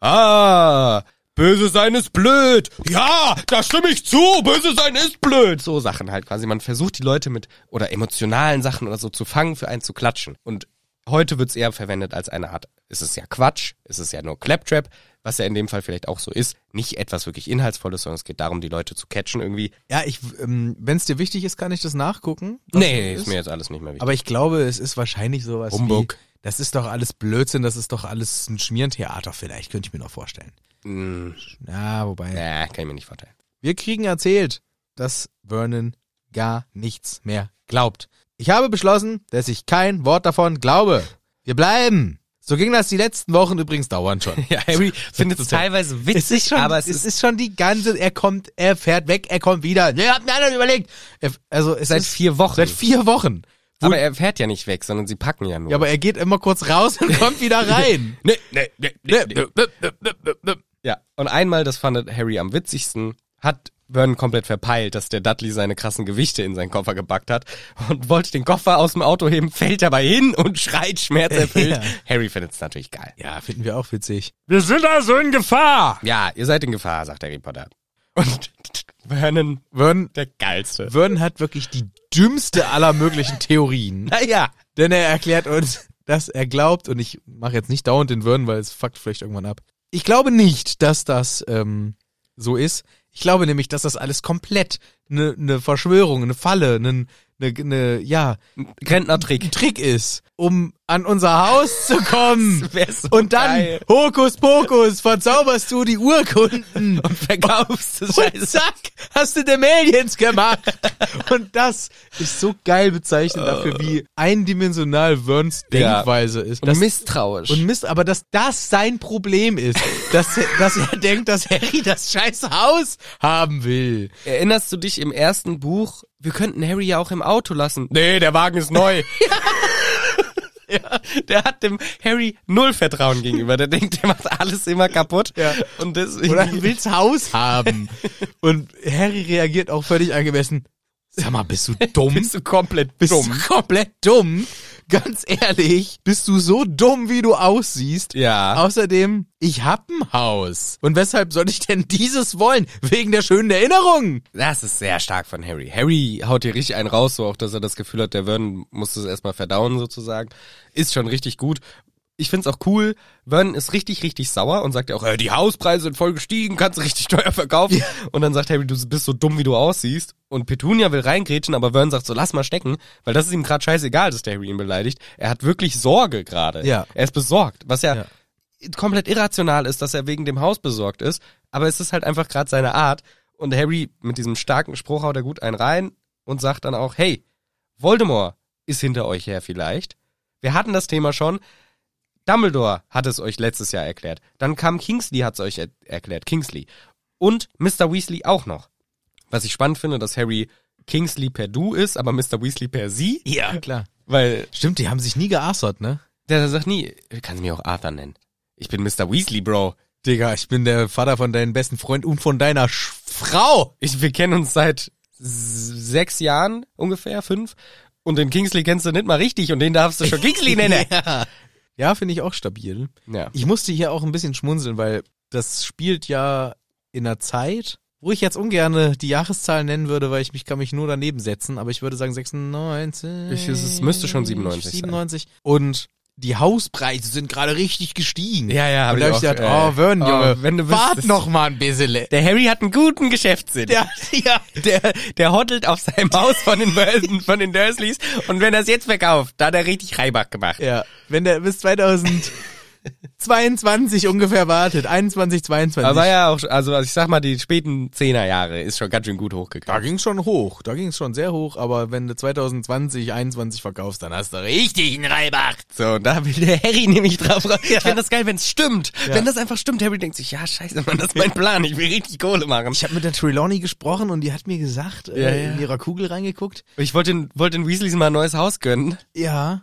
Speaker 2: Ah, böse sein ist blöd. Ja, da stimme ich zu, böse sein ist blöd. So Sachen halt quasi. Man versucht die Leute mit oder emotionalen Sachen oder so zu fangen, für einen zu klatschen. Und heute wird's eher verwendet als eine Art, es ist ja Quatsch, es ist ja nur Claptrap, was ja in dem Fall vielleicht auch so ist. Nicht etwas wirklich Inhaltsvolles, sondern es geht darum, die Leute zu catchen irgendwie.
Speaker 1: Ja, ich, ähm, wenn es dir wichtig ist, kann ich das nachgucken. was
Speaker 2: Nee,
Speaker 1: das
Speaker 2: ist mir jetzt alles nicht mehr wichtig.
Speaker 1: Aber ich glaube, es ist wahrscheinlich sowas
Speaker 2: Humbug.
Speaker 1: wie, das ist doch alles Blödsinn, das ist doch alles ein Schmierentheater vielleicht, könnte ich mir noch vorstellen.
Speaker 2: Mm,
Speaker 1: Na, wobei.
Speaker 2: na, kann ich mir nicht vorstellen.
Speaker 1: Wir kriegen erzählt, dass Vernon gar nichts mehr glaubt. Ich habe beschlossen, dass ich kein Wort davon glaube. Wir bleiben. So ging das die letzten Wochen übrigens dauernd schon.
Speaker 2: Ja, Harry findet es teilweise witzig, aber es ist,
Speaker 1: ist schon die ganze, er kommt, er fährt weg, er kommt wieder. Ne, hat mir einer überlegt. Er, also es
Speaker 2: seit
Speaker 1: ist
Speaker 2: vier Wochen.
Speaker 1: seit vier Wochen.
Speaker 2: aber er fährt ja nicht weg, sondern sie packen ja nur.
Speaker 1: Ja, aber er geht immer kurz raus und kommt wieder rein.
Speaker 2: nee, nee, nee, nee,
Speaker 1: Ne,
Speaker 2: nee.
Speaker 1: ne, ne, ne, ne, ne.
Speaker 2: Ja, und einmal, das fand Harry am witzigsten, hat Vernon komplett verpeilt, dass der Dudley seine krassen Gewichte in seinen Koffer gepackt hat und wollte den Koffer aus dem Auto heben, fällt dabei hin und schreit schmerzerfüllt.
Speaker 1: Ja.
Speaker 2: Harry findet es natürlich geil.
Speaker 1: Ja, finden wir auch witzig.
Speaker 3: Wir sind also in Gefahr.
Speaker 2: Ja, ihr seid in Gefahr, sagt Harry Potter. Und Vernon,
Speaker 1: Vernon,
Speaker 2: der geilste.
Speaker 1: Vernon hat wirklich die dümmste aller möglichen Theorien.
Speaker 2: Naja,
Speaker 1: Denn er erklärt uns, dass er glaubt, und ich mache jetzt nicht dauernd den Würden, weil es fuckt vielleicht irgendwann ab. Ich glaube nicht, dass das ähm, so ist. Ich glaube nämlich, dass das alles komplett eine ne Verschwörung, eine Falle, eine, ne, ne, ja,
Speaker 2: Rentnertrick.
Speaker 1: ein Trick ist, um an unser Haus zu kommen.
Speaker 2: Das wär so
Speaker 1: und dann,
Speaker 2: geil.
Speaker 1: Hokus Pokus, verzauberst du die Urkunden. Und
Speaker 2: Verkaufst du
Speaker 1: und zack, hast du Demaliens gemacht. Und das ist so geil bezeichnet dafür, wie eindimensional Verns
Speaker 2: Ja.
Speaker 1: Denkweise ist.
Speaker 2: Und
Speaker 1: Das-
Speaker 2: misstrauisch.
Speaker 1: und Mist, aber dass das sein Problem ist, dass, er- dass er denkt, dass Harry das scheiß Haus haben will.
Speaker 2: Erinnerst du dich im ersten Buch, wir könnten Harry ja auch im Auto lassen? Nee, der Wagen ist neu. ja. Der hat dem Harry null Vertrauen gegenüber. Der denkt, der macht alles immer kaputt.
Speaker 1: Ja.
Speaker 2: Und deswegen.
Speaker 1: Oder er will's Haus haben. Und Harry reagiert auch völlig angemessen. Sag mal, bist du dumm?
Speaker 2: bist du komplett
Speaker 1: Bist
Speaker 2: dumm.
Speaker 1: du komplett dumm? Ganz ehrlich, bist du so dumm, wie du aussiehst?
Speaker 2: Ja.
Speaker 1: Außerdem, ich hab ein Haus. Und weshalb soll ich denn dieses wollen? Wegen der schönen Erinnerung.
Speaker 2: Das ist sehr stark von Harry. Harry haut hier richtig einen raus, so auch, dass er das Gefühl hat, der Vernon muss es erstmal verdauen sozusagen. Ist schon richtig gut. Ich find's auch cool. Vernon ist richtig, richtig sauer und sagt ja auch, äh, die Hauspreise sind voll gestiegen, kannst du richtig teuer verkaufen. Und dann sagt Harry, du bist so dumm, wie du aussiehst. Und Petunia will reingrätschen, aber Vernon sagt so, lass mal stecken, weil das ist ihm gerade scheißegal, dass der Harry ihn beleidigt. Er hat wirklich Sorge gerade.
Speaker 1: Ja.
Speaker 2: Er ist besorgt, was ja,
Speaker 1: Ja.
Speaker 2: komplett irrational ist, dass er wegen dem Haus besorgt ist, aber es ist halt einfach gerade seine Art. Und Harry mit diesem starken Spruch haut er gut einen rein und sagt dann auch, hey, Voldemort ist hinter euch her vielleicht. Wir hatten das Thema schon. Dumbledore hat es euch letztes Jahr erklärt. Dann kam Kingsley, hat es euch er erklärt, Kingsley. Und Mr. Weasley auch noch. Was ich spannend finde, dass Harry Kingsley per Du ist, aber Mr. Weasley per Sie,
Speaker 1: Ja, klar.
Speaker 2: weil
Speaker 1: Stimmt, die haben sich nie geassert, ne?
Speaker 2: Der sagt nie, du kannst mich auch Arthur nennen. Ich bin Mr. Weasley, Bro.
Speaker 1: Digga, ich bin der Vater von deinem besten Freund und von deiner Sch Frau.
Speaker 2: Ich, wir kennen uns seit s- sechs Jahren ungefähr, fünf. Und den Kingsley kennst du nicht mal richtig und den darfst du schon Kingsley nennen.
Speaker 1: ja, ja finde ich auch stabil.
Speaker 2: ja.
Speaker 1: Ich musste hier auch ein bisschen schmunzeln, weil das spielt ja in einer Zeit, wo ich jetzt ungern die Jahreszahl nennen würde, weil ich mich kann mich nur daneben setzen, aber ich würde sagen 96.
Speaker 2: Ich- es ist- müsste schon 97 sein.
Speaker 1: 97. Und die Hauspreise sind gerade richtig gestiegen.
Speaker 2: Ja, ja, hab
Speaker 1: Und
Speaker 2: ich
Speaker 1: da hab ich
Speaker 2: auch,
Speaker 1: gedacht,
Speaker 2: äh,
Speaker 1: oh, Vernon,
Speaker 2: oh,
Speaker 1: Junge,
Speaker 2: wenn du
Speaker 1: wart
Speaker 2: wüsstest.
Speaker 1: noch mal ein bisschen.
Speaker 2: Der Harry hat einen guten Geschäftssinn.
Speaker 1: Der, ja,
Speaker 2: Der, der hottelt auf seinem Haus von den, Börsen, von den Dursleys und wenn er es jetzt verkauft, da hat er richtig Reibach gemacht.
Speaker 1: ja, wenn der bis 2022 ungefähr wartet, 21, 22.
Speaker 2: Aber war ja auch, also ich sag mal, die späten Zehnerjahre ist schon ganz schön gut
Speaker 1: Da
Speaker 2: hochgegangen.
Speaker 1: ging's schon hoch, da ging's schon sehr hoch, aber wenn du 2020, 21 verkaufst, dann hast du richtig einen Reibach.
Speaker 2: So, und da will der Harry nämlich drauf raus. Ich find das geil, wenn es stimmt. Wenn das einfach stimmt, Harry denkt sich, ja, scheiße, Mann, das ist mein Plan, ich will richtig Kohle machen.
Speaker 1: Ich habe mit der Trelawney gesprochen und die hat mir gesagt, äh,
Speaker 2: Ja, ja.
Speaker 1: in ihrer Kugel reingeguckt,
Speaker 2: Ich wollte den, wollte den Weasleys mal ein neues Haus gönnen.
Speaker 1: ja,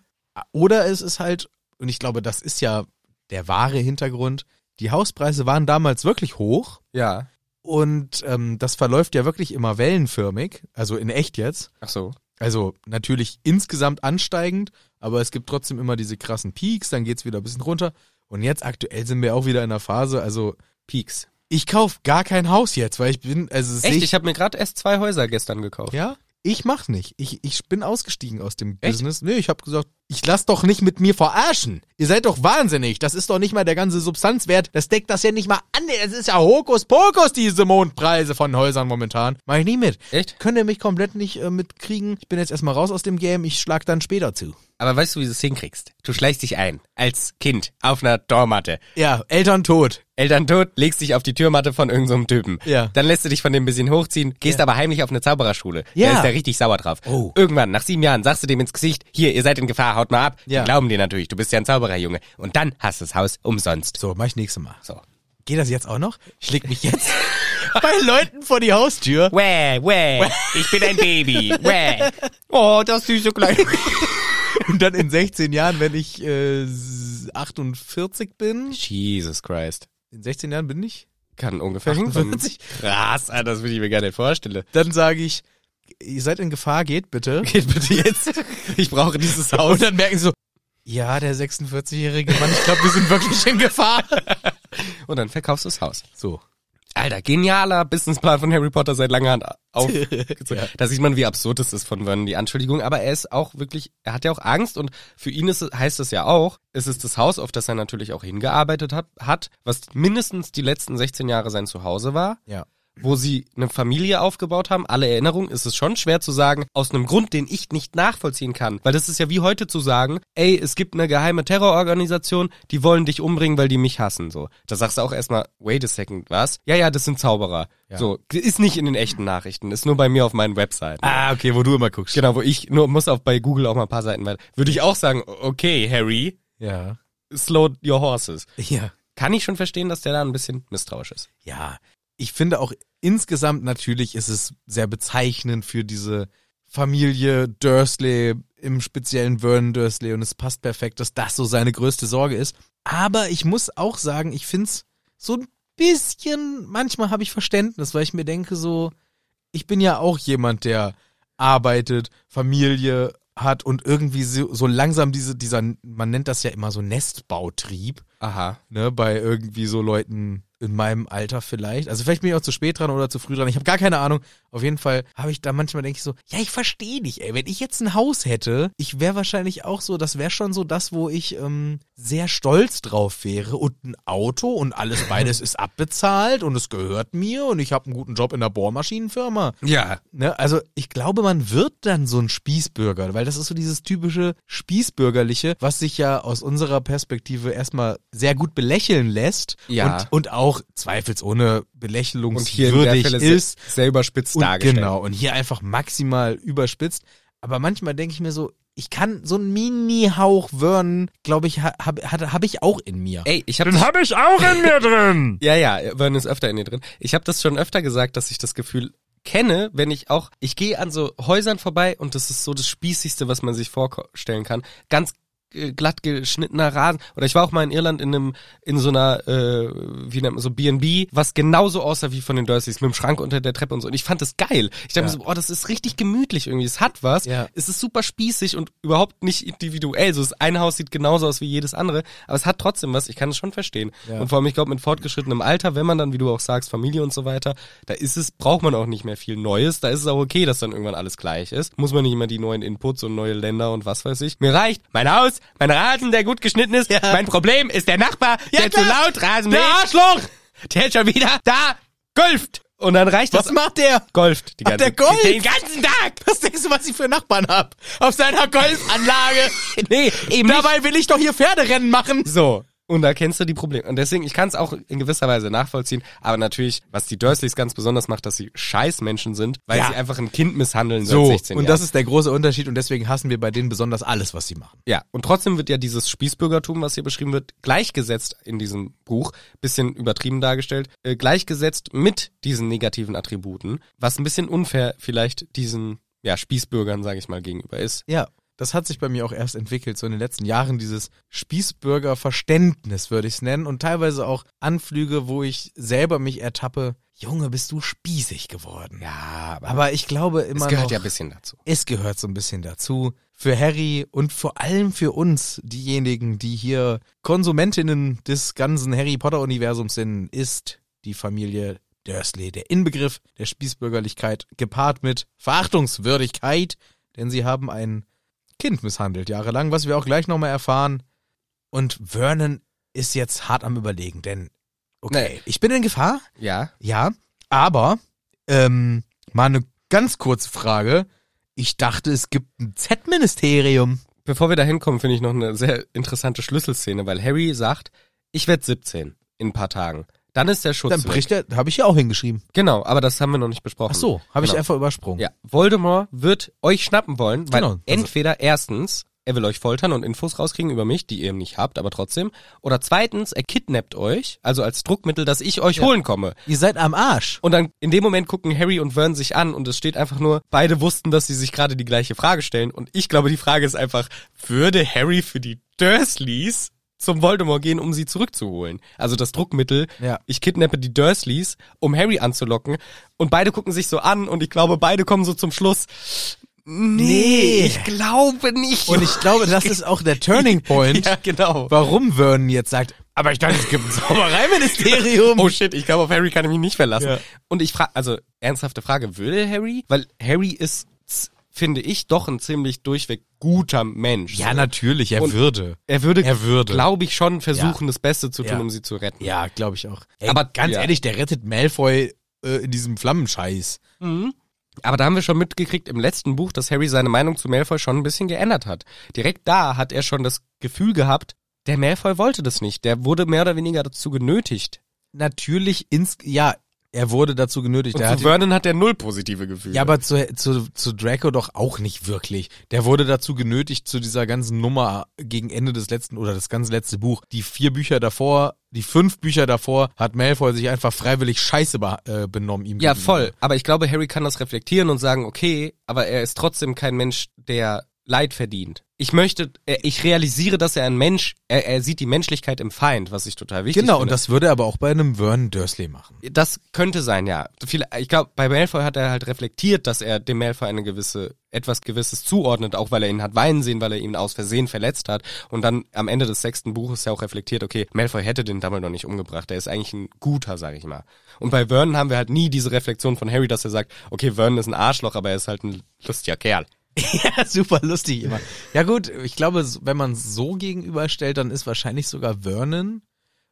Speaker 1: oder es ist halt, und ich glaube, das ist ja der wahre Hintergrund, die Hauspreise waren damals wirklich hoch
Speaker 2: Ja.
Speaker 1: und ähm, das verläuft ja wirklich immer wellenförmig, also in echt jetzt.
Speaker 2: Ach so.
Speaker 1: Also natürlich insgesamt ansteigend, aber es gibt trotzdem immer diese krassen Peaks, dann geht's wieder ein bisschen runter. Und jetzt aktuell sind wir auch wieder in einer Phase, also
Speaker 2: Peaks.
Speaker 1: ich kauf gar kein Haus jetzt, weil ich bin, also das seh
Speaker 2: Echt? Ich, habe mir gerade erst zwei Häuser gestern gekauft.
Speaker 1: ja, ich mach nicht. Ich, ich bin ausgestiegen aus dem
Speaker 2: Echt?
Speaker 1: Business. Nee, ich hab gesagt, ich lass doch nicht mit mir verarschen. Ihr seid doch wahnsinnig. Das ist doch nicht mal der ganze Substanzwert. Das deckt das ja nicht mal an. Das ist ja Hokuspokus, diese Mondpreise von Häusern momentan. Mach ich nie mit.
Speaker 2: Echt?
Speaker 1: Könnt ihr mich komplett nicht äh, mitkriegen? Ich bin jetzt erstmal raus aus dem Game. Ich schlag dann später zu.
Speaker 2: Aber weißt du, wie du es hinkriegst? Du schleichst dich ein. Als Kind. Auf einer Dormatte.
Speaker 1: Ja, Eltern tot.
Speaker 2: Eltern tot, legst dich auf die Türmatte von irgendeinem Typen.
Speaker 1: Ja.
Speaker 2: Dann lässt du dich von dem ein bisschen hochziehen, gehst aber heimlich auf eine Zaubererschule.
Speaker 1: Ja.
Speaker 2: Da ist der richtig sauer drauf.
Speaker 1: Oh.
Speaker 2: Irgendwann, nach sieben Jahren, sagst du dem ins Gesicht, hier, ihr seid in Gefahr, haut mal ab.
Speaker 1: Ja.
Speaker 2: Die glauben dir natürlich, du bist ja ein Zaubererjunge. Und dann hast du das Haus umsonst.
Speaker 1: So, mach ich nächstes Mal.
Speaker 2: So.
Speaker 1: Geht das jetzt auch noch? Ich leg mich jetzt bei Leuten vor die Haustür.
Speaker 2: Wäh, wäh, ich bin ein Baby, wäh. Oh, das süße kleine.
Speaker 1: Und dann in 16 Jahren, wenn ich äh, 48 bin.
Speaker 2: Jesus Christ.
Speaker 1: In 16 Jahren bin ich.
Speaker 2: Kann ungefähr hinkommen.
Speaker 1: 48.
Speaker 2: Krass, Alter, das würde ich mir gar nicht vorstellen.
Speaker 1: Dann sage ich, ihr seid in Gefahr, geht bitte.
Speaker 2: Geht bitte jetzt. Ich brauche dieses Haus.
Speaker 1: Und dann merken sie so, ja, der 46-jährige Mann, ich glaube, wir sind wirklich in Gefahr.
Speaker 2: Und dann verkaufst du das Haus.
Speaker 1: So.
Speaker 2: Alter, genialer Businessplan von Harry Potter seit langer Hand auf. Da sieht man, wie absurd es ist von Vernon, die Anschuldigung. Aber er ist auch wirklich, er hat ja auch Angst und für ihn ist, es- heißt es ja auch, es ist das Haus, auf das er natürlich auch hingearbeitet hat, hat, was mindestens die letzten 16 Jahre sein Zuhause war,
Speaker 1: Ja.
Speaker 2: wo sie eine Familie aufgebaut haben. Alle Erinnerungen ist es schon schwer zu sagen, aus einem Grund, den ich nicht nachvollziehen kann. Weil das ist ja wie heute zu sagen, ey, es gibt eine geheime Terrororganisation, die wollen dich umbringen, weil die mich hassen. So. Da sagst du auch erstmal, wait a second, was? Ja, ja, das sind Zauberer. So, ist nicht in den echten Nachrichten, ist nur bei mir auf meinen Webseiten.
Speaker 1: Ah, okay, wo du immer guckst.
Speaker 2: Genau, wo ich nur muss auch bei Google auch mal ein paar Seiten weiter. Würde ich auch sagen, okay, Harry,
Speaker 1: Ja.
Speaker 2: slow your horses.
Speaker 1: Ja.
Speaker 2: Kann ich schon verstehen, dass der da ein bisschen misstrauisch ist.
Speaker 1: Ja. Ich finde auch insgesamt natürlich ist es sehr bezeichnend für diese Familie Dursley, im speziellen Vernon Dursley und es passt perfekt, dass das so seine größte Sorge ist. Aber ich muss auch sagen, ich find's so ein bisschen, manchmal habe ich Verständnis, weil ich mir denke so, ich bin ja auch jemand, der arbeitet, Familie hat und irgendwie so, so langsam diese, dieser, man nennt das ja immer so Nestbautrieb,
Speaker 2: Aha.
Speaker 1: ne, bei irgendwie so Leuten in meinem Alter vielleicht. Also vielleicht bin ich auch zu spät dran oder zu früh dran. Ich habe gar keine Ahnung. Auf jeden Fall habe ich da manchmal denke ich so, ja, ich verstehe dich, ey. Wenn ich jetzt ein Haus hätte, ich wäre wahrscheinlich auch so, das wäre schon so das, wo ich ähm, sehr stolz drauf wäre und ein Auto und alles beides ist abbezahlt und es gehört mir und ich habe einen guten Job in der Bohrmaschinenfirma.
Speaker 2: Ja.
Speaker 1: Ne, also ich glaube, man wird dann so ein Spießbürger, weil das ist so dieses typische Spießbürgerliche, was sich ja aus unserer Perspektive erstmal sehr gut belächeln lässt
Speaker 2: Ja.
Speaker 1: und, und auch zweifelsohne
Speaker 2: Und hier
Speaker 1: belächelungswürdig
Speaker 2: in der Fälle
Speaker 1: ist.
Speaker 2: ist sehr überspitzt
Speaker 1: Und
Speaker 2: dargestellt.
Speaker 1: Genau, und hier einfach maximal überspitzt. Aber manchmal denke ich mir so, ich kann so einen Mini-Hauch Vernon, glaube ich, ha- hab, hat- hab ich auch in mir.
Speaker 2: Ey, ich habe
Speaker 3: Den habe ich auch in mir drin.
Speaker 2: Ja, ja, Vernon ist öfter in dir drin. Ich habe das schon öfter gesagt, dass ich das Gefühl kenne, wenn ich auch, ich gehe an so Häusern vorbei und das ist so das Spießigste, was man sich vorstellen kann. Ganz äh, glatt geschnittener Rasen. Oder ich war auch mal in Irland in einem, in so einer, äh, wie nennt man so, B&B, was genauso aussah wie von den Dursleys, mit dem Schrank unter der Treppe und so. Und ich fand das geil. Ich dachte mir so, oh, das ist richtig gemütlich irgendwie. Es hat was.
Speaker 1: Ja.
Speaker 2: Es ist super spießig und überhaupt nicht individuell. So, das eine Haus sieht genauso aus wie jedes andere, aber es hat trotzdem was. Ich kann es schon verstehen.
Speaker 1: Ja.
Speaker 2: Und vor allem, ich glaube, mit fortgeschrittenem Alter, wenn man dann, wie du auch sagst, Familie und so weiter, da ist es, braucht man auch nicht mehr viel Neues. Da ist es auch okay, dass dann irgendwann alles gleich ist. Muss man nicht immer die neuen Inputs und neue Länder und was weiß ich. Mir reicht mein Haus, mein Rasen, der gut geschnitten ist. Mein Problem ist der Nachbar, der zu laut Rasen Der Arschloch! Der schon wieder da golft! Und dann reicht
Speaker 1: Was
Speaker 2: das.
Speaker 1: macht der?
Speaker 2: Golft. Die
Speaker 1: Ach, der golft?
Speaker 2: Den ganzen Tag!
Speaker 1: Was denkst du, was ich für Nachbarn hab? Auf seiner Golfanlage.
Speaker 2: Nee, eben nicht.
Speaker 1: Dabei will ich doch hier Pferderennen machen.
Speaker 2: So. Und da kennst du die Probleme. Und deswegen, ich kann es auch in gewisser Weise nachvollziehen. Aber natürlich, was die Dursleys ganz besonders macht, dass sie Scheißmenschen sind, weil
Speaker 1: Ja.
Speaker 2: sie einfach ein Kind misshandeln
Speaker 1: So,
Speaker 2: seit 16
Speaker 1: und
Speaker 2: Jahren.
Speaker 1: das ist der große Unterschied und deswegen hassen wir bei denen besonders alles, was sie machen.
Speaker 2: ja, und trotzdem wird ja dieses Spießbürgertum, was hier beschrieben wird, gleichgesetzt in diesem Buch, bisschen übertrieben dargestellt, äh, gleichgesetzt mit diesen negativen Attributen, was ein bisschen unfair vielleicht diesen, ja, Spießbürgern, sage ich mal, gegenüber ist.
Speaker 1: Ja, das hat sich bei mir auch erst entwickelt, so in den letzten Jahren, dieses Spießbürgerverständnis würde ich es nennen und teilweise auch Anflüge, wo ich selber mich ertappe, Junge, bist du spießig geworden.
Speaker 2: Ja, aber,
Speaker 1: Aber ich glaube immer
Speaker 2: es gehört
Speaker 1: noch,
Speaker 2: ja ein bisschen dazu.
Speaker 1: es gehört so ein bisschen dazu. Für Harry und vor allem für uns, diejenigen, die hier Konsumentinnen des ganzen Harry Potter-Universums sind, ist die Familie Dursley der Inbegriff der Spießbürgerlichkeit gepaart mit Verachtungswürdigkeit, denn sie haben ein Kind misshandelt jahrelang, was wir auch gleich nochmal erfahren. Und Vernon ist jetzt hart am Überlegen, denn, okay,
Speaker 2: Nee.
Speaker 1: ich bin in Gefahr,
Speaker 2: Ja.
Speaker 1: ja, aber ähm, mal eine ganz kurze Frage. Ich dachte, es gibt ein Z-Ministerium.
Speaker 2: Bevor wir da hinkommen, finde ich noch eine sehr interessante Schlüsselszene, weil Harry sagt, ich werde 17 in ein paar Tagen. Dann ist der Schutz
Speaker 1: Dann
Speaker 2: weg.
Speaker 1: bricht er, habe ich ja auch hingeschrieben.
Speaker 2: Genau, aber das haben wir noch nicht besprochen.
Speaker 1: Ach so, habe ich
Speaker 2: Genau.
Speaker 1: einfach übersprungen.
Speaker 2: Ja, Voldemort wird euch schnappen wollen, weil
Speaker 1: Genau, also-
Speaker 2: entweder erstens, er will euch foltern und Infos rauskriegen über mich, die ihr nicht habt, aber trotzdem. Oder zweitens, er kidnappt euch, also als Druckmittel, dass ich euch holen komme.
Speaker 1: Ihr seid am Arsch.
Speaker 2: Und dann in dem Moment gucken Harry und Vern sich an und es steht einfach nur, beide wussten, dass sie sich gerade die gleiche Frage stellen. Und ich glaube, die Frage ist einfach, würde Harry für die Dursleys zum Voldemort gehen, um sie zurückzuholen? Also das Druckmittel,
Speaker 1: Ja.
Speaker 2: ich kidnappe die Dursleys, um Harry anzulocken. Und beide gucken sich so an und ich glaube, beide kommen so zum Schluss. Nee,
Speaker 1: Nee.
Speaker 2: ich glaube nicht.
Speaker 1: Und ich glaube, das ist auch der Turning Point,
Speaker 2: ja, genau.
Speaker 1: warum Vernon jetzt sagt, aber ich dachte, es gibt ein Zaubereiministerium.
Speaker 2: Oh shit, ich glaube, auf Harry kann ich mich nicht verlassen.
Speaker 1: Ja.
Speaker 2: Und ich frage, also ernsthafte Frage, würde Harry? Weil Harry ist, z- finde ich, doch ein ziemlich durchweg guter Mensch.
Speaker 1: ja,
Speaker 2: So.
Speaker 1: natürlich, er
Speaker 2: Und-
Speaker 1: würde.
Speaker 2: Er würde,
Speaker 1: Er würde.
Speaker 2: glaube ich, schon versuchen,
Speaker 1: Ja.
Speaker 2: das Beste zu tun,
Speaker 1: Ja.
Speaker 2: um sie zu retten.
Speaker 1: Ja, glaube ich auch. Ey,
Speaker 2: Aber-
Speaker 1: aber ganz
Speaker 2: ja.
Speaker 1: ehrlich, der rettet Malfoy äh, in diesem Flammenscheiß.
Speaker 2: Aber da haben wir schon mitgekriegt im letzten Buch, dass Harry seine Meinung zu Malfoy schon ein bisschen geändert hat. Direkt da hat er schon das Gefühl gehabt, der Malfoy wollte das nicht. Der wurde mehr oder weniger dazu genötigt.
Speaker 1: Natürlich ins, ja, er wurde dazu genötigt.
Speaker 2: Und
Speaker 1: Er
Speaker 2: zu Vernon hat er null positive Gefühle.
Speaker 1: Ja, aber zu, zu, zu Draco doch auch nicht wirklich. Der wurde dazu genötigt, zu dieser ganzen Nummer gegen Ende des letzten oder das ganze letzte Buch. Die vier Bücher davor, die fünf Bücher davor, hat Malfoy sich einfach freiwillig scheiße be äh, benommen ihm.
Speaker 2: Ja,
Speaker 1: gegenüber.
Speaker 2: voll. Aber ich glaube, Harry kann das reflektieren und sagen, okay, aber er ist trotzdem kein Mensch, der Leid verdient. Ich möchte, er- ich realisiere, dass er ein Mensch, er, er sieht die Menschlichkeit im Feind, was ich total wichtig
Speaker 1: Genau, und
Speaker 2: finde.
Speaker 1: das würde er aber auch bei einem Vernon Dursley machen.
Speaker 2: das könnte sein, ja. Viele- Ich glaube, bei Malfoy hat er halt reflektiert, dass er dem Malfoy eine gewisse, etwas Gewisses zuordnet, auch weil er ihn hat weinen sehen, weil er ihn aus Versehen verletzt hat. Und dann am Ende des sechsten Buches ja auch reflektiert, okay, Malfoy hätte den Dumbledore nicht umgebracht. Er ist eigentlich ein Guter, sag ich mal. Und bei Vernon haben wir halt nie diese Reflexion von Harry, dass er sagt, okay, Vernon ist ein Arschloch, aber er ist halt ein lustiger Kerl.
Speaker 1: Ja, super lustig immer. Ja gut, ich glaube, so- wenn man es so gegenüberstellt, dann ist wahrscheinlich sogar Vernon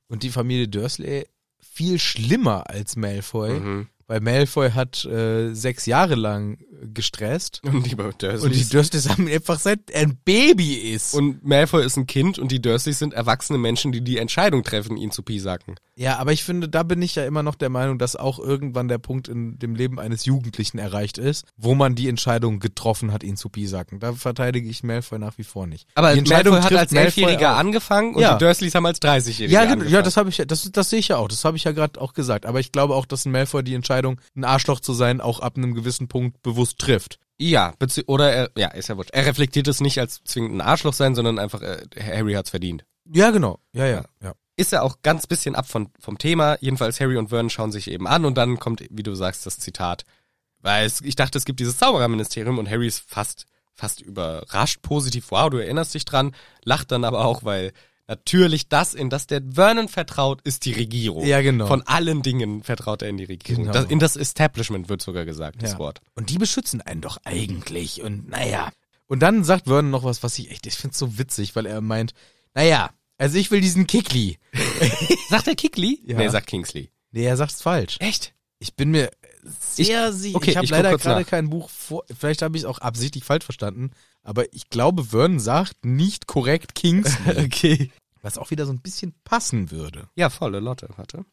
Speaker 1: und die Familie Dursley viel schlimmer als Malfoy.
Speaker 2: Mhm.
Speaker 1: Weil Malfoy hat äh, sechs Jahre lang gestresst.
Speaker 2: Und lieber Dursley.
Speaker 1: Und die Dursleys haben einfach seit er ein Baby ist.
Speaker 2: und Malfoy ist ein Kind und die Dursleys sind erwachsene Menschen, die die Entscheidung treffen, ihn zu piesacken.
Speaker 1: ja, aber ich finde, da bin ich ja immer noch der Meinung, dass auch irgendwann der Punkt in dem Leben eines Jugendlichen erreicht ist, wo man die Entscheidung getroffen hat, ihn zu piesacken. Da verteidige ich Malfoy nach wie vor nicht.
Speaker 2: Aber
Speaker 1: die Entscheidung
Speaker 2: Malfoy hat
Speaker 1: trifft
Speaker 2: als
Speaker 1: Malfoy
Speaker 2: Elfjähriger
Speaker 1: auch.
Speaker 2: angefangen und
Speaker 1: Ja.
Speaker 2: die Dursleys haben als 30-Jährige
Speaker 1: Ja, genau,
Speaker 2: angefangen.
Speaker 1: ja, das habe ich ja, das, das sehe ich ja auch. Das habe ich ja gerade auch gesagt. Aber ich glaube auch, dass ein Malfoy die Entscheidung, ein Arschloch zu sein, auch ab einem gewissen Punkt bewusst trifft.
Speaker 2: Ja, bezü- oder er, ja, ist ja wurscht. Er reflektiert es nicht als zwingend ein Arschloch sein, sondern einfach, äh, Harry hat's verdient.
Speaker 1: Ja, genau. Ja, ja, ja.
Speaker 2: Ist ja auch ganz bisschen ab von, vom Thema. Jedenfalls Harry und Vernon schauen sich eben an und dann kommt, wie du sagst, das Zitat. Weil es, ich dachte, es gibt dieses Zaubererministerium und Harry ist fast, fast überrascht positiv. Wow, du erinnerst dich dran. Lacht dann aber auch, weil natürlich das, in das der Vernon vertraut, ist die Regierung.
Speaker 1: Ja, genau.
Speaker 2: Von allen Dingen vertraut er in die Regierung.
Speaker 1: Genau.
Speaker 2: Das, in das Establishment wird sogar gesagt, das
Speaker 1: ja.
Speaker 2: Wort.
Speaker 1: Und die beschützen einen doch eigentlich. Und naja. Und dann sagt Vernon noch was, was ich echt, ich find's so witzig, weil er meint, naja, also ich will diesen Kickly.
Speaker 2: Sagt er Kickley?
Speaker 1: Ja.
Speaker 2: Nee, sagt Kingsley.
Speaker 1: Nee, er sagt's falsch.
Speaker 2: Echt?
Speaker 1: Ich bin mir sehr sicher.
Speaker 2: okay,
Speaker 1: ich habe
Speaker 2: ich guck
Speaker 1: leider
Speaker 2: kurz
Speaker 1: gerade
Speaker 2: nach.
Speaker 1: kein Buch vor. Vielleicht habe ich auch absichtlich falsch verstanden. Aber ich glaube, Vernon sagt nicht korrekt Kingsley. okay. Was auch wieder so ein bisschen passen würde.
Speaker 2: Ja, volle Lotte, warte.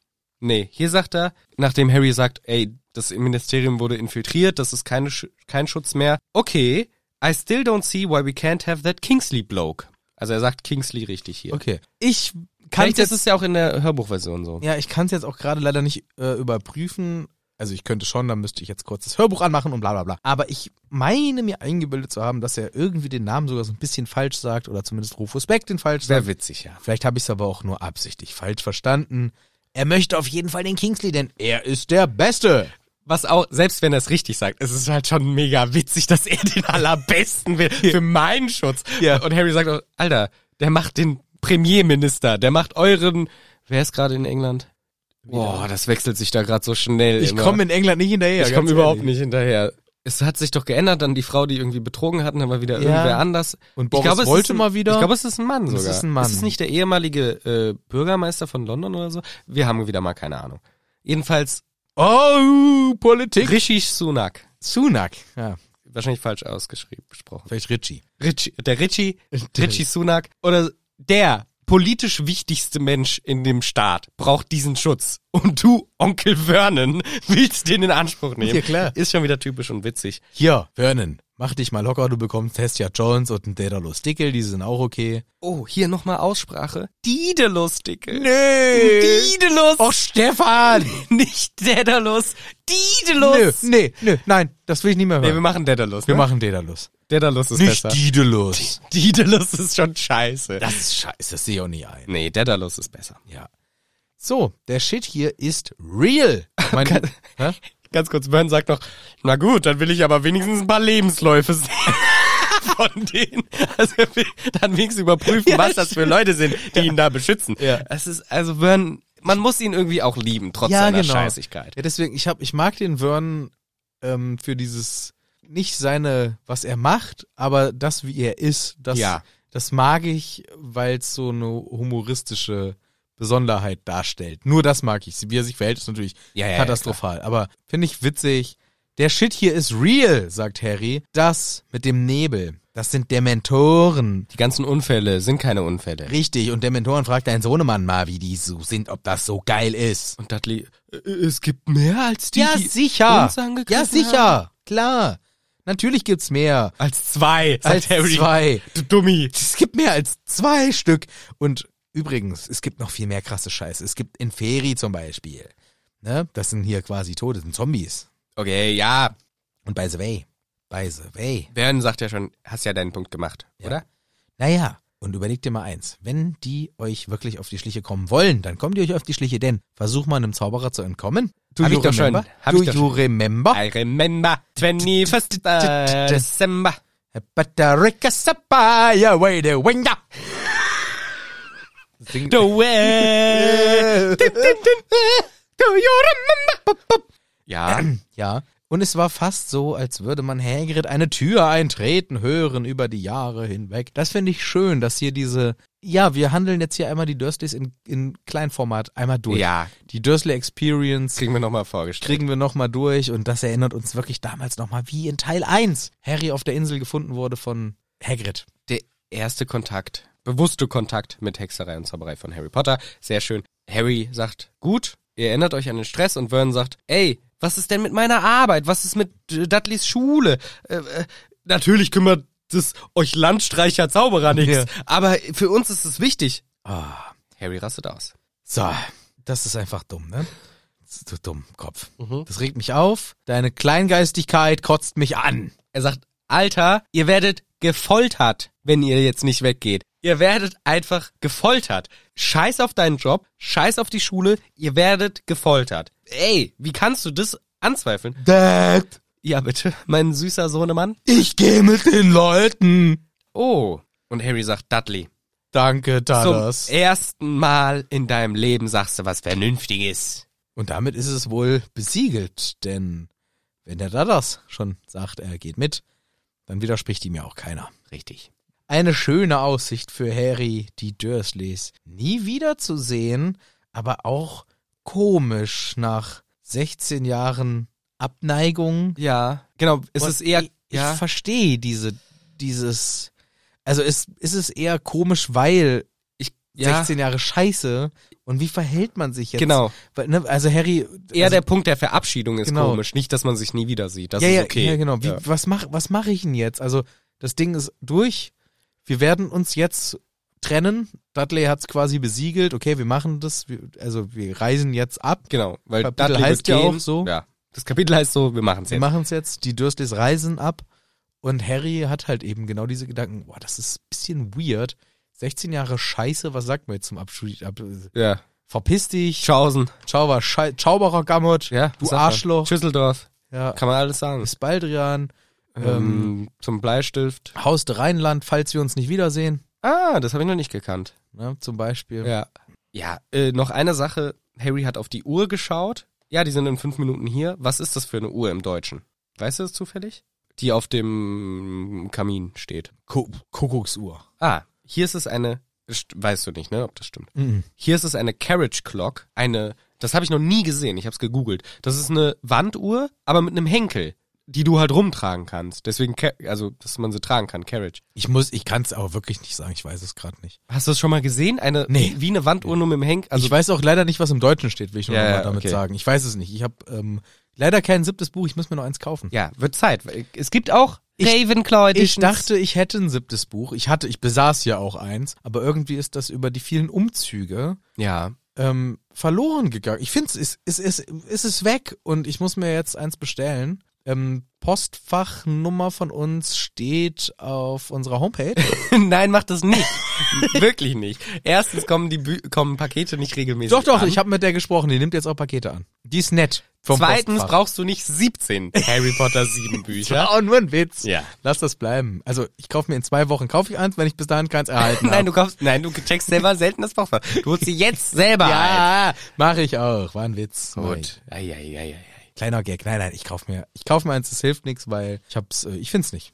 Speaker 2: Nee, hier sagt er, nachdem Harry sagt, ey, das Ministerium wurde infiltriert, das ist keine, Sch- kein Schutz mehr. Okay, I still don't see why we can't have that Kingsley bloke. Also er sagt Kingsley richtig hier.
Speaker 1: Okay. Ich kann
Speaker 2: Vielleicht
Speaker 1: jetzt,
Speaker 2: ist es ja auch in der Hörbuchversion so.
Speaker 1: ja, ich kann es jetzt auch gerade leider nicht äh, überprüfen. Also ich könnte schon, dann müsste ich jetzt kurz das Hörbuch anmachen und bla bla bla. Aber ich meine mir eingebildet zu haben, dass er irgendwie den Namen sogar so ein bisschen falsch sagt oder zumindest Rufus Beck den falsch sagt.
Speaker 2: Wäre witzig, ja.
Speaker 1: Vielleicht habe ich es aber auch nur absichtlich falsch verstanden. Er möchte auf jeden Fall den Kingsley, denn er ist der Beste.
Speaker 2: Was auch, selbst wenn er es richtig sagt, es ist halt schon mega witzig, dass er den allerbesten will für meinen Schutz.
Speaker 1: Ja.
Speaker 2: Und Harry sagt auch, Alter, der macht den Premierminister, der macht euren, wer ist gerade in England? Boah, das wechselt sich da gerade so schnell.
Speaker 1: Ich
Speaker 2: immer.
Speaker 1: komme in England nicht hinterher.
Speaker 2: ich komme überhaupt nicht hinterher. Es hat sich doch geändert, dann die Frau, die irgendwie betrogen hatten, aber wieder
Speaker 1: Ja.
Speaker 2: irgendwer anders.
Speaker 1: Und
Speaker 2: Ich
Speaker 1: Boris
Speaker 2: glaube, es
Speaker 1: wollte
Speaker 2: ist ein,
Speaker 1: mal wieder.
Speaker 2: Ich glaube, es ist ein Mann
Speaker 1: Und es
Speaker 2: sogar.
Speaker 1: ist ein Mann.
Speaker 2: Ist es nicht der ehemalige äh, Bürgermeister von London oder so? Wir haben wieder mal keine Ahnung. Jedenfalls
Speaker 1: Oh, Politik.
Speaker 2: Rishi Sunak.
Speaker 1: Sunak. Ja,
Speaker 2: Wahrscheinlich falsch ausgeschrieben, gesprochen.
Speaker 1: vielleicht Ritchie.
Speaker 2: Rich, der Richie, Richie Sunak oder der politisch wichtigste Mensch in dem Staat braucht diesen Schutz. Und du, Onkel Vernon, willst den in Anspruch nehmen.
Speaker 1: Ja, klar.
Speaker 2: Ist schon wieder typisch und witzig.
Speaker 1: Hier, Vernon, mach dich mal locker, du bekommst Hestia Jones und einen Daedalus Dickel, die sind auch okay.
Speaker 2: Oh, hier nochmal Aussprache. Diedelus, Dicke.
Speaker 1: Nee.
Speaker 2: Diedelus.
Speaker 1: Och, Oh, Stefan!
Speaker 2: nicht Daedalus.
Speaker 1: Nö,
Speaker 2: Diedelus.
Speaker 1: nee, nö, nein, das will ich nicht mehr
Speaker 2: Nee, wir
Speaker 1: hören.
Speaker 2: machen Daedalus.
Speaker 1: wir
Speaker 2: ne?
Speaker 1: machen Daedalus.
Speaker 2: Daedalus ist
Speaker 1: Nicht
Speaker 2: besser.
Speaker 1: Didelus.
Speaker 2: Diedelus ist schon scheiße.
Speaker 1: Das ist scheiße, das sehe ich auch nicht ein.
Speaker 2: nee, Daedalus ist besser.
Speaker 1: Ja. So, der Shit hier ist real. Mein, hä?
Speaker 2: Ganz kurz, Bern sagt noch, na gut, dann will ich aber wenigstens ein paar Lebensläufe sehen. Von denen. Also er will dann wenigstens überprüfen, was das für Leute sind, die ihn da beschützen.
Speaker 1: Ja.
Speaker 2: Es ist, also Bern, man muss ihn irgendwie auch lieben, trotz seiner Scheißigkeit.
Speaker 1: Ja, deswegen, ich, hab, ich mag den Vernon ähm, für dieses, nicht seine, was er macht, aber das, wie er ist, das,
Speaker 2: Ja.
Speaker 1: das mag ich, weil es so eine humoristische Besonderheit darstellt. Nur das mag ich. Wie er sich verhält, ist natürlich
Speaker 2: Ja, ja, ja,
Speaker 1: katastrophal. aber finde ich witzig. Der Shit hier ist real, sagt Harry. Das mit dem Nebel, das sind Dementoren.
Speaker 2: Die ganzen Unfälle sind keine Unfälle.
Speaker 1: Richtig, und Dementoren fragt dein Sohnemann mal, wie die so sind, ob das so geil ist.
Speaker 2: Und Dudley, äh, es gibt mehr als die,
Speaker 1: ja,
Speaker 2: die
Speaker 1: sicher.
Speaker 2: uns angegriffen
Speaker 1: Ja, sicher.
Speaker 2: Haben.
Speaker 1: Klar. Natürlich gibt's mehr
Speaker 2: Als zwei, sagt
Speaker 1: als
Speaker 2: Harry.
Speaker 1: zwei.
Speaker 2: Du Dummi.
Speaker 1: Es gibt mehr als zwei Stück. Und übrigens, es gibt noch viel mehr krasse Scheiße. Es gibt Inferi zum Beispiel. Ne? Das sind hier quasi Tote, das sind Zombies.
Speaker 2: Okay, ja.
Speaker 1: Und by the way, by the way.
Speaker 2: Bern sagt ja schon, hast ja deinen Punkt gemacht,
Speaker 1: Ja.
Speaker 2: oder?
Speaker 1: Naja, und überlegt dir mal eins. Wenn die euch wirklich auf die Schliche kommen wollen, dann kommen die euch auf die Schliche, denn versuch mal einem Zauberer zu entkommen. Do
Speaker 2: Hab
Speaker 1: you
Speaker 2: ich doch schon.
Speaker 1: remember?
Speaker 2: Hab
Speaker 1: Do
Speaker 2: ich doch
Speaker 1: you remember?
Speaker 2: I remember 21st December.
Speaker 1: Batterica Sapphire, way the window. Sing,
Speaker 2: The way. Do you remember? Ja,
Speaker 1: Ja, und es war fast so, als würde man Hagrid eine Tür eintreten hören über die Jahre hinweg. Das finde ich schön, dass hier diese, ja, wir handeln jetzt hier einmal die Dursleys in, in Kleinformat einmal durch.
Speaker 2: Ja.
Speaker 1: Die Dursley Experience
Speaker 2: kriegen wir nochmal vorgestellt.
Speaker 1: kriegen wir nochmal durch und das erinnert uns wirklich damals nochmal, wie in Teil 1 Harry auf der Insel gefunden wurde von Hagrid.
Speaker 2: Der erste Kontakt, bewusste Kontakt mit Hexerei und Zauberei von Harry Potter. Sehr schön. Harry sagt, gut, ihr erinnert euch an den Stress und Vernon sagt, ey, was ist denn mit meiner Arbeit? Was ist mit äh, Dudleys Schule? Äh, äh, natürlich kümmert es euch Landstreicher Zauberer nichts,
Speaker 1: Ja.
Speaker 2: aber für uns ist es wichtig.
Speaker 1: Ah.
Speaker 2: Harry rastet aus.
Speaker 1: So, das ist einfach dumm, ne? Das ist so dumm, Kopf. Das regt mich auf. Deine Kleingeistigkeit kotzt mich an.
Speaker 2: Er sagt, Alter, ihr werdet gefoltert, wenn ihr jetzt nicht weggeht. Ihr werdet einfach gefoltert. Scheiß auf deinen Job, scheiß auf die Schule, ihr werdet gefoltert. Ey, wie kannst du das anzweifeln?
Speaker 1: Dad,
Speaker 2: Ja, bitte, mein süßer Sohnemann.
Speaker 1: ich gehe mit den Leuten.
Speaker 2: Oh. Und Harry sagt, Dudley,
Speaker 1: Danke, Tadas.
Speaker 2: zum ersten Mal in deinem Leben sagst du was Vernünftiges.
Speaker 1: Und damit ist es wohl besiegelt, denn wenn der Dadas schon sagt, er geht mit, dann widerspricht ihm ja auch keiner.
Speaker 2: Richtig.
Speaker 1: Eine schöne Aussicht für Harry, die Dursleys nie wiederzusehen, aber auch komisch nach 16 Jahren Abneigung.
Speaker 2: Ja, genau, es
Speaker 1: Und
Speaker 2: ist eher,
Speaker 1: ich,
Speaker 2: ja,
Speaker 1: ich verstehe diese dieses also es, es ist eher komisch, weil
Speaker 2: ich, ja,
Speaker 1: 16 Jahre Scheiße und wie verhält man sich jetzt?
Speaker 2: genau.
Speaker 1: Weil, ne, also Harry
Speaker 2: Eher
Speaker 1: also,
Speaker 2: der Punkt der Verabschiedung ist
Speaker 1: Genau.
Speaker 2: komisch, nicht, dass man sich nie wieder sieht. Das
Speaker 1: ja,
Speaker 2: ist
Speaker 1: ja,
Speaker 2: okay.
Speaker 1: ja, genau. Wie,
Speaker 2: Ja.
Speaker 1: Was mache was mach ich denn jetzt? Also, das Ding ist durch. Wir werden uns jetzt trennen. Dudley hat's quasi besiegelt. Okay, wir machen das. Wir, also, wir reisen jetzt ab.
Speaker 2: Genau, weil
Speaker 1: Kapitel
Speaker 2: Dudley
Speaker 1: heißt
Speaker 2: wird
Speaker 1: ja auch
Speaker 2: gehen.
Speaker 1: so.
Speaker 2: Ja, das Kapitel heißt so, wir machen's
Speaker 1: Wir
Speaker 2: jetzt.
Speaker 1: machen's jetzt. Die Dursleys reisen ab. Und Harry hat halt eben genau diese Gedanken. Boah, das ist ein bisschen weird. 16 Jahre Scheiße. Was sagt man jetzt zum Abschied? Ab,
Speaker 2: Ja,
Speaker 1: verpiss dich.
Speaker 2: Schausen.
Speaker 1: Ciao, war Schei Ciao, Gammut.
Speaker 2: Ja,
Speaker 1: Du
Speaker 2: was sagt man?
Speaker 1: Arschloch.
Speaker 2: Schüsseldorf,
Speaker 1: Ja.
Speaker 2: kann man alles sagen.
Speaker 1: Bis Baldrian. Ähm,
Speaker 2: Ähm, zum Bleistift.
Speaker 1: Haus der Rheinland, falls wir uns nicht wiedersehen.
Speaker 2: Ah, das habe ich noch nicht gekannt.
Speaker 1: ne, zum Beispiel.
Speaker 2: Ja. Ja, äh, noch eine Sache. Harry hat auf die Uhr geschaut. Ja, die sind in fünf Minuten hier. Was ist das für eine Uhr im Deutschen? Weißt du das zufällig? Die auf dem Kamin steht.
Speaker 1: Ku- Kuckucksuhr.
Speaker 2: Ah, hier ist es eine. st- Weißt du nicht, ne, ob das stimmt.
Speaker 1: Mhm.
Speaker 2: Hier ist es eine Carriage Clock. Eine. Das habe ich noch nie gesehen. Ich habe es gegoogelt. Das ist eine Wanduhr, aber mit einem Henkel, die du halt rumtragen kannst. Deswegen, Ca- also, dass man sie tragen kann. Carriage.
Speaker 1: Ich muss, ich kann es aber wirklich nicht sagen, ich weiß es gerade nicht.
Speaker 2: Hast du das schon mal gesehen? Eine
Speaker 1: Nee.
Speaker 2: wie eine Wanduhr nur mit dem Henkel.
Speaker 1: Also
Speaker 2: Also
Speaker 1: ich weiß auch leider nicht, was im Deutschen steht, will ich nur
Speaker 2: Ja,
Speaker 1: noch mal
Speaker 2: ja,
Speaker 1: damit
Speaker 2: okay.
Speaker 1: sagen. Ich weiß es nicht. Ich habe ähm, leider kein siebtes Buch, ich muss mir noch eins kaufen.
Speaker 2: ja, wird Zeit. weil Es gibt auch Ravenclaw
Speaker 1: Ich
Speaker 2: Editions.
Speaker 1: dachte, ich hätte ein siebtes Buch. Ich hatte, ich besaß ja auch eins, aber irgendwie ist das über die vielen Umzüge
Speaker 2: ja,
Speaker 1: ähm, verloren gegangen. Ich finde es ist, ist, ist, ist es weg und ich muss mir jetzt eins bestellen. Ähm, Postfachnummer von uns steht auf unserer Homepage.
Speaker 2: nein, mach das nicht. Wirklich nicht. Erstens kommen die Bü kommen Pakete nicht regelmäßig.
Speaker 1: Doch, doch,
Speaker 2: an.
Speaker 1: ich habe mit der gesprochen, die nimmt jetzt auch Pakete an. Die ist nett. Vom
Speaker 2: Zweitens
Speaker 1: Postfach.
Speaker 2: brauchst du nicht 17 Harry Potter 7 Bücher.
Speaker 1: war auch nur ein Witz.
Speaker 2: Ja.
Speaker 1: Lass das bleiben. Also ich kaufe mir in zwei Wochen kaufe ich eins, wenn ich bis dahin keins erhalten
Speaker 2: Nein,
Speaker 1: habe.
Speaker 2: du kaufst, nein, du checkst selber selten das Postfach. Du holst sie jetzt selber ein.
Speaker 1: ja, mache ich auch. War ein Witz. Nein.
Speaker 2: Gut. Ei, ei, ei, ei.
Speaker 1: Kleiner Gag. Nein, nein, ich kaufe mir, ich kaufe mir eins. Das hilft nichts, weil ich hab's, äh, ich find's nicht.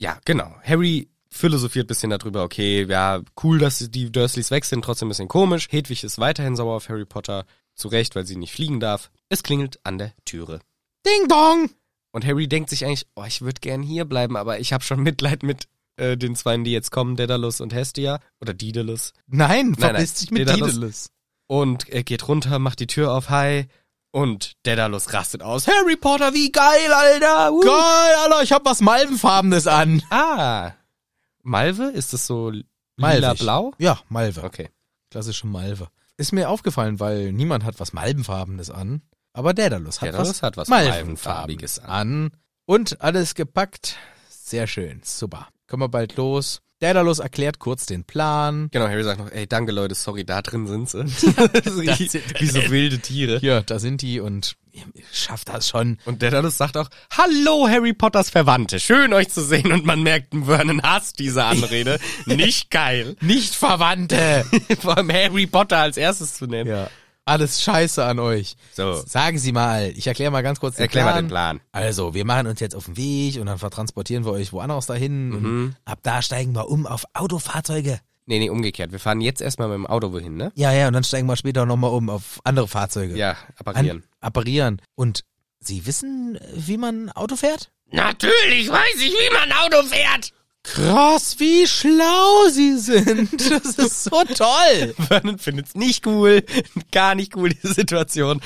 Speaker 2: Ja, genau. Harry philosophiert bisschen darüber, okay, ja, cool, dass die Dursleys weg sind, trotzdem ein bisschen komisch. Hedwig ist weiterhin sauer auf Harry Potter, zu Recht, weil sie nicht fliegen darf. Es klingelt an der Türe.
Speaker 1: Ding dong.
Speaker 2: Und Harry denkt sich eigentlich, oh, ich würde gern hier bleiben, aber ich habe schon Mitleid mit äh, den zwei, die jetzt kommen, Daedalus und Hestia oder Daedalus.
Speaker 1: Nein,
Speaker 2: nein,
Speaker 1: verpiss dich mit
Speaker 2: Daedalus-
Speaker 1: Daedalus.
Speaker 2: Und er geht runter, macht die Tür auf, hi. Und Daedalus rastet aus. Harry Potter, wie geil, Alter! Uh.
Speaker 1: Geil, Alter, ich hab was Malvenfarbenes an.
Speaker 2: Ah! Malve? Ist das so
Speaker 1: Malvig.
Speaker 2: lila-blau?
Speaker 1: Ja, Malve.
Speaker 2: Okay.
Speaker 1: Klassische Malve. Ist mir aufgefallen, weil niemand hat was Malbenfarbenes an. Aber Daedalus hat
Speaker 2: Daedalus
Speaker 1: was,
Speaker 2: hat was
Speaker 1: Malbenfarbiges
Speaker 2: Malbenfarbiges
Speaker 1: an. Und alles gepackt. Sehr schön. Super. Kommen wir bald los. Daedalus erklärt kurz den Plan.
Speaker 2: Genau, Harry sagt noch, ey, danke Leute, sorry, da drin sind sie. wie, wie so wilde Tiere.
Speaker 1: Hier, da sind die und schafft das schon.
Speaker 2: Und Daedalus sagt auch, hallo Harry Potters Verwandte, schön euch zu sehen. Und man merkt, Vernon hasst diese Anrede. Nicht geil.
Speaker 1: Nicht Verwandte.
Speaker 2: Vor allem Harry Potter als erstes zu nennen.
Speaker 1: ja. Alles scheiße an euch.
Speaker 2: So.
Speaker 1: Sagen Sie mal, ich erkläre mal ganz kurz den
Speaker 2: Erklär mal
Speaker 1: Plan.
Speaker 2: den Plan.
Speaker 1: Also, wir machen uns jetzt auf den Weg und dann vertransportieren wir euch woanders dahin. Und ab da steigen wir um auf Autofahrzeuge.
Speaker 2: Nee, nee, umgekehrt. Wir fahren jetzt erstmal mit dem Auto wohin, ne?
Speaker 1: Ja, ja, und dann steigen wir später nochmal um auf andere Fahrzeuge.
Speaker 2: Ja,
Speaker 1: An,
Speaker 2: apparieren.
Speaker 1: apparieren. Und Sie wissen, äh, wie man ein Auto fährt?
Speaker 2: Natürlich weiß ich, wie man Auto fährt.
Speaker 1: Krass, wie schlau Sie sind. Das ist so toll.
Speaker 2: Vernon findet's nicht cool, gar nicht cool, die Situation.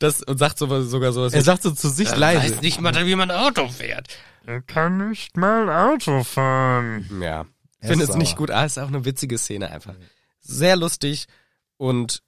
Speaker 2: Das, und sagt sowas, sogar sowas.
Speaker 1: Er sagt so zu sich leise.
Speaker 2: nicht mal, wie man Auto fährt.
Speaker 3: Er kann nicht mal Auto fahren.
Speaker 2: Ja.
Speaker 1: Er
Speaker 2: Finde
Speaker 1: ist
Speaker 2: es nicht
Speaker 1: sauer.
Speaker 2: gut. Ah, ist auch eine witzige Szene einfach. Sehr lustig. Und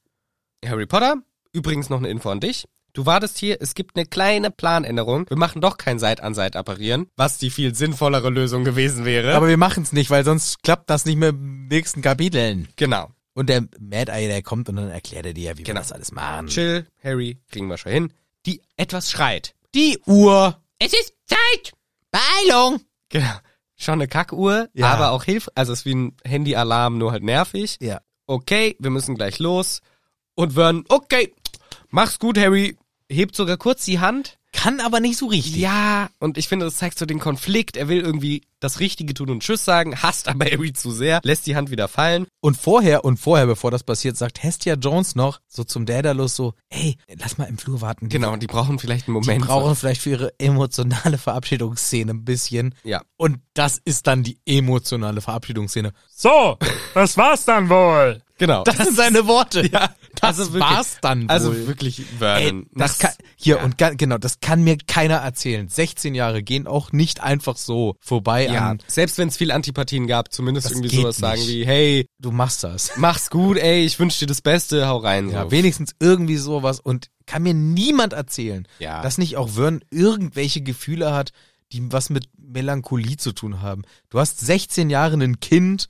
Speaker 2: Harry Potter, übrigens noch eine Info an dich. Du wartest hier, es gibt eine kleine Planänderung. Wir machen doch kein Seit an Seit apparieren, was die viel sinnvollere Lösung gewesen wäre.
Speaker 1: Aber wir machen's nicht, weil sonst klappt das nicht mehr im nächsten Kapiteln.
Speaker 2: genau.
Speaker 1: Und der Mad Eye, der kommt und dann erklärt er dir, ja, wie wir
Speaker 2: Genau.
Speaker 1: das alles machen.
Speaker 2: Chill, Harry, kriegen wir schon hin. Die etwas schreit.
Speaker 1: Die Uhr.
Speaker 2: Es ist Zeit!
Speaker 1: Beeilung.
Speaker 2: Genau. Schon eine Kackuhr,
Speaker 1: Ja.
Speaker 2: aber auch hilf, also es ist wie ein Handyalarm, nur halt nervig.
Speaker 1: Ja.
Speaker 2: Okay, wir müssen gleich los. Und Vern, okay, mach's gut, Harry. Hebt sogar kurz die Hand.
Speaker 1: Kann aber nicht so richtig.
Speaker 2: Ja, und ich finde, das zeigt so den Konflikt. Er will irgendwie das Richtige tun und Tschüss sagen, hasst aber Harry zu sehr, lässt die Hand wieder fallen.
Speaker 1: Und vorher, und vorher, bevor das passiert, sagt Hestia Jones noch so zum Daedalus so, hey, lass mal im Flur warten. Die
Speaker 2: Genau, und die brauchen vielleicht einen
Speaker 1: Die
Speaker 2: Moment.
Speaker 1: brauchen vielleicht für ihre emotionale Verabschiedungsszene ein bisschen.
Speaker 2: Ja.
Speaker 1: Und das ist dann die emotionale Verabschiedungsszene.
Speaker 3: So, das war's dann wohl.
Speaker 2: Genau.
Speaker 1: Das, sind seine Worte.
Speaker 2: ja,
Speaker 1: das
Speaker 2: also
Speaker 1: war's dann
Speaker 2: Also
Speaker 1: wohl.
Speaker 2: wirklich,
Speaker 1: Ey,
Speaker 2: Vernon.
Speaker 1: das kann, hier und ga- genau, das kann mir keiner erzählen. 16 Jahre gehen auch nicht einfach so vorbei
Speaker 2: ja,
Speaker 1: an.
Speaker 2: selbst wenn es viel Antipathien gab, zumindest
Speaker 1: Das
Speaker 2: irgendwie
Speaker 1: geht
Speaker 2: sowas sagen
Speaker 1: nicht.
Speaker 2: wie, hey,
Speaker 1: Du machst das.
Speaker 2: mach's gut, ey, ich wünsche dir das Beste, hau rein.
Speaker 1: Ja,
Speaker 2: so.
Speaker 1: wenigstens irgendwie sowas und kann mir niemand erzählen,
Speaker 2: Ja.
Speaker 1: dass nicht auch Vern irgendwelche Gefühle hat, die was mit Melancholie zu tun haben. Du hast 16 Jahre ein Kind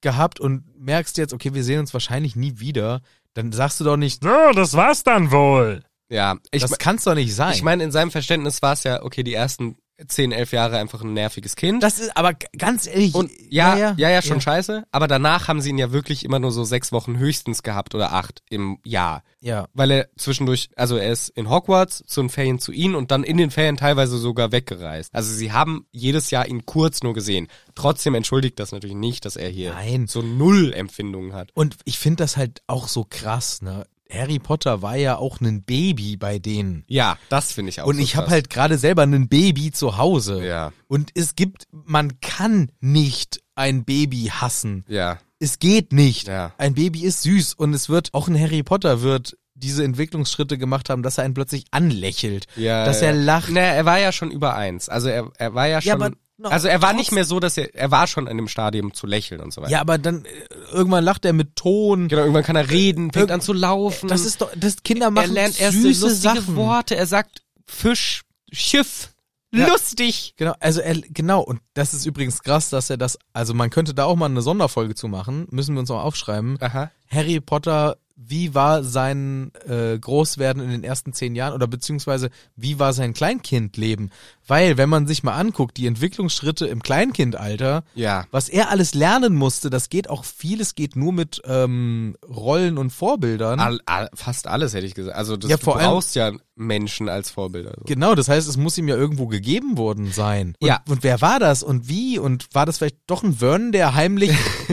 Speaker 1: gehabt und merkst jetzt, okay, wir sehen uns wahrscheinlich nie wieder. Dann sagst du doch nicht,
Speaker 3: So, das war's dann wohl.
Speaker 2: ja. Ich,
Speaker 1: das
Speaker 2: me-
Speaker 1: kann's doch nicht sein.
Speaker 2: ich meine, in seinem Verständnis war es ja, okay, die ersten 10, 11 Jahre einfach ein nerviges Kind.
Speaker 1: das ist aber g- ganz ehrlich.
Speaker 2: Und ja, ja, ja, schon scheiße. Aber danach haben sie ihn ja wirklich immer nur so sechs Wochen höchstens gehabt oder acht im Jahr.
Speaker 1: Ja,
Speaker 2: Weil er zwischendurch, also er ist in Hogwarts, zu den Ferien zu ihnen und dann in den Ferien teilweise sogar weggereist. Also sie haben jedes Jahr ihn kurz nur gesehen. Trotzdem entschuldigt das natürlich nicht, dass er hier
Speaker 1: Nein.
Speaker 2: so null Empfindungen hat.
Speaker 1: Und ich finde das halt auch so krass, ne? Harry Potter war ja auch ein Baby bei denen.
Speaker 2: Ja, das finde ich auch.
Speaker 1: Und
Speaker 2: so
Speaker 1: ich habe
Speaker 2: krass.
Speaker 1: halt gerade selber ein Baby zu Hause.
Speaker 2: Ja.
Speaker 1: Und es gibt, man kann nicht ein Baby hassen.
Speaker 2: Ja,
Speaker 1: Es geht nicht.
Speaker 2: Ja.
Speaker 1: Ein Baby ist süß und es wird, auch ein Harry Potter wird diese Entwicklungsschritte gemacht haben, dass er einen plötzlich anlächelt.
Speaker 2: ja.
Speaker 1: dass
Speaker 2: ja. Ne.
Speaker 1: er lacht.
Speaker 2: Naja, er war ja schon über eins. Also er, er war
Speaker 1: Ja,
Speaker 2: ja schon.
Speaker 1: aber noch-
Speaker 2: also er war nicht
Speaker 1: trotzdem-
Speaker 2: mehr so, dass er. Er war schon in dem Stadium zu lächeln und so weiter.
Speaker 1: Ja, aber dann äh, irgendwann lacht er mit Ton.
Speaker 2: Genau, irgendwann kann er reden, fängt
Speaker 1: Irg-
Speaker 2: an zu laufen.
Speaker 1: Äh, Das ist doch, das Kinder
Speaker 2: er
Speaker 1: machen
Speaker 2: lernt erste
Speaker 1: süße
Speaker 2: lustige
Speaker 1: Sachen.
Speaker 2: Worte. Er sagt Fisch, Schiff,
Speaker 1: Ja.
Speaker 2: lustig.
Speaker 1: Genau, also er, genau, und das ist übrigens krass, dass er das, also man könnte da auch mal eine Sonderfolge zu machen, müssen wir uns noch aufschreiben.
Speaker 2: Aha.
Speaker 1: Harry Potter, wie war sein äh, Großwerden in den ersten zehn Jahren oder beziehungsweise wie war sein Kleinkindleben? Weil, wenn man sich mal anguckt, die Entwicklungsschritte im Kleinkindalter,
Speaker 2: Ja.
Speaker 1: was er alles lernen musste, das geht auch vieles geht nur mit ähm, Rollen und Vorbildern.
Speaker 2: All, all, fast alles hätte ich gesagt. Also das,
Speaker 1: Ja, vor
Speaker 2: du
Speaker 1: allem-
Speaker 2: brauchst ja Menschen als also. Vorbilder. So.
Speaker 1: Genau, das heißt, es muss ihm ja irgendwo gegeben worden sein. Und,
Speaker 2: Ja.
Speaker 1: Und wer war das und wie? Und war das vielleicht doch ein Vernon, der heimlich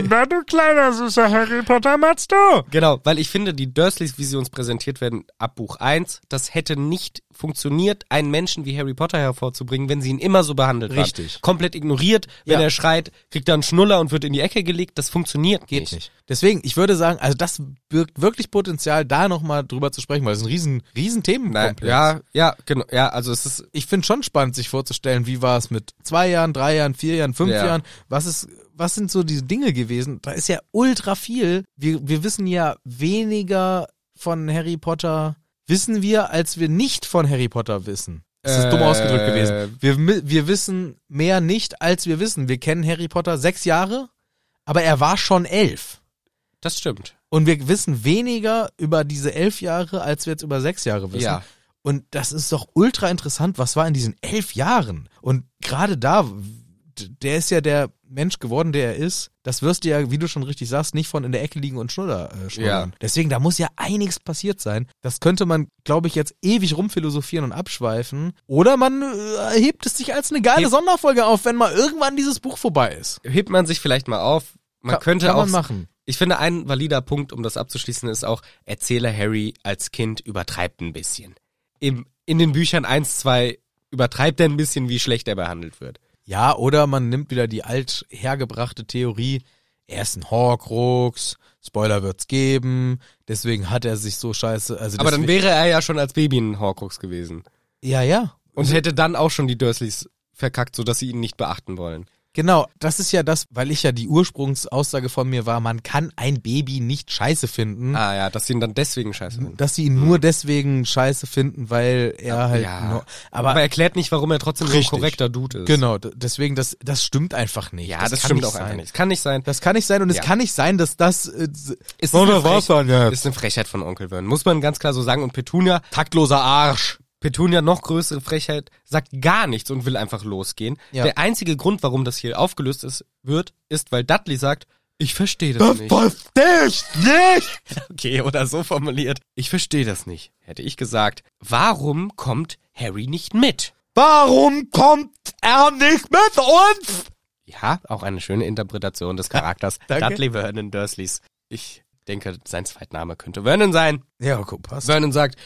Speaker 3: Na du kleiner süßer Harry Potter Matz, du.
Speaker 2: Genau, weil ich finde, die Dursleys, wie sie uns präsentiert werden, ab Buch 1, das hätte nicht funktioniert, einen Menschen wie Harry Potter hervorzubringen, wenn sie ihn immer so behandelt haben.
Speaker 1: Richtig.
Speaker 2: Komplett ignoriert, wenn
Speaker 1: Ja.
Speaker 2: er schreit, kriegt er einen Schnuller und wird in die Ecke gelegt. Das funktioniert
Speaker 1: Geht nicht. Deswegen, ich würde sagen, also das birgt wirklich Potenzial, da nochmal drüber zu sprechen, weil es ein riesen, riesen
Speaker 2: Nein,
Speaker 1: Themenkomplex.
Speaker 2: ja, ja, genau. Ja, also es ist
Speaker 1: Ich finde schon spannend, sich vorzustellen, wie war es mit zwei Jahren, drei Jahren, vier Jahren, fünf
Speaker 2: Ja.
Speaker 1: Jahren. Was ist, was sind so diese Dinge gewesen? Da ist ja ultra viel. Wir, wir wissen ja weniger von Harry Potter, wissen wir, als wir nicht von Harry Potter wissen. Das ist dumm
Speaker 2: Äh,
Speaker 1: ausgedrückt gewesen. Wir, mi- wir wissen mehr nicht, als wir wissen. Wir kennen Harry Potter sechs Jahre, aber er war schon elf.
Speaker 2: Das stimmt.
Speaker 1: Und wir wissen weniger über diese elf Jahre, als wir jetzt über sechs Jahre wissen.
Speaker 2: Ja.
Speaker 1: Und das ist doch ultra interessant, was war in diesen elf Jahren? Und gerade da, d- der ist ja der Mensch geworden, der er ist. Das wirst du ja, wie du schon richtig sagst, nicht von in der Ecke liegen und schnuller, äh, schnullern.
Speaker 2: Ja.
Speaker 1: Deswegen, da muss ja einiges passiert sein. Das könnte man, glaube ich, jetzt ewig rumphilosophieren und abschweifen. Oder man äh, hebt es sich als eine geile
Speaker 2: Heb-
Speaker 1: Sonderfolge auf, wenn mal irgendwann dieses Buch vorbei ist.
Speaker 2: Hebt man sich vielleicht mal auf. Man
Speaker 1: Ka-
Speaker 2: könnte
Speaker 1: kann
Speaker 2: auch.
Speaker 1: man machen.
Speaker 2: Ich finde, ein valider Punkt, um das abzuschließen, ist auch, Erzähler Harry als Kind übertreibt ein bisschen. Im, in den Büchern 1, 2 übertreibt er ein bisschen, wie schlecht er behandelt wird.
Speaker 1: Also Ja, oder man nimmt wieder die alt hergebrachte Theorie, er ist ein Horcrux, Spoiler wird's geben, deswegen hat er sich so scheiße, also
Speaker 2: Aber dann
Speaker 1: deswegen-
Speaker 2: wäre er ja schon als Baby ein Horcrux gewesen.
Speaker 1: Ja, ja. Also
Speaker 2: Und hätte dann auch schon die Dursleys verkackt, sodass sie ihn nicht beachten wollen.
Speaker 1: Genau, das ist ja das, weil ich ja die Ursprungsaussage von mir war, man kann ein Baby nicht scheiße finden,
Speaker 2: Ah ja, dass sie ihn dann deswegen scheiße finden.
Speaker 1: dass sie ihn nur deswegen scheiße finden, weil er halt
Speaker 2: ja.
Speaker 1: nur,
Speaker 2: Aber,
Speaker 1: aber,
Speaker 2: erklärt nicht, warum er trotzdem so ein
Speaker 1: Richtig.
Speaker 2: korrekter Dude ist.
Speaker 1: genau, d- deswegen das das stimmt einfach nicht.
Speaker 2: Ja, das,
Speaker 1: kann
Speaker 2: stimmt
Speaker 1: nicht
Speaker 2: auch
Speaker 1: sein.
Speaker 2: einfach nicht. Kann nicht sein.
Speaker 1: Das kann nicht sein und
Speaker 2: Ja.
Speaker 1: es kann nicht sein, dass das äh, s-
Speaker 2: Ist,
Speaker 1: So,
Speaker 2: eine
Speaker 1: das war's
Speaker 2: Frech-
Speaker 1: dann jetzt.
Speaker 2: ist eine Frechheit von Onkel Vernon. Muss man ganz klar so sagen. Und Petunia, taktloser Arsch. Petunia, noch größere Frechheit, sagt gar nichts und will einfach losgehen.
Speaker 1: Ja.
Speaker 2: Der einzige Grund, warum das hier aufgelöst ist, wird, ist, weil Dudley sagt, ich verstehe das,
Speaker 1: das
Speaker 2: nicht.
Speaker 1: verstehe ich nicht.
Speaker 2: Okay, oder so formuliert. Ich verstehe das nicht, hätte ich gesagt. Warum kommt Harry nicht mit?
Speaker 1: Warum kommt er nicht mit uns?
Speaker 2: Ja, auch eine schöne Interpretation des Charakters
Speaker 1: Danke.
Speaker 2: Dudley Vernon Dursleys. Ich denke, sein Zweitname könnte Vernon sein.
Speaker 1: Ja, guck, passt.
Speaker 2: Vernon sagt,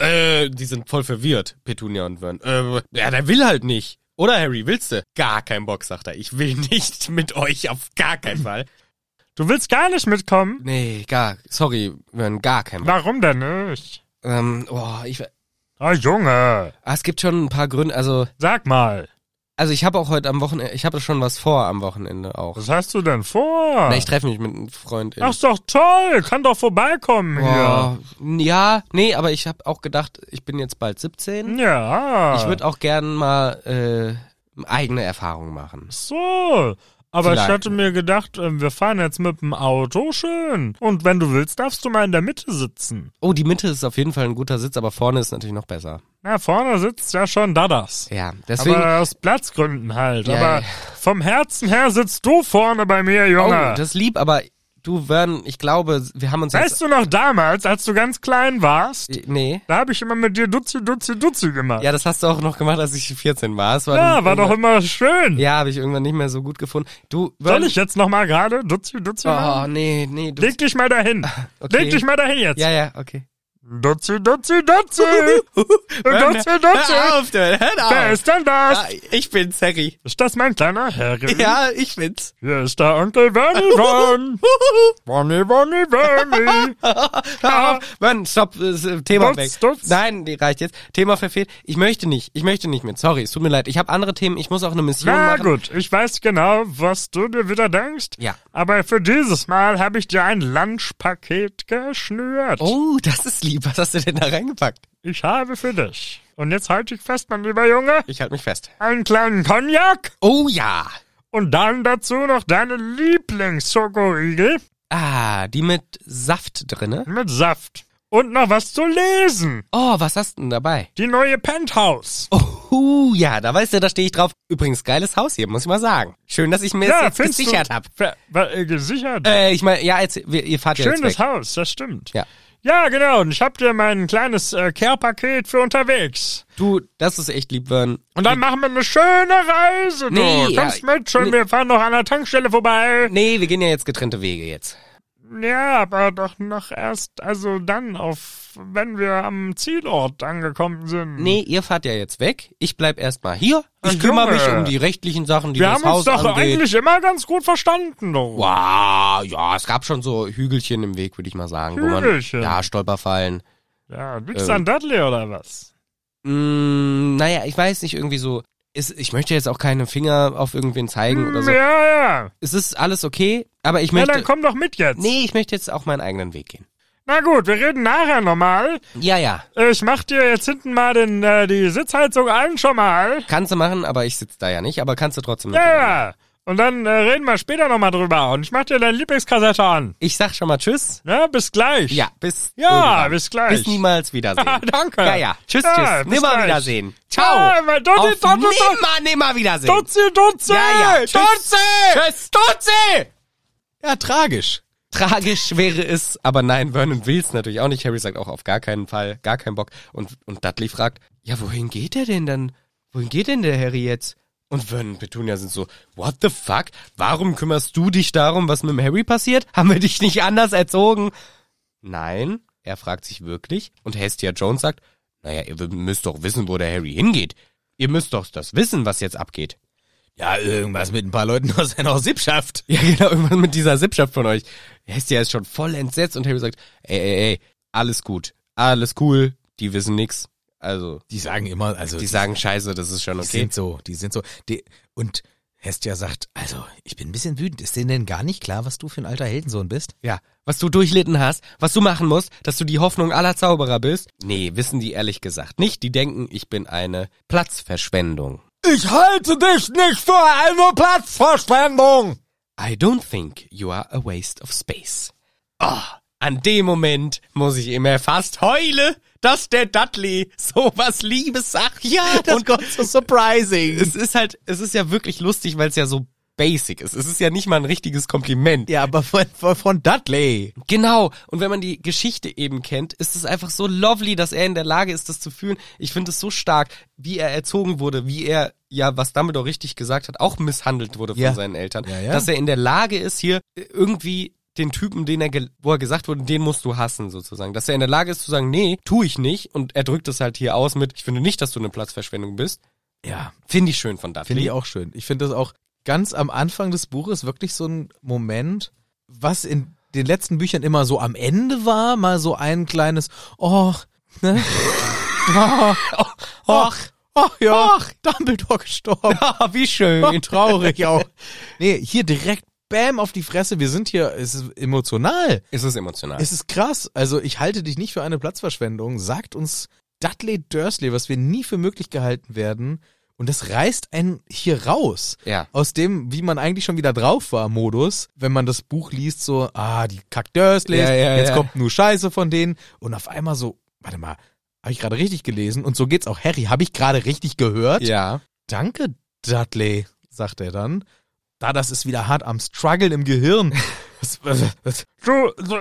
Speaker 2: äh, die sind voll verwirrt, Petunia und Vernon. Äh, ja, der will halt nicht. Oder Harry, willst du? Gar kein Bock, sagt er. Ich will nicht mit euch, auf gar keinen Fall.
Speaker 3: Du willst gar nicht mitkommen?
Speaker 2: Nee, gar, sorry, Vernon, gar kein Bock.
Speaker 3: Warum denn nicht?
Speaker 2: Ähm, boah, ich,
Speaker 3: Ah, Junge,
Speaker 2: ah, es gibt schon ein paar Gründe, also,
Speaker 3: sag mal,
Speaker 2: also ich habe auch heute am Wochenende, ich habe schon was vor am Wochenende auch.
Speaker 3: was hast du denn vor?
Speaker 1: Ah.
Speaker 2: Na, ich treffe mich mit einem Freund in
Speaker 3: Ach, ist doch toll, kann doch vorbeikommen
Speaker 2: Boah, ja, nee, aber ich habe auch gedacht, ich bin jetzt bald 17.
Speaker 3: hier. Ja.
Speaker 2: Ich würde auch gern mal äh, eigene Erfahrungen machen.
Speaker 3: So. Aber
Speaker 2: Vielleicht.
Speaker 3: ich hatte mir gedacht, äh, wir fahren jetzt mit dem Auto schön. Und wenn du willst, darfst du mal in der Mitte sitzen.
Speaker 2: Oh, die Mitte ist auf jeden Fall ein guter Sitz, aber vorne ist natürlich noch besser.
Speaker 3: Na, vorne sitzt ja schon Dadas.
Speaker 2: Ja, deswegen.
Speaker 3: aber aus Platzgründen halt.
Speaker 2: Ja,
Speaker 3: aber
Speaker 2: ja.
Speaker 3: vom Herzen her sitzt du vorne bei mir,
Speaker 2: oh,
Speaker 3: Junge.
Speaker 2: das ist lieb, aber du, Vern, ich glaube, wir haben uns
Speaker 3: weißt du noch damals, als du ganz klein warst?
Speaker 2: jetzt. Nee.
Speaker 3: Da habe ich immer mit dir Duzi, Duzi, Duzi gemacht.
Speaker 2: Ja, das hast du auch noch gemacht, als ich 14 war. Es war
Speaker 3: Ja,
Speaker 2: dann
Speaker 3: war doch
Speaker 2: irgendwann-
Speaker 3: immer schön.
Speaker 2: Ja, habe ich irgendwann nicht mehr so gut gefunden. Du, Vern.
Speaker 3: Soll ich jetzt nochmal gerade Duzi, Duzi
Speaker 2: Oh,
Speaker 3: machen?
Speaker 2: nee, nee. Du,
Speaker 3: Leg dich mal dahin.
Speaker 2: Okay.
Speaker 3: Leg dich mal dahin jetzt.
Speaker 2: ja, ja, okay.
Speaker 3: Duzi, Duzi, Duzi.
Speaker 2: Vern,
Speaker 3: Duzi, Duzi.
Speaker 2: Hör auf, Vern, hör auf.
Speaker 3: Wer ist denn das?
Speaker 2: Ah, ich bin's, Harry.
Speaker 3: Ist das mein kleiner Harry?
Speaker 2: Ja, ich bin's.
Speaker 3: Hier ist der Onkel Werni von. Werni, Werni, Werni.
Speaker 2: Hör auf. Mann, stopp, das äh, Thema
Speaker 3: Stutz,
Speaker 2: weg.
Speaker 3: Stutz.
Speaker 2: Nein, die reicht jetzt. Thema verfehlt. Ich möchte nicht, ich möchte nicht mit. Sorry, es tut mir leid. Ich habe andere Themen, ich muss auch eine Mission
Speaker 3: Na
Speaker 2: machen.
Speaker 3: gut, ich weiß genau, was du dir wieder denkst.
Speaker 2: Ja.
Speaker 3: Aber für dieses Mal habe ich dir ein Lunchpaket geschnürt.
Speaker 2: Oh, das ist lieb. Was hast du denn da reingepackt?
Speaker 3: Ich habe für dich. Und jetzt halte ich fest, mein lieber Junge.
Speaker 2: Ich halte mich fest.
Speaker 3: Einen kleinen Cognac
Speaker 2: Oh ja.
Speaker 3: und dann dazu noch deine Lieblingssokoriegel
Speaker 2: Ah, die mit Saft drinne.
Speaker 3: mit Saft. Und noch was zu lesen.
Speaker 2: Oh, was hast du denn dabei?
Speaker 3: Die neue Penthouse.
Speaker 2: Oh ja, da weißt du, da stehe ich drauf. Übrigens, geiles Haus hier, muss ich mal sagen. Schön, dass ich mir das jetzt
Speaker 3: findest du-
Speaker 2: gesichert hab.
Speaker 3: Ver- ver- äh, Gesichert?
Speaker 2: Äh, ich meine, ja, jetzt, wir, ihr fahrt ja jetzt weg.
Speaker 3: Schönes Haus, das stimmt.
Speaker 2: Ja.
Speaker 3: Ja, genau. Und ich hab dir mein kleines äh, Care-Paket für unterwegs.
Speaker 2: Du, das ist echt lieb, Vern.
Speaker 3: Und dann machen wir eine schöne Reise. Du
Speaker 2: Nee,
Speaker 3: kommst
Speaker 2: ja,
Speaker 3: mit, schön,
Speaker 2: nee.
Speaker 3: wir fahren noch an der Tankstelle vorbei.
Speaker 2: Nee, wir gehen ja jetzt getrennte Wege jetzt.
Speaker 3: Ja, aber doch noch erst, also dann auf, wenn wir am Zielort angekommen sind.
Speaker 2: Nee, ihr fahrt ja jetzt weg. Ich bleib erstmal hier. Ich
Speaker 3: Ach,
Speaker 2: kümmere
Speaker 3: Junge.
Speaker 2: mich um die rechtlichen Sachen, die
Speaker 3: wir
Speaker 2: das
Speaker 3: haben uns
Speaker 2: Haus
Speaker 3: doch
Speaker 2: angeht.
Speaker 3: eigentlich immer ganz gut verstanden, du.
Speaker 2: Wow, ja, es gab schon so Hügelchen im Weg, würde ich mal sagen.
Speaker 3: Hügelchen?
Speaker 2: Wo man, ja, Stolperfallen.
Speaker 3: Ja, liegt's
Speaker 2: Ähm.
Speaker 3: an Dudley oder was?
Speaker 2: Mm, naja, ich weiß nicht, irgendwie so. Es, ich möchte jetzt auch keine Finger auf irgendwen zeigen oder so.
Speaker 3: Ja, ja.
Speaker 2: Es ist alles okay, aber ich
Speaker 3: Ja,
Speaker 2: möchte.
Speaker 3: dann komm doch mit jetzt.
Speaker 2: nee, ich möchte jetzt auch meinen eigenen Weg gehen.
Speaker 3: Na gut, wir reden nachher nochmal.
Speaker 2: Ja, ja.
Speaker 3: Äh, Ich mach dir jetzt hinten mal den, äh, die Sitzheizung an schon mal.
Speaker 2: Kannst du machen, aber ich sitze da ja nicht, aber kannst du trotzdem
Speaker 3: Ja,
Speaker 2: mitnehmen.
Speaker 3: ja. Und dann äh, reden wir später nochmal drüber. Und ich mach dir deine Lieblingskassette an.
Speaker 2: Ich sag schon mal Tschüss.
Speaker 3: Ja, Ne, bis gleich.
Speaker 2: Ja, bis.
Speaker 3: Ja,
Speaker 2: irgendwann.
Speaker 3: bis gleich.
Speaker 2: Bis niemals wiedersehen.
Speaker 3: Ah, danke.
Speaker 2: Ja, ja. Tschüss,
Speaker 3: Ja,
Speaker 2: tschüss.
Speaker 3: bis
Speaker 2: Nimmer
Speaker 3: gleich.
Speaker 2: wiedersehen.
Speaker 3: Ja,
Speaker 2: Ciao.
Speaker 3: weil Dotzi,
Speaker 2: Auf
Speaker 3: Dotzi, Dotzi.
Speaker 2: nimmer, nimmer wiedersehen.
Speaker 3: Dutzi, Dutzi!
Speaker 2: Ja, ja. Tschüss.
Speaker 3: Dutzi!
Speaker 2: Tschüss. Dutzi!
Speaker 1: Ja, tragisch.
Speaker 2: Tragisch wäre es, aber nein, Vernon will's natürlich auch nicht. Harry sagt auch auf gar keinen Fall, gar keinen Bock. Und, und Dudley fragt, ja, wohin geht er denn dann? Wohin geht denn der Harry jetzt? Und Vernon und Petunia sind so, what the fuck? Warum kümmerst du dich darum, was mit dem Harry passiert? Haben wir dich nicht anders erzogen? Nein, er fragt sich wirklich. Und Hestia Jones sagt, naja, ihr müsst doch wissen, wo der Harry hingeht. Ihr müsst doch das wissen, was jetzt abgeht.
Speaker 1: Ja, irgendwas mit ein paar Leuten aus seiner Sippschaft.
Speaker 2: Ja, genau, irgendwann mit dieser Sippschaft von euch. Hestia ist schon voll entsetzt und Harry sagt, ey, ey, ey, alles gut, alles cool, die wissen nix. Also,
Speaker 1: Die sagen immer, also
Speaker 2: die sagen scheiße, das ist schon
Speaker 1: die
Speaker 2: okay.
Speaker 1: sind so, die sind so. Die, und Hestia sagt, also, ich bin ein bisschen wütend. Ist denen denn gar nicht klar, was du für ein alter Heldensohn bist?
Speaker 2: Ja, was du durchlitten hast, was du machen musst, dass du die Hoffnung aller Zauberer bist? Nee, wissen die ehrlich gesagt nicht. Die denken, ich bin eine Platzverschwendung.
Speaker 5: Ich halte dich nicht für eine Platzverschwendung.
Speaker 2: I don't think you are a waste of space. Oh, an dem Moment muss ich immer fast heule, dass der Dudley sowas Liebes sagt. Ja,
Speaker 1: Das Gott so surprising.
Speaker 2: es ist halt, es ist ja wirklich lustig, weil es ja so basic ist. Es ist ja nicht mal ein richtiges Kompliment.
Speaker 1: Ja, aber von, von, von Dudley.
Speaker 2: Genau. Und wenn man die Geschichte eben kennt, ist es einfach so lovely, dass er in der Lage ist, das zu fühlen. Ich finde es so stark, wie er erzogen wurde, wie er ja, was Dumbledore richtig gesagt hat, auch misshandelt wurde von
Speaker 1: Ja.
Speaker 2: seinen Eltern,
Speaker 1: Ja, ja.
Speaker 2: dass er in der Lage ist, hier irgendwie den Typen, den er, ge- wo er gesagt wurde, den musst du hassen sozusagen, dass er in der Lage ist zu sagen, nee, tu ich nicht und er drückt es halt hier aus mit, ich finde nicht, dass du eine Platzverschwendung bist.
Speaker 1: Ja,
Speaker 2: Finde ich schön von Dudley.
Speaker 1: finde ich auch schön. Ich finde das auch ganz am Anfang des Buches wirklich so ein Moment, was in den letzten Büchern immer so am Ende war, mal so ein kleines, oh, ne?
Speaker 2: Och,
Speaker 1: Ach ja, Dumbledore gestorben.
Speaker 2: ah, wie schön.
Speaker 1: Ach, traurig auch. Nee, hier direkt Bam auf die Fresse. Wir sind hier, es ist emotional.
Speaker 2: Es ist emotional.
Speaker 1: Es ist krass. Also ich halte dich nicht für eine Platzverschwendung, sagt uns Dudley Dursley, was wir nie für möglich gehalten werden. Und das reißt einen hier raus.
Speaker 2: ja.
Speaker 1: Aus dem, wie man eigentlich schon wieder drauf war, Modus, wenn man das Buch liest, so, ah, die Kack Dursleys,
Speaker 2: Ja, ja,
Speaker 1: jetzt
Speaker 2: ja.
Speaker 1: kommt nur Scheiße von denen. Und auf einmal so, warte mal, habe ich gerade richtig gelesen? Und so geht's auch Harry, habe ich gerade richtig gehört?
Speaker 2: Ja.
Speaker 1: Danke, Dudley, sagt er dann. Da, das ist wieder hart am Struggle im Gehirn. Was, was, was,
Speaker 3: Du, du,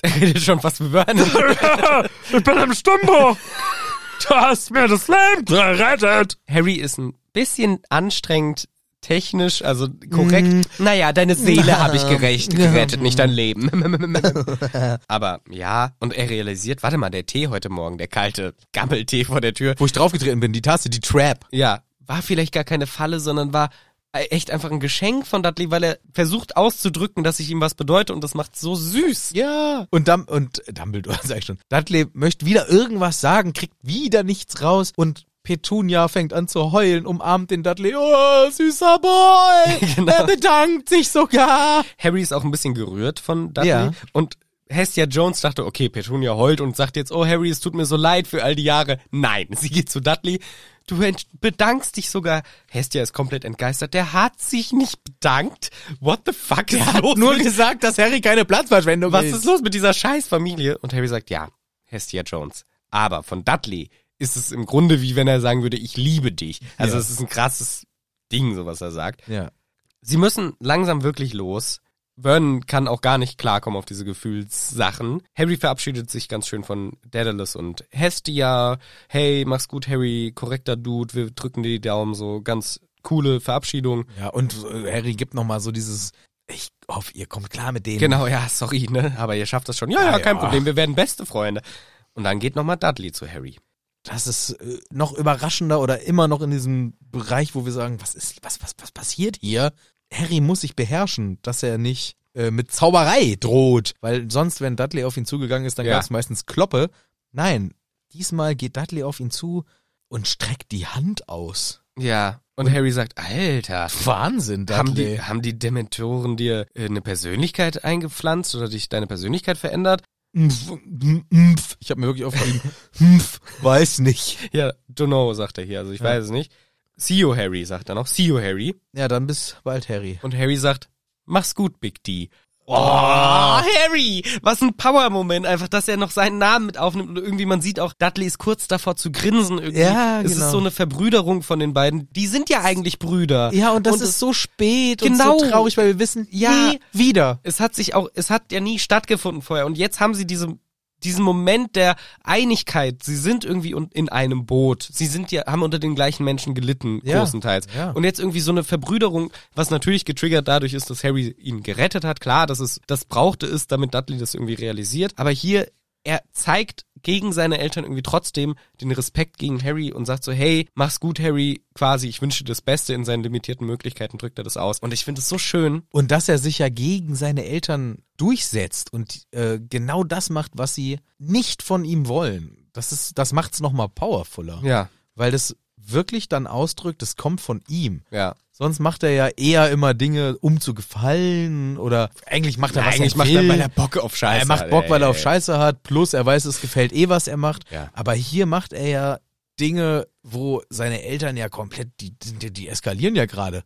Speaker 2: Er redet schon fast über
Speaker 3: ich bin im Stumbo. Du hast mir das Leben gerettet.
Speaker 2: Harry ist ein bisschen anstrengend technisch, also korrekt. Naja, deine Seele habe ich gerecht, gerettet, nicht dein Leben. Aber ja, und er realisiert, warte mal, der Tee heute Morgen, der kalte Gammeltee vor der Tür,
Speaker 1: wo ich draufgetreten bin, die Tasse, die Trap.
Speaker 2: ja, war vielleicht gar keine Falle, sondern war echt einfach ein Geschenk von Dudley, weil er versucht auszudrücken, dass ich ihm was bedeute und das macht so süß.
Speaker 1: Ja. Und, Dum und Dumbledore, sag ich schon. Dudley möchte wieder irgendwas sagen, kriegt wieder nichts raus und Petunia fängt an zu heulen, umarmt den Dudley. Oh, süßer Boy!
Speaker 2: Genau.
Speaker 1: Er bedankt sich sogar.
Speaker 2: Harry ist auch ein bisschen gerührt von Dudley
Speaker 1: Ja.
Speaker 2: und Hestia Jones dachte, okay, Petunia heult und sagt jetzt, oh Harry, es tut mir so leid für all die Jahre. Nein, sie geht zu Dudley. Du ent- bedankst dich sogar. Hestia ist komplett entgeistert. Der hat sich nicht bedankt. What the fuck ist los?
Speaker 1: Nur
Speaker 2: mit,
Speaker 1: gesagt, dass Harry keine Platzverschwendung
Speaker 2: was
Speaker 1: ist.
Speaker 2: ist los mit dieser Scheißfamilie? Und Harry sagt, ja, Hestia Jones. Aber von Dudley ist es im Grunde wie wenn er sagen würde, ich liebe dich. Also
Speaker 1: Ja.
Speaker 2: es ist ein krasses Ding, so was er sagt.
Speaker 1: Ja.
Speaker 2: Sie müssen langsam wirklich los. Vernon kann auch gar nicht klarkommen auf diese Gefühlssachen. Harry verabschiedet sich ganz schön von Daedalus und Hestia. Hey, mach's gut, Harry, korrekter Dude, wir drücken dir die Daumen, so ganz coole Verabschiedung.
Speaker 1: Ja, und äh, Harry gibt nochmal so dieses, ich hoffe, ihr kommt klar mit denen.
Speaker 2: Genau, ja, sorry, ne, aber ihr schafft das schon. Ja,
Speaker 1: Ja,
Speaker 2: ja, kein
Speaker 1: ja.
Speaker 2: Problem, wir werden beste Freunde. Und dann geht nochmal Dudley zu Harry.
Speaker 1: Das ist äh, noch überraschender oder immer noch in diesem Bereich, wo wir sagen, was ist, was, was, was passiert hier? Harry muss sich beherrschen, dass er nicht äh, mit Zauberei droht, weil sonst, wenn Dudley auf ihn zugegangen ist, dann
Speaker 2: Ja.
Speaker 1: gab es meistens Kloppe. Nein, diesmal geht Dudley auf ihn zu und streckt die Hand aus.
Speaker 2: Ja, und, Harry sagt, Alter,
Speaker 1: Wahnsinn,
Speaker 2: haben
Speaker 1: Dudley.
Speaker 2: die, haben die Dementoren dir äh, eine Persönlichkeit eingepflanzt oder dich deine Persönlichkeit verändert?
Speaker 1: Mpf, m- mpf. Ich habe mir wirklich aufgeschrieben, mpf, weiß nicht.
Speaker 2: Ja, don't know, sagt er hier. Also ich weiß es nicht. See you, Harry, sagt er noch. See you, Harry.
Speaker 1: Ja, dann bis bald, Harry.
Speaker 2: Und Harry sagt, mach's gut, Big D. Oh, Harry! Was ein Power-Moment, einfach, dass er noch seinen Namen mit aufnimmt und irgendwie man sieht auch, Dudley ist kurz davor zu grinsen irgendwie.
Speaker 1: Ja,
Speaker 2: Es
Speaker 1: genau.
Speaker 2: ist so eine Verbrüderung von den beiden. Die sind ja eigentlich Brüder.
Speaker 1: Ja, und das
Speaker 2: Und
Speaker 1: ist
Speaker 2: es-
Speaker 1: so spät
Speaker 2: Genau.
Speaker 1: und so traurig, weil wir wissen,
Speaker 2: Ja.
Speaker 1: nie wieder.
Speaker 2: Es hat sich auch, es hat ja nie stattgefunden vorher und jetzt haben sie diese diesen Moment der Einigkeit, sie sind irgendwie un- in einem Boot. Sie sind ja, haben unter den gleichen Menschen gelitten,
Speaker 1: Ja.
Speaker 2: großenteils.
Speaker 1: Ja.
Speaker 2: Und jetzt irgendwie so eine Verbrüderung, was natürlich getriggert dadurch ist, dass Harry ihn gerettet hat. Klar, dass es, das brauchte es, damit Dudley das irgendwie realisiert. Aber hier, er zeigt gegen seine Eltern irgendwie trotzdem den Respekt gegen Harry und sagt so, hey, mach's gut, Harry, quasi, ich wünsche dir das Beste in seinen limitierten Möglichkeiten, drückt er das aus. Und ich finde es so schön.
Speaker 1: Und dass er sich ja gegen seine Eltern durchsetzt und äh, genau das macht, was sie nicht von ihm wollen. Das ist, das macht's nochmal powerfuller.
Speaker 2: Ja.
Speaker 1: Weil das w- wirklich dann ausdrückt, das kommt von ihm.
Speaker 2: Ja.
Speaker 1: Sonst macht er ja eher immer Dinge, um zu gefallen oder eigentlich macht er was
Speaker 2: eigentlich
Speaker 1: er
Speaker 2: macht
Speaker 1: will.
Speaker 2: er, weil er Bock auf Scheiße
Speaker 1: er macht
Speaker 2: hat,
Speaker 1: Bock, weil er
Speaker 2: ey.
Speaker 1: auf Scheiße hat, plus er weiß, es gefällt eh, was er macht.
Speaker 2: Ja.
Speaker 1: Aber hier macht er ja Dinge, wo seine Eltern ja komplett, die, die, die eskalieren ja gerade.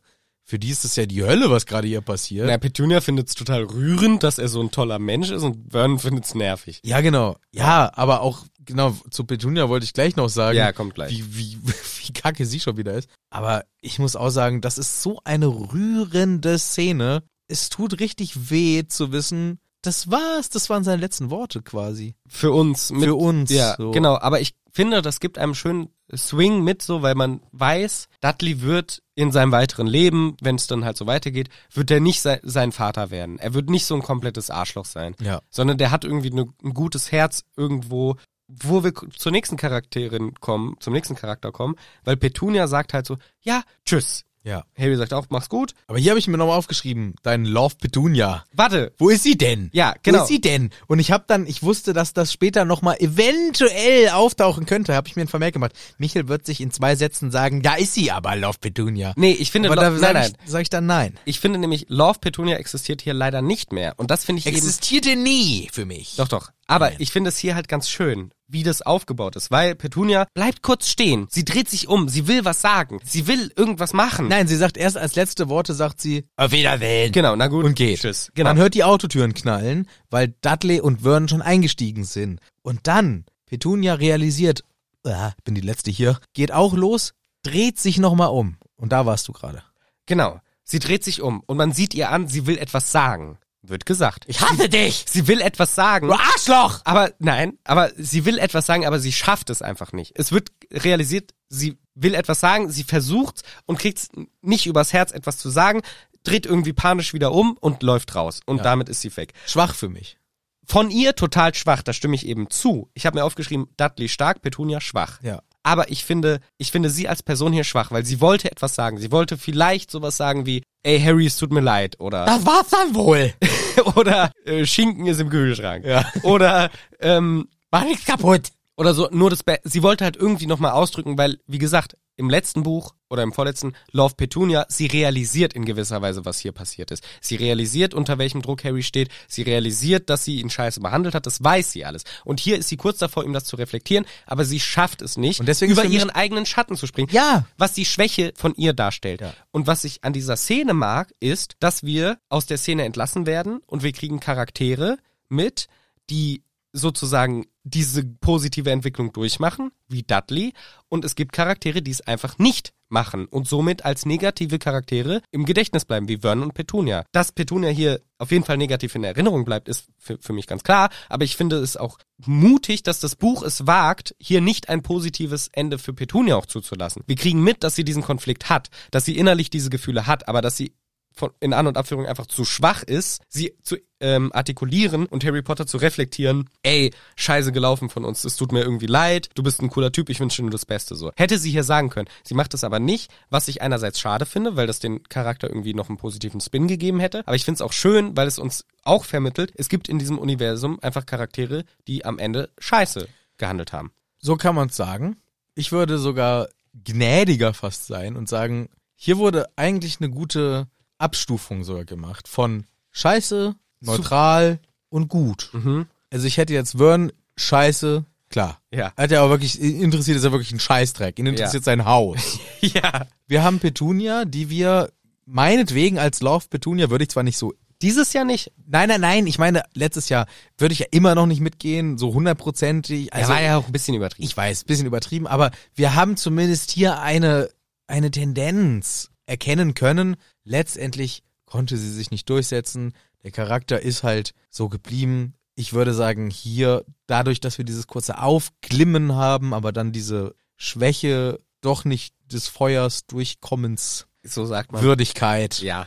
Speaker 1: Für die ist es ja die Hölle, was gerade hier passiert.
Speaker 2: Na, Petunia findet es total rührend, dass er so ein toller Mensch ist und Vernon findet es nervig.
Speaker 1: Ja, genau. Ja, aber auch, genau, zu Petunia wollte ich gleich noch sagen,
Speaker 2: Ja, kommt gleich.
Speaker 1: wie, wie, wie kacke sie schon wieder ist. Aber ich muss auch sagen, das ist so eine rührende Szene. Es tut richtig weh zu wissen, das war's, das waren seine letzten Worte quasi.
Speaker 2: Für uns. Mit,
Speaker 1: Für uns.
Speaker 2: Ja,
Speaker 1: so.
Speaker 2: genau. Aber ich finde, das gibt einem schönen Swing mit so, weil man weiß, Dudley wird in seinem weiteren Leben, wenn es dann halt so weitergeht, wird er nicht sei, sein Vater werden. Er wird nicht so ein komplettes Arschloch sein.
Speaker 1: Ja.
Speaker 2: Sondern der hat irgendwie ne, ein gutes Herz irgendwo, wo wir k- zur nächsten Charakterin kommen, zum nächsten Charakter kommen, weil Petunia sagt halt so, ja, tschüss.
Speaker 1: Ja.
Speaker 2: Harry sagt auch, mach's gut.
Speaker 1: Aber hier habe ich mir nochmal aufgeschrieben, dein Love Petunia.
Speaker 2: Warte,
Speaker 1: Wo ist sie denn?
Speaker 2: Ja, genau.
Speaker 1: Wo ist sie denn? Und ich habe dann, ich wusste, dass das später nochmal eventuell auftauchen könnte, habe ich mir einen Vermerk gemacht. Michel wird sich in zwei Sätzen sagen, da ist sie aber, Love Petunia.
Speaker 2: Nee, ich finde,
Speaker 1: Aber
Speaker 2: Lo-
Speaker 1: da
Speaker 2: nein,
Speaker 1: sag
Speaker 2: nein.
Speaker 1: Ich, sag ich dann nein.
Speaker 2: Ich finde nämlich, Love Petunia existiert hier leider nicht mehr. Und das finde ich eben.
Speaker 1: Existierte nie für mich.
Speaker 2: Doch, doch. Aber
Speaker 1: Nein.
Speaker 2: ich finde es hier halt ganz schön, wie das aufgebaut ist, weil Petunia bleibt kurz stehen. Sie dreht sich um. Sie will was sagen. Sie will irgendwas machen.
Speaker 1: Nein, sie sagt erst als letzte Worte, sagt sie, auf Wiedersehen.
Speaker 2: Genau, na gut.
Speaker 1: Und geht.
Speaker 2: Tschüss. Genau.
Speaker 1: Man hört die Autotüren knallen, weil Dudley und Vernon schon eingestiegen sind. Und dann, Petunia realisiert, ah, ich bin die Letzte hier, geht auch los, dreht sich nochmal um. Und da warst du gerade.
Speaker 2: genau. Sie dreht sich um und man sieht ihr an, sie will etwas sagen. Wird gesagt.
Speaker 1: Ich hasse dich!
Speaker 2: Sie will etwas sagen.
Speaker 1: Du Arschloch!
Speaker 2: Aber nein, aber sie will etwas sagen, aber sie schafft es einfach nicht. Es wird realisiert, sie will etwas sagen, sie versucht und kriegt es nicht übers Herz, etwas zu sagen, dreht irgendwie panisch wieder um und läuft raus. Und damit ist sie weg.
Speaker 1: Schwach für mich.
Speaker 2: Von ihr total schwach, da stimme ich eben zu. Ich habe mir aufgeschrieben, Dudley stark, Petunia schwach.
Speaker 1: Ja.
Speaker 2: Aber ich finde, ich finde sie als Person hier schwach, weil sie wollte etwas sagen. Sie wollte vielleicht sowas sagen wie, ey Harry, es tut mir leid oder
Speaker 1: Das war's dann wohl.
Speaker 2: oder äh, Schinken ist im Kühlschrank.
Speaker 1: Ja.
Speaker 2: Oder ähm,
Speaker 1: War nichts kaputt.
Speaker 2: oder so, nur das, Be sie wollte halt irgendwie nochmal ausdrücken, weil, wie gesagt, im letzten Buch oder im vorletzten Love Petunia, sie realisiert in gewisser Weise, was hier passiert ist. Sie realisiert, unter welchem Druck Harry steht. Sie realisiert, dass sie ihn scheiße behandelt hat. Das weiß sie alles. Und hier ist sie kurz davor, ihm das zu reflektieren, aber sie schafft es nicht,
Speaker 1: Und deswegen
Speaker 2: über
Speaker 1: ist für mich-
Speaker 2: ihren eigenen Schatten zu springen
Speaker 1: Ja.
Speaker 2: was die Schwäche von ihr darstellt.
Speaker 1: Ja.
Speaker 2: Und was ich an dieser Szene mag, ist, dass wir aus der Szene entlassen werden und wir kriegen Charaktere mit, die sozusagen diese positive Entwicklung durchmachen, wie Dudley, und es gibt Charaktere, die es einfach nicht machen und somit als negative Charaktere im Gedächtnis bleiben, wie Vernon und Petunia. Dass Petunia hier auf jeden Fall negativ in Erinnerung bleibt, ist für, für mich ganz klar, aber ich finde es auch mutig, dass das Buch es wagt, hier nicht ein positives Ende für Petunia auch zuzulassen. Wir kriegen mit, dass sie diesen Konflikt hat, dass sie innerlich diese Gefühle hat, aber dass sie von, in An- und Abführung einfach zu schwach ist, sie zu ähm, artikulieren und Harry Potter zu reflektieren, ey, scheiße gelaufen von uns, es tut mir irgendwie leid, du bist ein cooler Typ, ich wünsche dir nur das Beste so. Hätte sie hier sagen können. Sie macht es aber nicht, was ich einerseits schade finde, weil das den Charakter irgendwie noch einen positiven Spin gegeben hätte, aber ich finde es auch schön, weil es uns auch vermittelt, es gibt in diesem Universum einfach Charaktere, die am Ende scheiße gehandelt haben.
Speaker 1: So kann man's sagen. Ich würde sogar gnädiger fast sein und sagen, hier wurde eigentlich eine gute Abstufung sogar gemacht von scheiße, neutral und gut.
Speaker 2: Mhm.
Speaker 1: Also ich hätte jetzt Vern scheiße, klar.
Speaker 2: Ja.
Speaker 1: Hat ja auch wirklich, interessiert ist ja wirklich ein Scheißdreck. Ihn interessiert sein Haus.
Speaker 2: Ja.
Speaker 1: Wir haben Petunia, die wir meinetwegen als Love Petunia würde ich zwar nicht so
Speaker 2: Dieses Jahr nicht.
Speaker 1: Nein, nein, nein, ich meine, letztes Jahr würde ich ja immer noch nicht mitgehen, so hundertprozentig.
Speaker 2: Er
Speaker 1: Also,
Speaker 2: war ja auch ein bisschen übertrieben.
Speaker 1: ich weiß, bisschen übertrieben, aber wir haben zumindest hier eine, eine Tendenz erkennen können. Letztendlich konnte sie sich nicht durchsetzen. Der Charakter ist halt so geblieben. Ich würde sagen, hier, dadurch, dass wir dieses kurze Aufglimmen haben, aber dann diese Schwäche doch nicht des Feuers Durchkommens
Speaker 2: so sagt man.
Speaker 1: Würdigkeit
Speaker 2: Ja.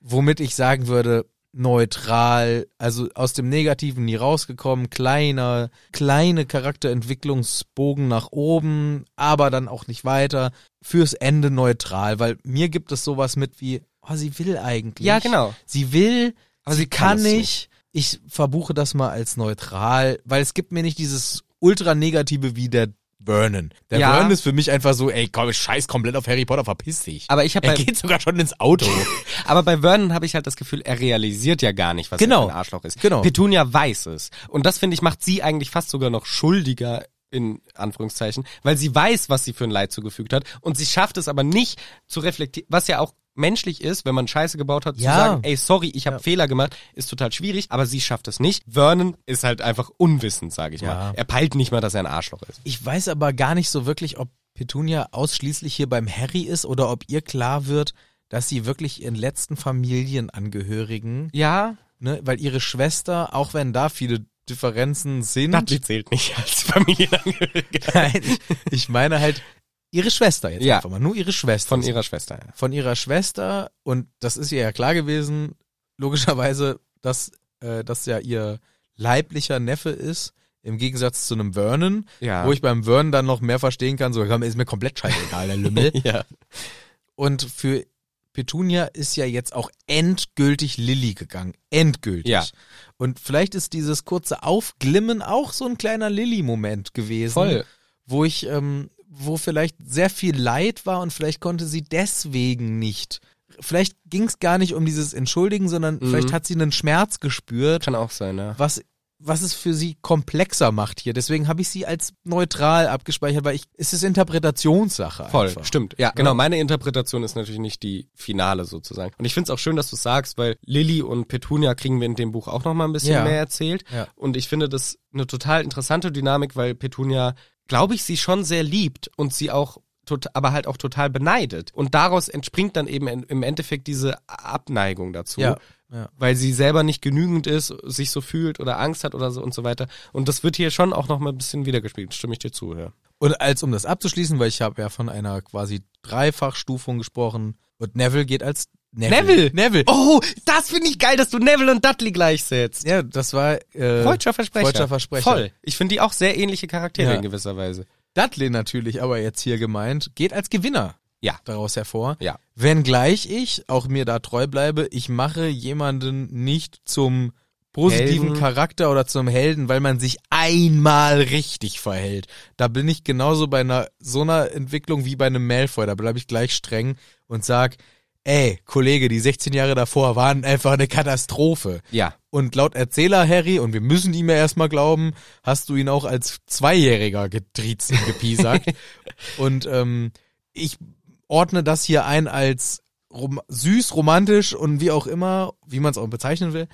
Speaker 1: womit ich sagen würde, neutral, also aus dem Negativen nie rausgekommen, kleiner, kleine Charakterentwicklungsbogen nach oben, aber dann auch nicht weiter, fürs Ende neutral, weil mir gibt es sowas mit wie, oh, sie will eigentlich.
Speaker 2: Ja, genau.
Speaker 1: Sie will,
Speaker 2: Aber
Speaker 1: sie,
Speaker 2: sie
Speaker 1: kann,
Speaker 2: kann es
Speaker 1: nicht. Ich verbuche das mal als neutral, weil es gibt mir nicht dieses ultra negative wie der Vernon. Der
Speaker 2: Ja.
Speaker 1: Vernon ist für mich einfach so, ey, komm, scheiß komplett auf Harry Potter, verpiss dich.
Speaker 2: Aber ich habe
Speaker 1: er
Speaker 2: bei,
Speaker 1: geht sogar schon ins Auto.
Speaker 2: aber bei Vernon habe ich halt das Gefühl, er realisiert ja gar nicht, was
Speaker 1: Genau.
Speaker 2: er für ein Arschloch ist.
Speaker 1: Genau.
Speaker 2: Petunia weiß es. Und das finde ich macht sie eigentlich fast sogar noch schuldiger in Anführungszeichen, weil sie weiß, was sie für ein Leid zugefügt hat und sie schafft es aber nicht zu reflektieren, was ja auch menschlich ist, wenn man Scheiße gebaut hat,
Speaker 1: Ja.
Speaker 2: zu sagen, ey, sorry, ich habe Fehler gemacht, ist total schwierig, aber sie schafft es nicht. Vernon ist halt einfach unwissend, sage ich mal. Er peilt nicht mal, dass er ein Arschloch ist.
Speaker 1: Ich weiß aber gar nicht so wirklich, ob Petunia ausschließlich hier beim Harry ist oder ob ihr klar wird, dass sie wirklich ihren letzten Familienangehörigen,
Speaker 2: Ja,
Speaker 1: ne, weil ihre Schwester, auch wenn da viele Differenzen sind,
Speaker 2: Dudley zählt nicht als Familienangehöriger.
Speaker 1: Nein, ich, ich meine halt ihre Schwester jetzt
Speaker 2: Ja.
Speaker 1: einfach mal, nur ihre Schwester.
Speaker 2: Von ihrer Schwester, ja.
Speaker 1: von ihrer Schwester und das ist ihr ja klar gewesen, logischerweise, dass äh, das ja ihr leiblicher Neffe ist, im Gegensatz zu einem Vernon,
Speaker 2: Ja.
Speaker 1: wo ich beim Vernon dann noch mehr verstehen kann, so komm, ist mir komplett scheißegal, der Lümmel.
Speaker 2: ja.
Speaker 1: und für Petunia ist ja jetzt auch endgültig Lilly gegangen. Endgültig.
Speaker 2: Ja.
Speaker 1: Und vielleicht ist dieses kurze Aufglimmen auch so ein kleiner Lilly-Moment gewesen
Speaker 2: Voll.
Speaker 1: wo ich, ähm, wo vielleicht sehr viel Leid war und vielleicht konnte sie deswegen nicht. Vielleicht ging es gar nicht um dieses Entschuldigen, sondern
Speaker 2: Mhm.
Speaker 1: vielleicht hat sie einen Schmerz gespürt,
Speaker 2: Kann auch sein, ja.
Speaker 1: was, was es für sie komplexer macht hier. Deswegen habe ich sie als neutral abgespeichert, weil ich, es ist Interpretationssache.
Speaker 2: Voll,
Speaker 1: einfach.
Speaker 2: stimmt. Ja, genau. Meine Interpretation ist natürlich nicht die finale sozusagen. Und ich find's auch schön, dass du sagst, weil Lilly und Petunia kriegen wir in dem Buch auch nochmal ein bisschen
Speaker 1: Ja.
Speaker 2: mehr erzählt.
Speaker 1: Ja.
Speaker 2: Und ich finde das eine total interessante Dynamik, weil Petunia, glaube ich, sie schon sehr liebt und sie auch tot, aber halt auch total beneidet. Und daraus entspringt dann eben in, im Endeffekt diese Abneigung dazu.
Speaker 1: Ja, ja.
Speaker 2: Weil sie selber nicht genügend ist, sich so fühlt oder Angst hat oder so und so weiter. Und das wird hier schon auch nochmal ein bisschen wiedergespiegelt. Stimme ich dir zu, ja.
Speaker 1: Und als um das abzuschließen, weil ich habe ja von einer quasi Dreifachstufung gesprochen und Neville geht als Neville.
Speaker 2: Neville! Oh, das finde ich geil, dass du Neville und Dudley gleichsetzt.
Speaker 1: Ja, das war äh,
Speaker 2: Freudscher Versprecher.
Speaker 1: Freudscher Versprecher.
Speaker 2: Voll. Ich finde die auch sehr ähnliche Charaktere
Speaker 1: Ja.
Speaker 2: in gewisser Weise.
Speaker 1: Dudley natürlich aber jetzt hier gemeint, geht als Gewinner
Speaker 2: Ja.
Speaker 1: daraus hervor.
Speaker 2: Ja.
Speaker 1: Wenngleich ich auch mir da treu bleibe, ich mache jemanden nicht zum positiven
Speaker 2: Helden.
Speaker 1: Charakter oder zum Helden, weil man sich einmal richtig verhält. Da bin ich genauso bei einer so einer Entwicklung wie bei einem Malfoy. Da bleibe ich gleich streng und sag, ey, Kollege, die 16 Jahre davor waren einfach eine Katastrophe.
Speaker 2: Ja.
Speaker 1: Und laut Erzähler Harry, und wir müssen ihm ja erstmal glauben, hast du ihn auch als Zweijähriger getriezt und gepiesackt. und ähm, ich ordne das hier ein als rom süß, romantisch und wie auch immer, wie man es auch bezeichnen will.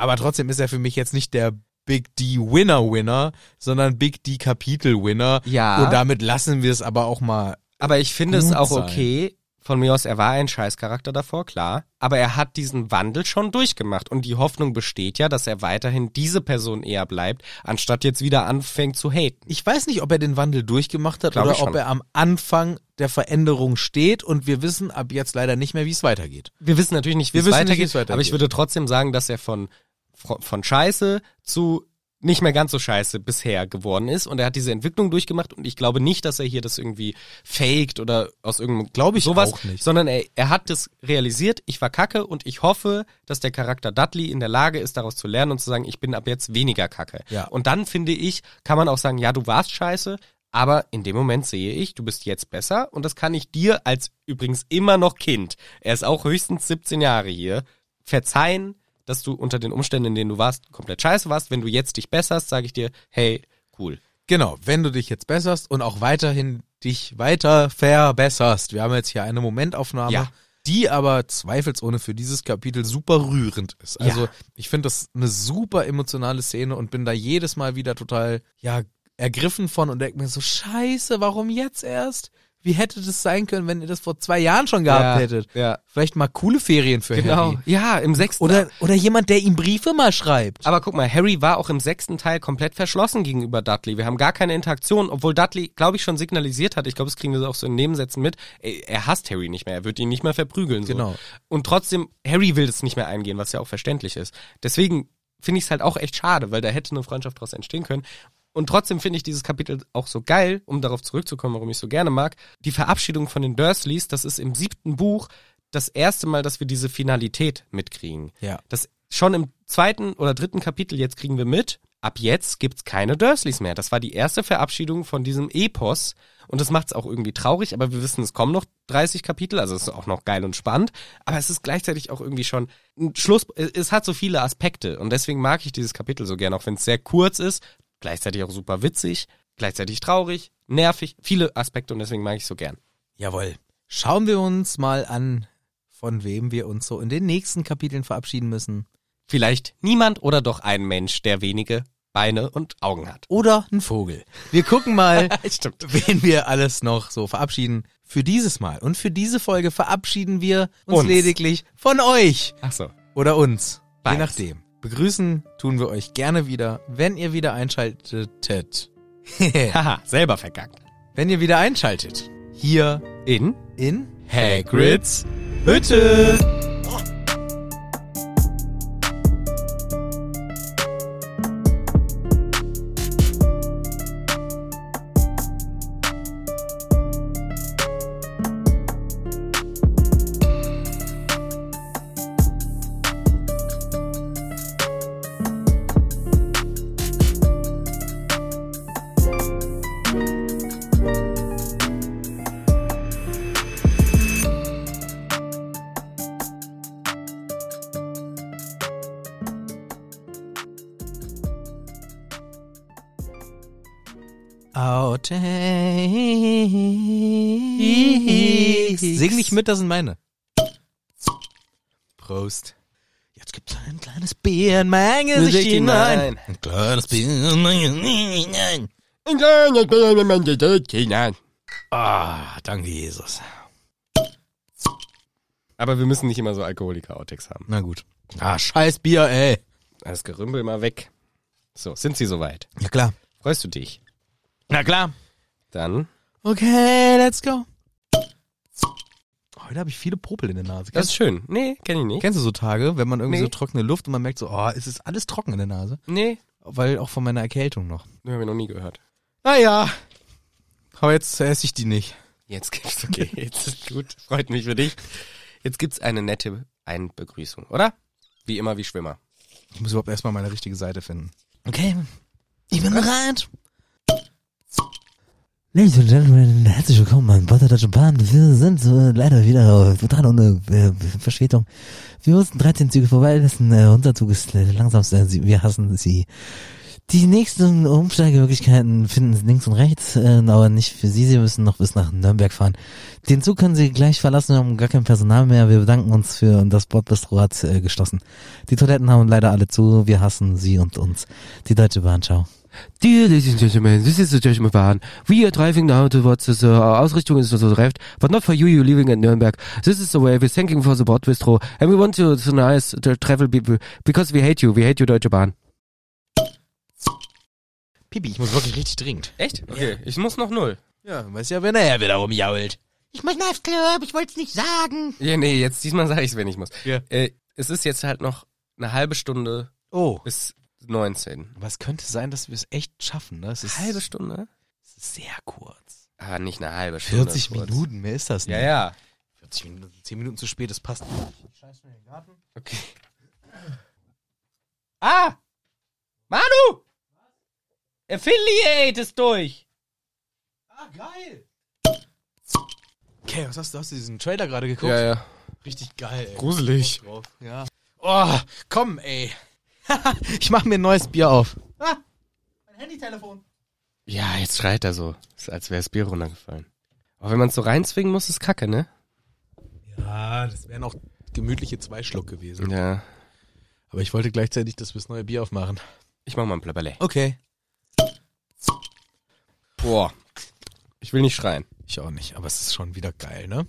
Speaker 1: Aber trotzdem ist er für mich jetzt nicht der Big D Winner Winner, sondern Big D Kapitel Winner.
Speaker 2: Ja.
Speaker 1: Und damit lassen wir es aber auch mal.
Speaker 2: Aber ich finde
Speaker 1: Gut
Speaker 2: es auch
Speaker 1: sein.
Speaker 2: okay. Von mir aus, er war ein Scheißcharakter davor, klar. Aber er hat diesen Wandel schon durchgemacht. Und die Hoffnung besteht ja, dass er weiterhin diese Person eher bleibt, anstatt jetzt wieder anfängt zu haten.
Speaker 1: Ich weiß nicht, ob er den Wandel durchgemacht hat
Speaker 2: Glaub
Speaker 1: oder
Speaker 2: ich schon.
Speaker 1: ob er am Anfang der Veränderung steht und wir wissen ab jetzt leider nicht mehr, wie es weitergeht.
Speaker 2: Wir wissen natürlich nicht, wie
Speaker 1: Wir
Speaker 2: es
Speaker 1: wissen nicht,
Speaker 2: weitergeht,
Speaker 1: wie es weitergeht.
Speaker 2: aber ich würde trotzdem sagen, dass er von, von Scheiße zu nicht mehr ganz so scheiße bisher geworden ist und er hat diese Entwicklung durchgemacht und ich glaube nicht, dass er hier das irgendwie faked oder aus irgendeinem glaube
Speaker 1: ich
Speaker 2: sowas,
Speaker 1: auch nicht.
Speaker 2: sondern er, er hat das realisiert, ich war kacke und ich hoffe, dass der Charakter Dudley in der Lage ist, daraus zu lernen und zu sagen, ich bin ab jetzt weniger kacke.
Speaker 1: Ja.
Speaker 2: Und dann finde ich, kann man auch sagen, ja, du warst scheiße, aber in dem Moment sehe ich, du bist jetzt besser und das kann ich dir als übrigens immer noch Kind, er ist auch höchstens 17 Jahre hier, verzeihen, dass du unter den Umständen, in denen du warst, komplett scheiße warst. Wenn du jetzt dich besserst, sage ich dir, hey, cool.
Speaker 1: Genau, wenn du dich jetzt besserst und auch weiterhin dich weiter verbesserst. Wir haben jetzt hier eine Momentaufnahme,
Speaker 2: Ja.
Speaker 1: die aber zweifelsohne für dieses Kapitel super rührend ist. Also
Speaker 2: Ja.
Speaker 1: ich finde das eine super emotionale Szene und bin da jedes Mal wieder total, ja, ergriffen von und denke mir so, scheiße, warum jetzt erst? Wie hätte das sein können, wenn ihr das vor zwei Jahren schon gehabt
Speaker 2: Ja,
Speaker 1: hättet?
Speaker 2: ja.
Speaker 1: Vielleicht mal coole Ferien für
Speaker 2: Genau.
Speaker 1: Harry.
Speaker 2: Ja, im sechsten.
Speaker 1: Oder, oder jemand, der ihm Briefe mal schreibt.
Speaker 2: Aber guck mal, Harry war auch im sechsten Teil komplett verschlossen gegenüber Dudley. Wir haben gar keine Interaktion, obwohl Dudley, glaube ich, schon signalisiert hat. Ich glaube, das kriegen wir auch so in Nebensätzen mit. ey, Er hasst Harry nicht mehr. Er wird ihn nicht mehr verprügeln. So.
Speaker 1: Genau.
Speaker 2: Und trotzdem, Harry will es nicht mehr eingehen, was ja auch verständlich ist. Deswegen finde ich es halt auch echt schade, weil da hätte eine Freundschaft daraus entstehen können. Und trotzdem finde ich dieses Kapitel auch so geil, um darauf zurückzukommen, warum ich es so gerne mag. Die Verabschiedung von den Dursleys, das ist im siebten Buch das erste Mal, dass wir diese Finalität mitkriegen.
Speaker 1: Ja.
Speaker 2: Das schon im zweiten oder dritten Kapitel jetzt kriegen wir mit, ab jetzt gibt's keine Dursleys mehr. Das war die erste Verabschiedung von diesem Epos. Und das macht's auch irgendwie traurig, aber wir wissen, es kommen noch 30 Kapitel, also es ist auch noch geil und spannend. Aber es ist gleichzeitig auch irgendwie schon ein Schluss. Es hat so viele Aspekte und deswegen mag ich dieses Kapitel so gern, auch wenn es sehr kurz ist, gleichzeitig auch super witzig, gleichzeitig traurig, nervig, viele Aspekte und deswegen mag ich es so gern.
Speaker 1: Jawohl. Schauen wir uns mal an, von wem wir uns so in den nächsten Kapiteln verabschieden müssen.
Speaker 2: Vielleicht niemand oder doch ein Mensch, der wenige Beine und Augen hat.
Speaker 1: Oder ein Vogel. Wir gucken mal,
Speaker 2: Stimmt.
Speaker 1: wen wir alles noch so verabschieden. Für dieses Mal und für diese Folge verabschieden wir uns,
Speaker 2: Uns.
Speaker 1: lediglich von euch
Speaker 2: Ach so.
Speaker 1: oder uns. Je
Speaker 2: Beides.
Speaker 1: nachdem. Begrüßen tun wir euch gerne wieder, wenn ihr wieder einschaltet.
Speaker 2: Haha, selber vergangen.
Speaker 1: wenn ihr wieder einschaltet. Hier
Speaker 2: In
Speaker 1: in
Speaker 2: Hagrids Hütte.
Speaker 1: Outtakes. Sing nicht mit, das sind meine. Prost. Jetzt gibt's ein kleines Bier in mein Gesicht hinein. Ein kleines Bier in mein Gesicht hinein. Ah, danke Jesus.
Speaker 2: Aber wir müssen nicht immer so Alkoholiker-Outtakes haben.
Speaker 1: Na gut. Ah, scheiß Bier, ey.
Speaker 2: Das Gerümpel mal weg. So, sind sie soweit?
Speaker 1: Ja klar.
Speaker 2: Freust du dich?
Speaker 1: Na klar.
Speaker 2: Dann.
Speaker 1: Okay, let's go. Heute habe ich viele Popel in der Nase.
Speaker 2: Das
Speaker 1: Kennst,
Speaker 2: ist schön. Nee, kenn ich nicht.
Speaker 1: kennst du so Tage, wenn man irgendwie
Speaker 2: Nee.
Speaker 1: so trockene Luft und man merkt so, oh, es ist alles trocken in der Nase?
Speaker 2: Nee,
Speaker 1: Weil auch von meiner Erkältung noch.
Speaker 2: haben wir noch nie gehört.
Speaker 1: Naja. Aber jetzt esse ich die nicht.
Speaker 2: Jetzt gibt's, okay, jetzt ist gut. Freut mich für dich. Jetzt gibt's eine nette Einbegrüßung, oder? Wie immer, wie Schwimmer.
Speaker 1: Ich muss überhaupt erstmal meine richtige Seite finden. Okay. Ich bin bereit.
Speaker 6: Ladies und Gentlemen, herzlich willkommen beim Botterdeutschen Japan. Wir sind äh, leider wieder äh, total ohne äh, Verspätung. Wir mussten 13 Züge vorbeilassen. Äh, unser Zug ist äh, langsam. Äh, sie- wir hassen sie. Die nächsten Umsteigemöglichkeiten finden Sie links und rechts, äh, aber nicht für Sie. Sie müssen noch bis nach Nürnberg fahren. Den Zug können Sie gleich verlassen. Wir haben gar kein Personal mehr. Wir bedanken uns für und das Bordbistro hat äh, geschlossen. Die Toiletten haben leider alle zu. Wir hassen Sie und uns. Die Deutsche Bahn, ciao.
Speaker 7: Dear ladies and gentlemen, this is the German Bahn. We are driving now towards the uh, Ausrichtung is to the left, but not for you, you living at Nürnberg. This is the way we're thanking for the board bistro, and we want to, to nice the travel people, because we hate you, we hate you, Deutsche Bahn.
Speaker 1: Pipi, ich muss wirklich richtig dringend.
Speaker 2: Echt? Okay, ich muss noch null.
Speaker 1: Ja, weiß ja, wenn er wieder rumjault.
Speaker 5: Ich muss mal aufs Klo, aber ich wollt's nicht sagen.
Speaker 2: Ja, nee, jetzt diesmal sage ich's, wenn ich muss.
Speaker 1: Ja.
Speaker 2: Äh, es ist jetzt halt noch eine halbe Stunde
Speaker 1: Oh.
Speaker 2: bis 19.
Speaker 1: Aber es könnte sein, dass wir es echt schaffen. Ne? Es ist
Speaker 2: Stunde?
Speaker 1: es ist sehr kurz.
Speaker 2: Ah, nicht eine halbe Stunde.
Speaker 1: 40
Speaker 2: kurz.
Speaker 1: Minuten, mehr ist das nicht.
Speaker 2: Ja, ja.
Speaker 1: 40 Minuten, 10 Minuten zu spät, das passt nicht.
Speaker 2: Okay. Ah! Manu! Affiliate ist durch!
Speaker 1: Ah, geil! Okay, was hast du? Hast du diesen Trailer gerade geguckt?
Speaker 2: ja.
Speaker 1: Richtig geil, ey.
Speaker 2: Gruselig.
Speaker 1: Bock drauf. Ja. Oh, komm, ey. ich mach mir ein neues Bier auf. Ah, mein Handytelefon.
Speaker 2: Ja, jetzt schreit er so. Ist, als wäre das Bier runtergefallen. Aber wenn man so reinzwingen muss, ist kacke, ne?
Speaker 1: Ja, das wären auch gemütliche zwei Schluck gewesen.
Speaker 2: Ja.
Speaker 1: Aber ich wollte gleichzeitig, dass wir das neue Bier aufmachen.
Speaker 2: Ich mach mal ein Blabberle.
Speaker 1: Okay.
Speaker 2: Boah. Ich will nicht schreien.
Speaker 1: Ich auch nicht, aber es ist schon wieder geil, ne?